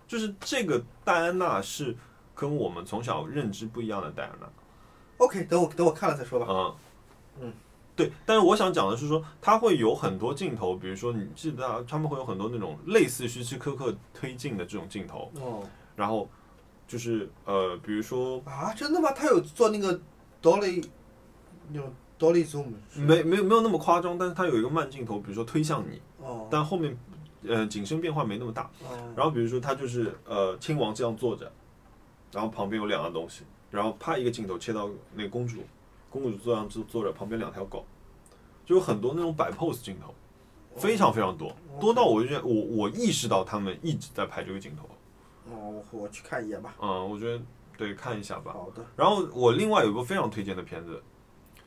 S1: 就是这个戴安娜是跟我们从小认知不一样的戴安娜。
S2: OK，等我等我看了再说吧。
S1: 嗯，
S2: 嗯，
S1: 对。但是我想讲的是说，它会有很多镜头，比如说你记得啊他们会有很多那种类似希区柯克推进的这种镜头，
S2: 哦，
S1: 然后就是呃，比如说
S2: 啊，真的吗？他有做那个 dolly，那种 dolly zoom，是
S1: 没没有没有那么夸张，但是它有一个慢镜头，比如说推向你，
S2: 哦，
S1: 但后面呃景深变化没那么嗯大。
S2: 哦，
S1: 然后比如说他就是呃亲王这样坐着，然后旁边有两样东西，然后啪一个镜头切到那个公主，公主坐上坐坐着，旁边两条狗，就有很多那种摆 pose 镜头，
S2: 哦
S1: 非常非常多，多到我就觉得我我意识到他们一直在拍这个镜头。
S2: 哦，我我去看一眼吧。
S1: 嗯，我觉得对看一下吧。
S2: 好的，
S1: 然后我另外有个非常推荐的片子，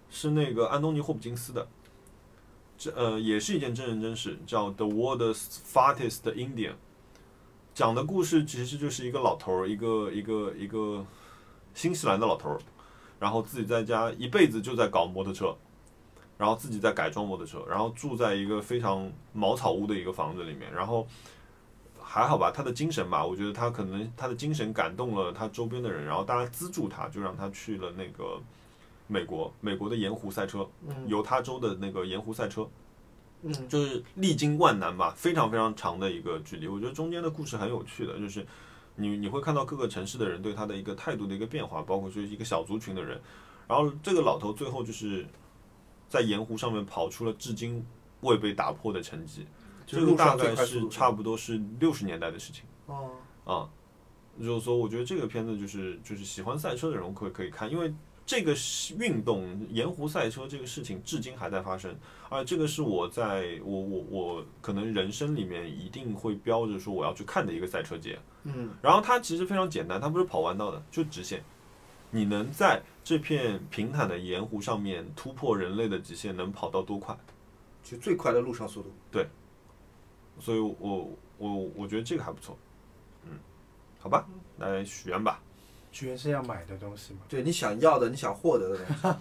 S1: 是那个安东尼·霍普金斯的，这呃也是一件真人真事，叫《The World's Fattest Indian》，讲的故事其实就是一个老头儿，一个一个一个新西兰的老头儿，然后自己在家一辈子就在搞摩托车，然后自己在改装摩托车，然后住在一个非常茅草屋的一个房子里面，然后。还好吧，他的精神吧，我觉得他可能他的精神感动了他周边的人，然后大家资助他，就让他去了那个美国，美国的盐湖赛车，
S2: 嗯
S1: 犹他州的那个盐湖赛车，
S2: 嗯
S1: 就是历经万难吧，非常非常长的一个距离。我觉得中间的故事很有趣的，就是你你会看到各个城市的人对他的一个态度的一个变化，包括就是一个小族群的人，然后这个老头最后就是在盐湖上面跑出了至今未被打破的成绩，
S2: 就
S1: 这
S2: 是
S1: 个
S2: 路
S1: 大
S2: 上
S1: 概
S2: 最快速
S1: 是
S2: 度
S1: 差不多是六十年代的事情。
S2: 哦，
S1: 啊、就是说，我觉得这个片子就是就是喜欢赛车的人可以可以看，因为这个是运动盐湖赛车这个事情至今还在发生，而这个是我在我我我可能人生里面一定会标着说我要去看的一个赛车节。
S2: 嗯
S1: 然后它其实非常简单，它不是跑弯道的，就直线。你能在这片平坦的盐湖上面突破人类的极限，能跑到多快？
S2: 就最快的路上速度。
S1: 所以我，我我我觉得这个还不错。嗯，好吧，
S2: 嗯
S1: 来许愿吧。
S3: 许愿是要买的东西吗？
S2: 对你想要的，你想获得的东西。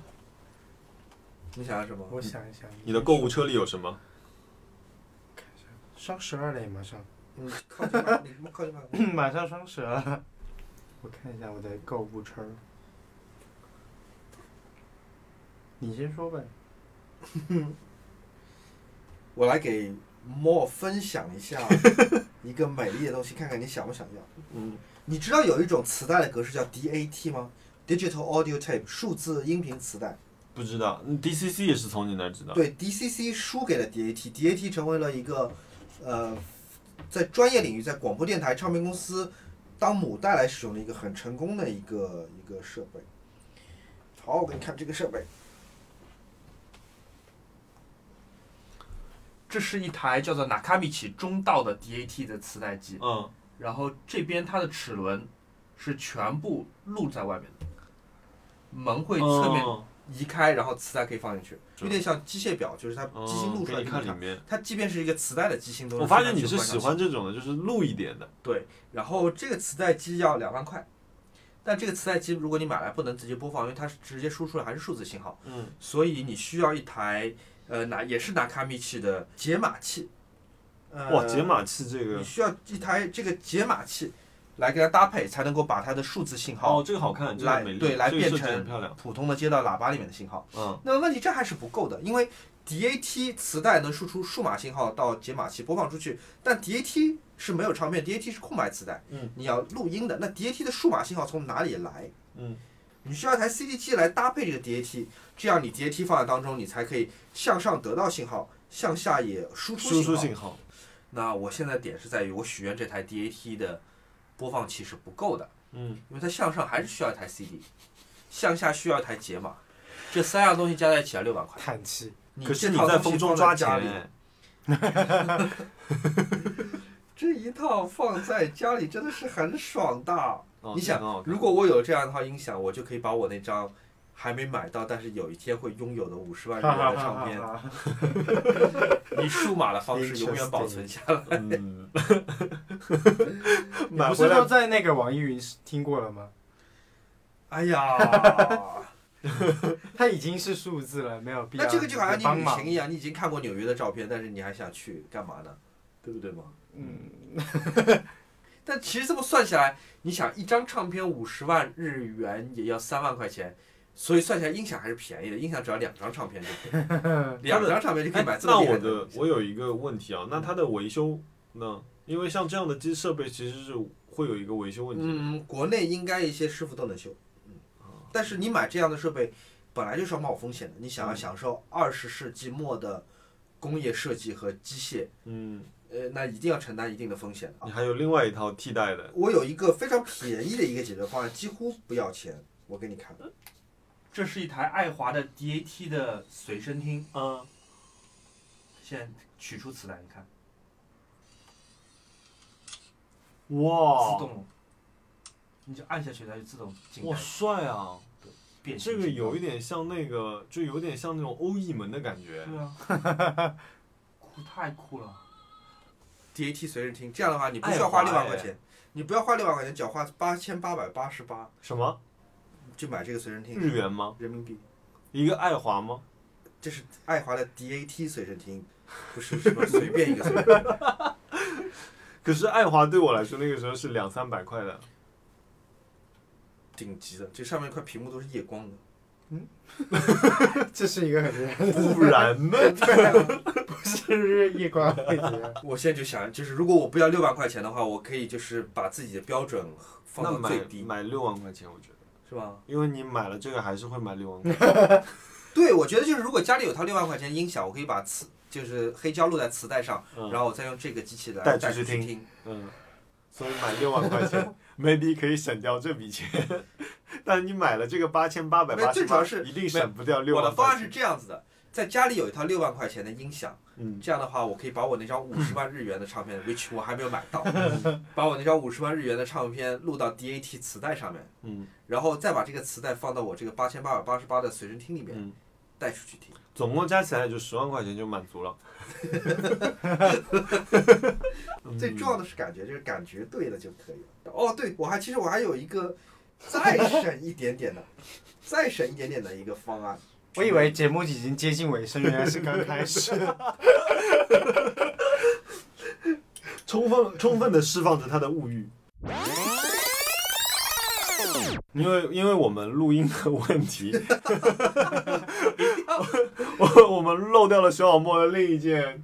S2: 你想要什么？
S3: 我想一想，
S1: 你的购物车里有什么？
S3: 双十二嘞，马上，
S2: 嗯，靠近吧，你靠近吧。
S3: 马上双十二。 我看一下我的购物车。你先说呗。
S2: 我来给莫分享一 下一个美丽的东西，看看你想不想要。
S1: 嗯，
S2: 你知道有一种磁带的格式叫 DAT 吗？Digital Audio Tape，数字音频磁带。
S1: 不知道嗯，DCC 也是从你那儿知道。
S2: 对，DCC 输给了 DAT，DAT 成为了一个呃，在专业领域，在广播电台、唱片公司当母带来使用的一个很成功的一个一个设备。好，我给你看这个设备，
S6: 这是一台叫做纳卡米奇中道的 DAT 的磁带机，
S1: 嗯，
S6: 然后这边它的齿轮是全部露在外面的，门会侧面
S1: 嗯
S2: 移开，然后磁带可以放进去，
S1: 是
S2: 有点像机械表，就是它
S1: 嗯
S2: 机芯露出
S1: 给
S2: 来给
S1: 你
S2: 你
S1: 看
S2: 看
S1: 里面。
S2: 它即便是一个磁带的机芯都是
S1: 我发现你是
S2: 非常直
S1: 喜
S2: 观
S1: 欢这种的，就是露一点的。
S2: 对，然后这个磁带机要两万块，但这个磁带机如果你买来不能直接播放，因为它是直接输出来还是数字信号，
S1: 嗯，
S2: 所以你需要一台呃拿也是拿卡米奇的解码器，呃、
S1: 哇，解码器这
S2: 你
S1: 个，
S2: 需要一台这个解码器来给它搭配，才能够把它的数字信号
S1: 哦，这个好看，这个
S2: 来
S1: 美丽，
S2: 对来
S1: 这个设计
S2: 变成
S1: 很漂亮。
S2: 普通的接到喇叭里面的信号。
S1: 嗯，
S2: 那么问题这还是不够的，因为 DAT 磁带能输出数码信号到解码器播放出去，但 DAT 是没有唱片，DAT 是空白磁带，
S1: 嗯，
S2: 你要录音的。那 DAT 的数码信号从哪里来？
S1: 嗯，
S2: 你需要一台 CD 机来搭配这个 DAT，这样你 DAT 放在当中，你才可以向上得到信号，向下也输
S1: 输
S2: 出信
S1: 出
S2: 号。
S1: 信号，
S7: 那我现在点是在于，我许愿这台 DAT 的播放器是不够的，
S1: 嗯，
S7: 因为它向上还是需要一台 CD，向下需要一台解码，这三样东西加在一起要六百块。
S3: 叹气，
S2: 你
S1: 可是
S2: 这
S1: 你
S2: 套
S1: 在
S2: 东西
S1: 风中
S2: 放
S1: 抓
S2: 在
S1: 紧
S2: 家里，
S1: 哎
S2: 这一套放在家里真的是很爽的。
S1: 哦这个
S2: 你想
S1: 很好看
S2: 如果我有这样一套音响，我就可以把我那张还没买到，但是有一天会拥有的五十万日元的 唱 片，
S3: 片，
S7: 以数码的方式永远保存下来。
S1: 嗯，
S3: 你
S1: 买
S3: 不
S1: 回
S3: 是
S1: 来
S3: 都在那个网易云听过了吗？
S2: 哎呀，
S3: 它已经是数字了，没有必要。
S2: 那这个就好像
S3: 帮
S2: 你旅
S3: 忙
S2: 行一样，你已经看过纽约的照片，但是你还想去干嘛呢？对不对嘛？
S3: 嗯，
S7: 但其实这么算下来，你想一张唱片五十万日元也要三万块钱，所以算下来音响还是便宜的，音响只要两张唱片就可以，两张唱片就可以买
S1: 哎
S7: 这么
S1: 那
S7: 厉害
S1: 我的
S7: 东西
S1: 我有一个问题啊，那它的维修呢？因为像这样的机设备其实是会有一个维修问题。
S2: 嗯，国内应该一些师傅都能修，嗯，
S1: 哦
S2: 但是你买这样的设备，本来就是要冒风险的。你想要
S1: 嗯
S2: 享受二十世纪末的工业设计和机械，
S1: 嗯，
S2: 呃，那一定要承担一定的风险啊
S1: 你。还有另外一套替代的，
S2: 我有一个非常便宜的一个解决方案，几乎不要钱。我给你看，
S7: 这是一台爱华的 DAT 的随身听，
S1: 嗯，
S7: 现在取出磁带，你看，自
S1: 哇，
S7: 动，你就按下去它就自动进
S1: 哦哇，
S7: 来
S1: 帅啊！
S7: 变形
S1: 这个
S7: 进
S1: 有
S7: 入
S1: 一点像那个，就有点像那种欧翼门的感觉。
S7: 对啊， 酷太酷了。
S2: DAT 随身听，这样的话你不需要花
S1: 爱华
S2: 六万块
S1: 哎
S2: 钱，你不要花六万块钱，只要花八千八百八十八
S1: 什么
S2: 就买这个随身
S7: 哎
S2: 听，
S1: 日元吗？
S2: 人民币。
S1: 一个爱华吗？
S2: 这是爱华的 DAT 随身听，不是什么随便一个随身听。
S1: 可是爱华对我来说那个时候是两三百块的，
S2: 顶级的，这上面一块屏幕都是夜光的。
S3: 这是一个很厉害的，
S1: 不然呢？
S3: 不是夜光会节。
S2: 我现在就想，就是如果我不要六万块钱的话，我可以就是把自己的标准放
S1: 那
S2: 到
S1: 买
S2: 最低，
S1: 买六万块钱，我觉得，
S2: 是吧？
S1: 因为你买了这个还是会买六万块钱。
S2: 对，我觉得就是如果家里有套六万块钱音响，我可以把磁就是黑胶录在磁带上，
S1: 嗯
S2: 然后我再用这个机器来
S1: 带
S2: 带
S1: 出去
S2: 听。
S1: 听嗯，所以买六万块 钱，maybe 可以省掉这笔钱， 但你买了这个八千八百
S2: 没有
S1: 八
S2: 最
S1: 十
S2: 主要
S1: 八，
S2: 是
S1: 一定省不掉六
S2: 我的
S1: 万
S2: 方
S1: 块
S2: 案
S1: 钱。
S2: 是这样子的，在家里有一套六万块钱的音响，
S1: 嗯，
S2: 这样的话，我可以把我那张五十万日元的唱片，which 我还没有买到，把我那张五十万日元的唱片录到 DAT 磁带上面，
S1: 嗯，
S2: 然后再把这个磁带放到我这个八千八百八十八的随身听里面
S1: 嗯，
S2: 带出去听。
S1: 总共加起来就十万块钱就满 足了。 嗯
S2: 最重要的是感觉，就是感觉对了就可以了。哦，对，我还其实我还有一个再省一点点的，再省一点点的一个方案。
S3: 我以为节目已经接近尾声，原来是刚开 始。
S1: 充分充分的释放着他的物欲。因为因为我们录音的问 题，我我们漏掉了徐小莫的另一件，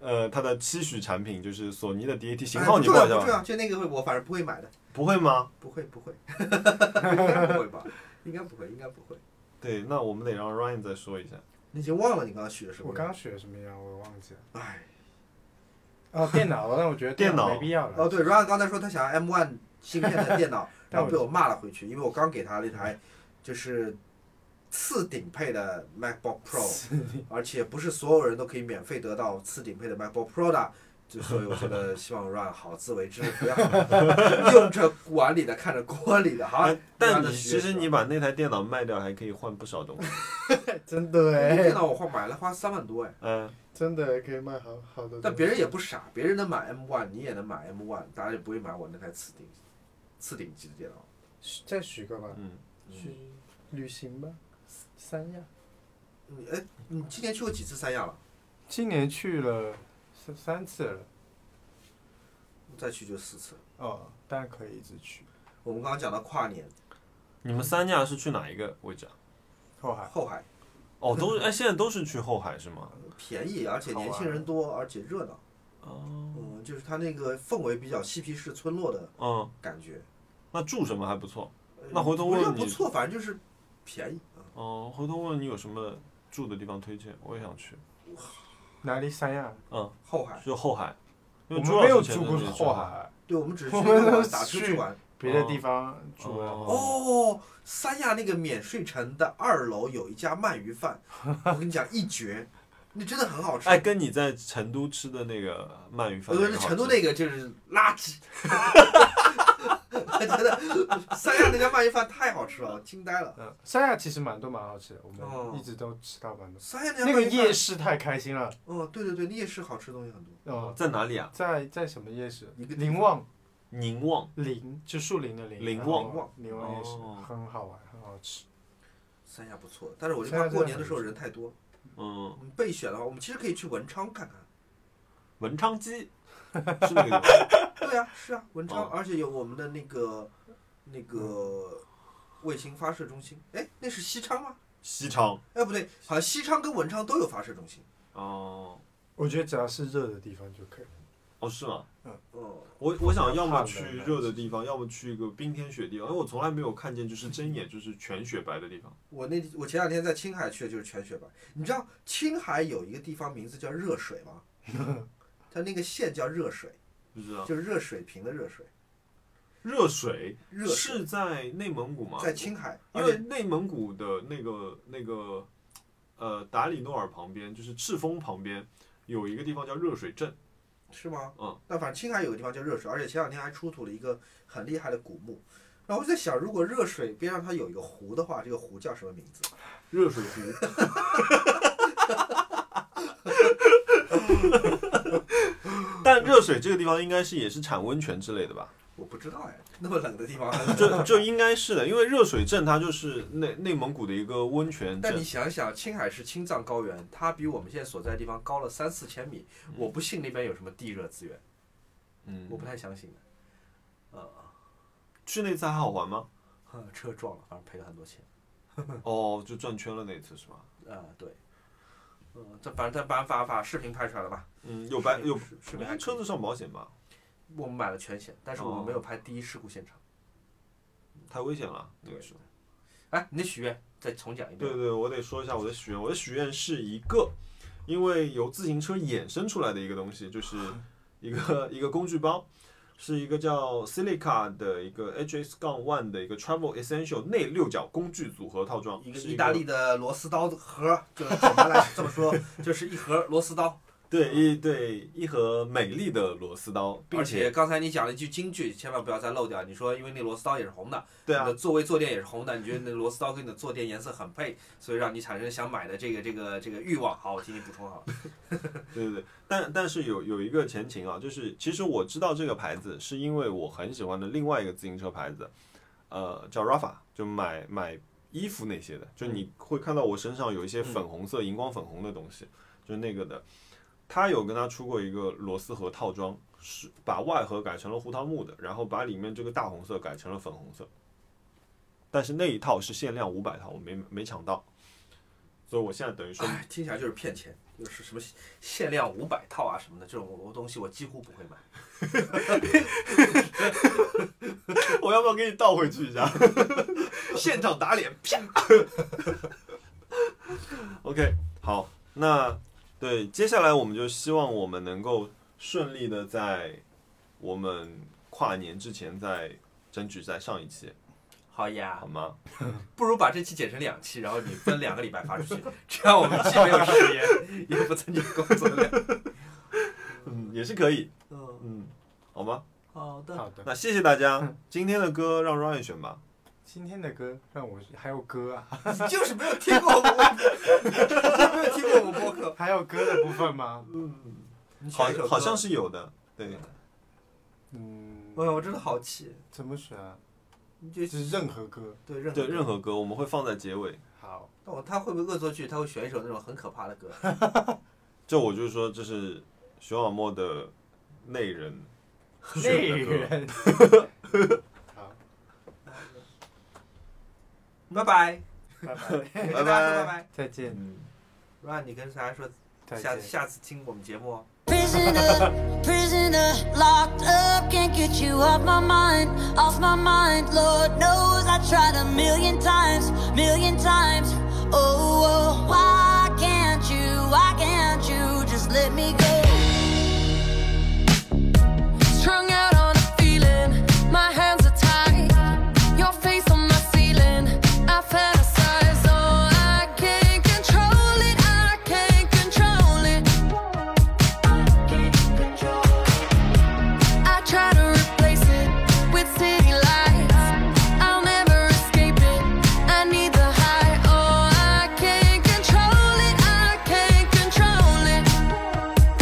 S1: 呃，他的期许产品就是索尼的 DAT 型号，
S2: 哎
S1: 你
S2: 不重
S1: 报
S2: 要
S1: 一下
S2: 不重
S1: 吧。
S2: 要，就那个会我反正不会买的，
S1: 不会吗？
S2: 不会不会， 应该不会吧？应该不会，应该不会。
S1: 对，那我们得让 Ryan 再说一下。
S2: 你已经忘了你刚刚许的什么？
S3: 我刚刚学什么样，我忘记了。
S2: 哎，
S3: 哦，电脑， 但我觉得
S1: 电脑
S3: 没必要
S2: 哦
S3: 了。
S2: 对，Ryan 刚才说他想要 M One 芯片的电脑，然
S3: 但
S2: 后
S3: 我
S2: 被我骂了回去，因为我刚给他了一台就是次顶配的 MacBook Pro，而且不是所有人都可以免费得到次顶配的 MacBook Pro 的。就所以我觉得希望 Ryan 好自为之，不要用着碗里的看着锅里的哈
S1: 哎。但
S2: Ryan 的
S1: 你
S2: 学
S1: 其实
S2: 习
S1: 你把那台电脑卖掉，还可以换不少东 西。
S3: 真的
S2: 那电
S3: 哎，
S2: 脑我花买了花三万多哎，
S1: 嗯，
S3: 真的可以卖好好的。
S2: 但别人也不傻，别人能买 M One，你也能买 M One，大家就不会买我那台次顶次顶级的电脑。
S3: 许再许个吧，
S1: 嗯，
S3: 去旅行吧，三亚。
S2: 你哎，你今年去过几次三亚了？
S3: 今年去了三三次了，
S2: 再去就四次。
S3: 哦，但可以一直去
S2: 我们刚刚讲到跨年
S1: 你们三架是去哪一个位置啊？
S3: 后海。
S2: 后海
S1: 哦，都是哎，现在都是去后海是吗？
S2: 便宜，而且年轻人多，而且热闹。哦，嗯，就是它那个氛围比较嬉皮士村落的
S1: 嗯，
S2: 感觉。
S1: 那住什么还不错。
S2: 呃
S1: 那回头
S2: 不是
S1: 问
S2: 不
S1: 你
S2: 错，反正就是便宜。
S1: 哦、回头问你有什么住的地方推荐，我也想去。
S3: 哪里三亚？
S1: 嗯，
S2: 后海，
S1: 就后海，因为
S3: 我们
S1: 朱老
S3: 没有
S1: 师前
S3: 住
S1: 阵
S3: 过
S1: 子也去
S3: 后，海，
S2: 对我们只是
S3: 我
S2: 去
S3: 们
S2: 那
S3: 都
S2: 玩打车
S3: 去
S2: 去玩。
S3: 别的地方住了。
S1: 哦
S2: 哦，三亚那个免税城的二楼有一家鳗 鱼饭，我跟你讲一绝，那真的很好吃。
S1: 哎，跟你在成都吃的那个鳗鱼
S2: 我
S1: 饭也
S2: 觉
S1: 很
S2: 得
S1: 好吃，
S2: 成都呃那个就是 垃 圾，我觉得三亚那家鳗鱼饭太好吃了，我惊呆了。
S3: 嗯，三亚其实蛮多蛮好吃的，我
S2: 哦
S3: 们一直都吃到蛮多。
S2: 三亚那家
S3: 那个
S2: 鳗鱼饭
S3: 夜，市太开心了，
S2: 嗯，对对对，那夜市好吃的东西很多。
S3: 哦，
S1: 在哪里啊？
S3: 在在什么夜市？
S2: 一个地
S3: 林旺
S1: 宁旺。
S3: 林，就树林的林。
S1: 林
S3: 然后
S2: 旺
S3: 林旺夜市
S1: 哦
S3: 很好玩，很好吃。
S2: 三亚不错，但是我就
S3: 三亚
S2: 怕
S3: 真的
S2: 过年的
S3: 很
S2: 时候
S3: 不错
S2: 人太多。
S1: 嗯
S2: 我，们备选的话，我们其实可以去文昌看 看。
S1: 文昌鸡是那个地 方
S2: 对啊，是啊，文昌，
S1: 哦
S2: 而且有我们的那个那个卫星发射中心。哎，那是西昌吗？
S1: 西昌。
S2: 哎，不对，好像西昌跟文昌都有发射中心。
S1: 哦，
S3: 我觉得只要是热的地方就可以。
S1: 哦是吗？
S2: 哦，
S1: 我我想要么去
S3: 怕冷
S1: 热的地方，要么去一个冰天雪地，因为我从来没有看见就是睁眼就是全雪白的地方。
S2: 我那我前两天在青海去的就是全雪白。你知道青海有一个地方名字叫热水 吗？它那个县叫热水，
S1: 不知道
S2: 就是热水瓶的热水。
S1: 热水
S2: 热水
S1: 是在内蒙古吗？
S2: 在青海，
S1: 因
S2: 而
S1: 为
S2: 且
S1: 内蒙古的那个那个呃达里诺尔旁边，就是赤峰旁边有一个地方叫热水镇，
S2: 是吗？
S1: 嗯，
S2: 那反正青海有个地方叫热水，而且前两天还出土了一个很厉害的古墓。然后我就在想，如果热水边上它有一个湖的话，这个湖叫什么名字？
S1: 热水 湖。但热水这个地方应该是也是产温泉之类的吧？
S2: 我不知道哎，那么冷的地方。
S1: 就就应该是的，因为热水镇它就是内内蒙古的一个温泉
S2: 但
S1: 镇
S2: 你。想想，青海是青藏高原，它比我们现在所在的地方高了三四千米。我不信那边有什么地热资源，
S1: 嗯
S2: 我，不太相信的。呃，
S1: 去那次还好玩 吗？
S2: 哼车撞了，反正赔了很多钱。
S1: 哦，就转圈了那次是吗？
S2: 呃，对，呃，
S8: 这反正再把把把视频拍出来了吧？
S1: 嗯，有白有，
S2: 是是
S1: 应
S2: 没还
S1: 该
S2: 可
S1: 车
S2: 以
S1: 子上保险吧？
S2: 我们买了全险，但是
S1: 哦
S2: 我们没有拍第一事故现场。
S1: 太危险了，那个
S2: 对
S1: 时候。
S8: 哎，你的许愿再重讲一遍
S1: 对。对，我得说一下我的许愿。我的许愿是一个，因为由自行车衍生出来的一个东西， 就是一个一个工具包，是一个叫 Silica 的一个 HS 杠 One 的一个 Travel Essential 内六角工具组合套装，
S2: 一个
S1: 是
S2: 意大利的螺丝刀盒，就是简单来这么说，就是一盒螺丝刀。
S1: 对一对一盒美丽的螺丝刀，并
S8: 而且刚才你讲了一句金句，千万不要再漏掉。你说因为那螺丝刀也是红的，
S1: 对啊
S8: 你的座位坐垫也是红的，你觉得那螺丝刀跟你的坐垫颜色很配，所以让你产生想买的这个这个这个欲望。好，我替你补充啊好了。
S1: 对对对，但但是有有一个前情啊，就是其实我知道这个牌子是因为我很喜欢的另外一个自行车牌子，呃，叫 Rafa，就买买衣服那些的，就你会看到我身上有一些粉红色、荧光粉红的东西，就是那个的。他有跟他出过一个螺丝盒套装，是把外盒改成了胡桃木的，然后把里面这个大红色改成了粉红色。但是那一套是限量五百套，我没没抢到，所以我现在 等于说
S2: 哎，听起来就是骗钱，
S8: 就是什么限量五百套啊什么的这种东西，我几乎不会买。
S1: 我要不要给你倒回去一下？ 现场打脸，啪！OK，好，那对，接下来我们就希望我们能够顺利的在我们跨年之前再争取再上一期，
S8: 好呀
S2: 啊
S1: 好，吗？
S8: 不如把这期剪成两期，然后你分两个礼拜发出去，这样我们既没有时间， 也不增加工作 量。
S1: 嗯，也是可以，
S2: 嗯，
S1: 嗯，好吗？
S2: 好的，
S3: 好的，
S1: 那谢谢大
S2: 嗯
S1: 家，今天的歌让 Ryan 选吧。
S3: 今天的歌让我还有歌啊，
S2: 你就是没有听过我们，你没有听过我们播客。
S3: 还有歌的部分吗？
S2: 你
S1: 好
S2: 选一首，歌哎
S1: 好像，是有的，对，
S3: 嗯，
S2: 哎呀，我真的好气，
S3: 怎么选啊？
S2: 你就
S3: 就是任何歌。
S2: 对任何
S1: 对，任
S2: 何。
S1: 何歌我们会放在结尾。
S3: 好，
S2: 那我他会不会恶作剧？他会选一首那种很可怕的歌？
S3: 嗯
S1: 这我就是说，这是熊小莫的内人
S3: 内
S1: 选的歌
S3: 人。 好，
S2: 拜拜，
S3: 拜拜，
S2: 跟大家说拜拜。
S3: 再见，
S1: 嗯，
S2: 让你跟大家说，
S3: 再
S2: 下
S3: 见。
S2: 下次听我们节目哦。
S9: Prisoner, prisoner, locked up, can't get you off my mind, off my mind. Lord knows I tried a million times, million times. Oh, oh why can't you, why can't you just let me go?
S10: Strung out on a feeling, my hands are tied. Your face on my ceiling, I fantasize. Oh, I can't control it, I can't control it. I try to replace it with city lights. I'll never escape it. I need the high. Oh, I can't control it, I can't control it.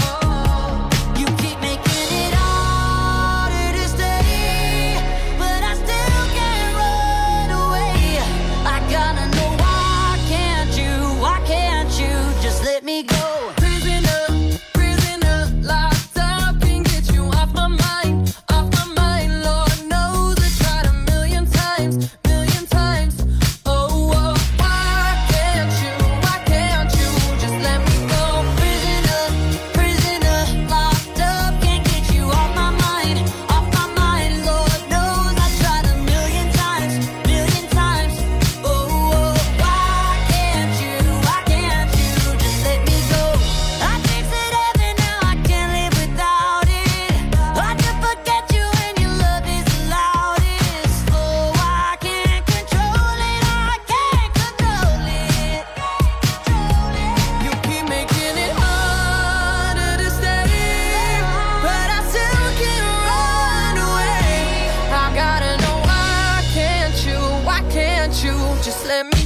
S10: Oh.
S9: You keep making it harder to stay, but I still can't run away. I gotta know why can't you, why can't you just let me go?
S10: Prisoner, prisoner, locked up, can't get you off my mind, off my mind. Lord knows I tried a million times, million times. Oh, oh, why can't you, why can't you just let me go?
S9: Prisoner, prisoner, locked up, can't get you off my mind, off my mind. Lord knows I tried a million times, million times. Oh, why can't you, why can't you just let me go? I fix it every now, I can't live without it. Hard to forget you when your love is the loudest. Oh, I can't control it, I can't control it, control it.
S10: You keep making it harder to stay, but I still can't run away. I gotta know why can't you, why can't you just let me
S9: Oh,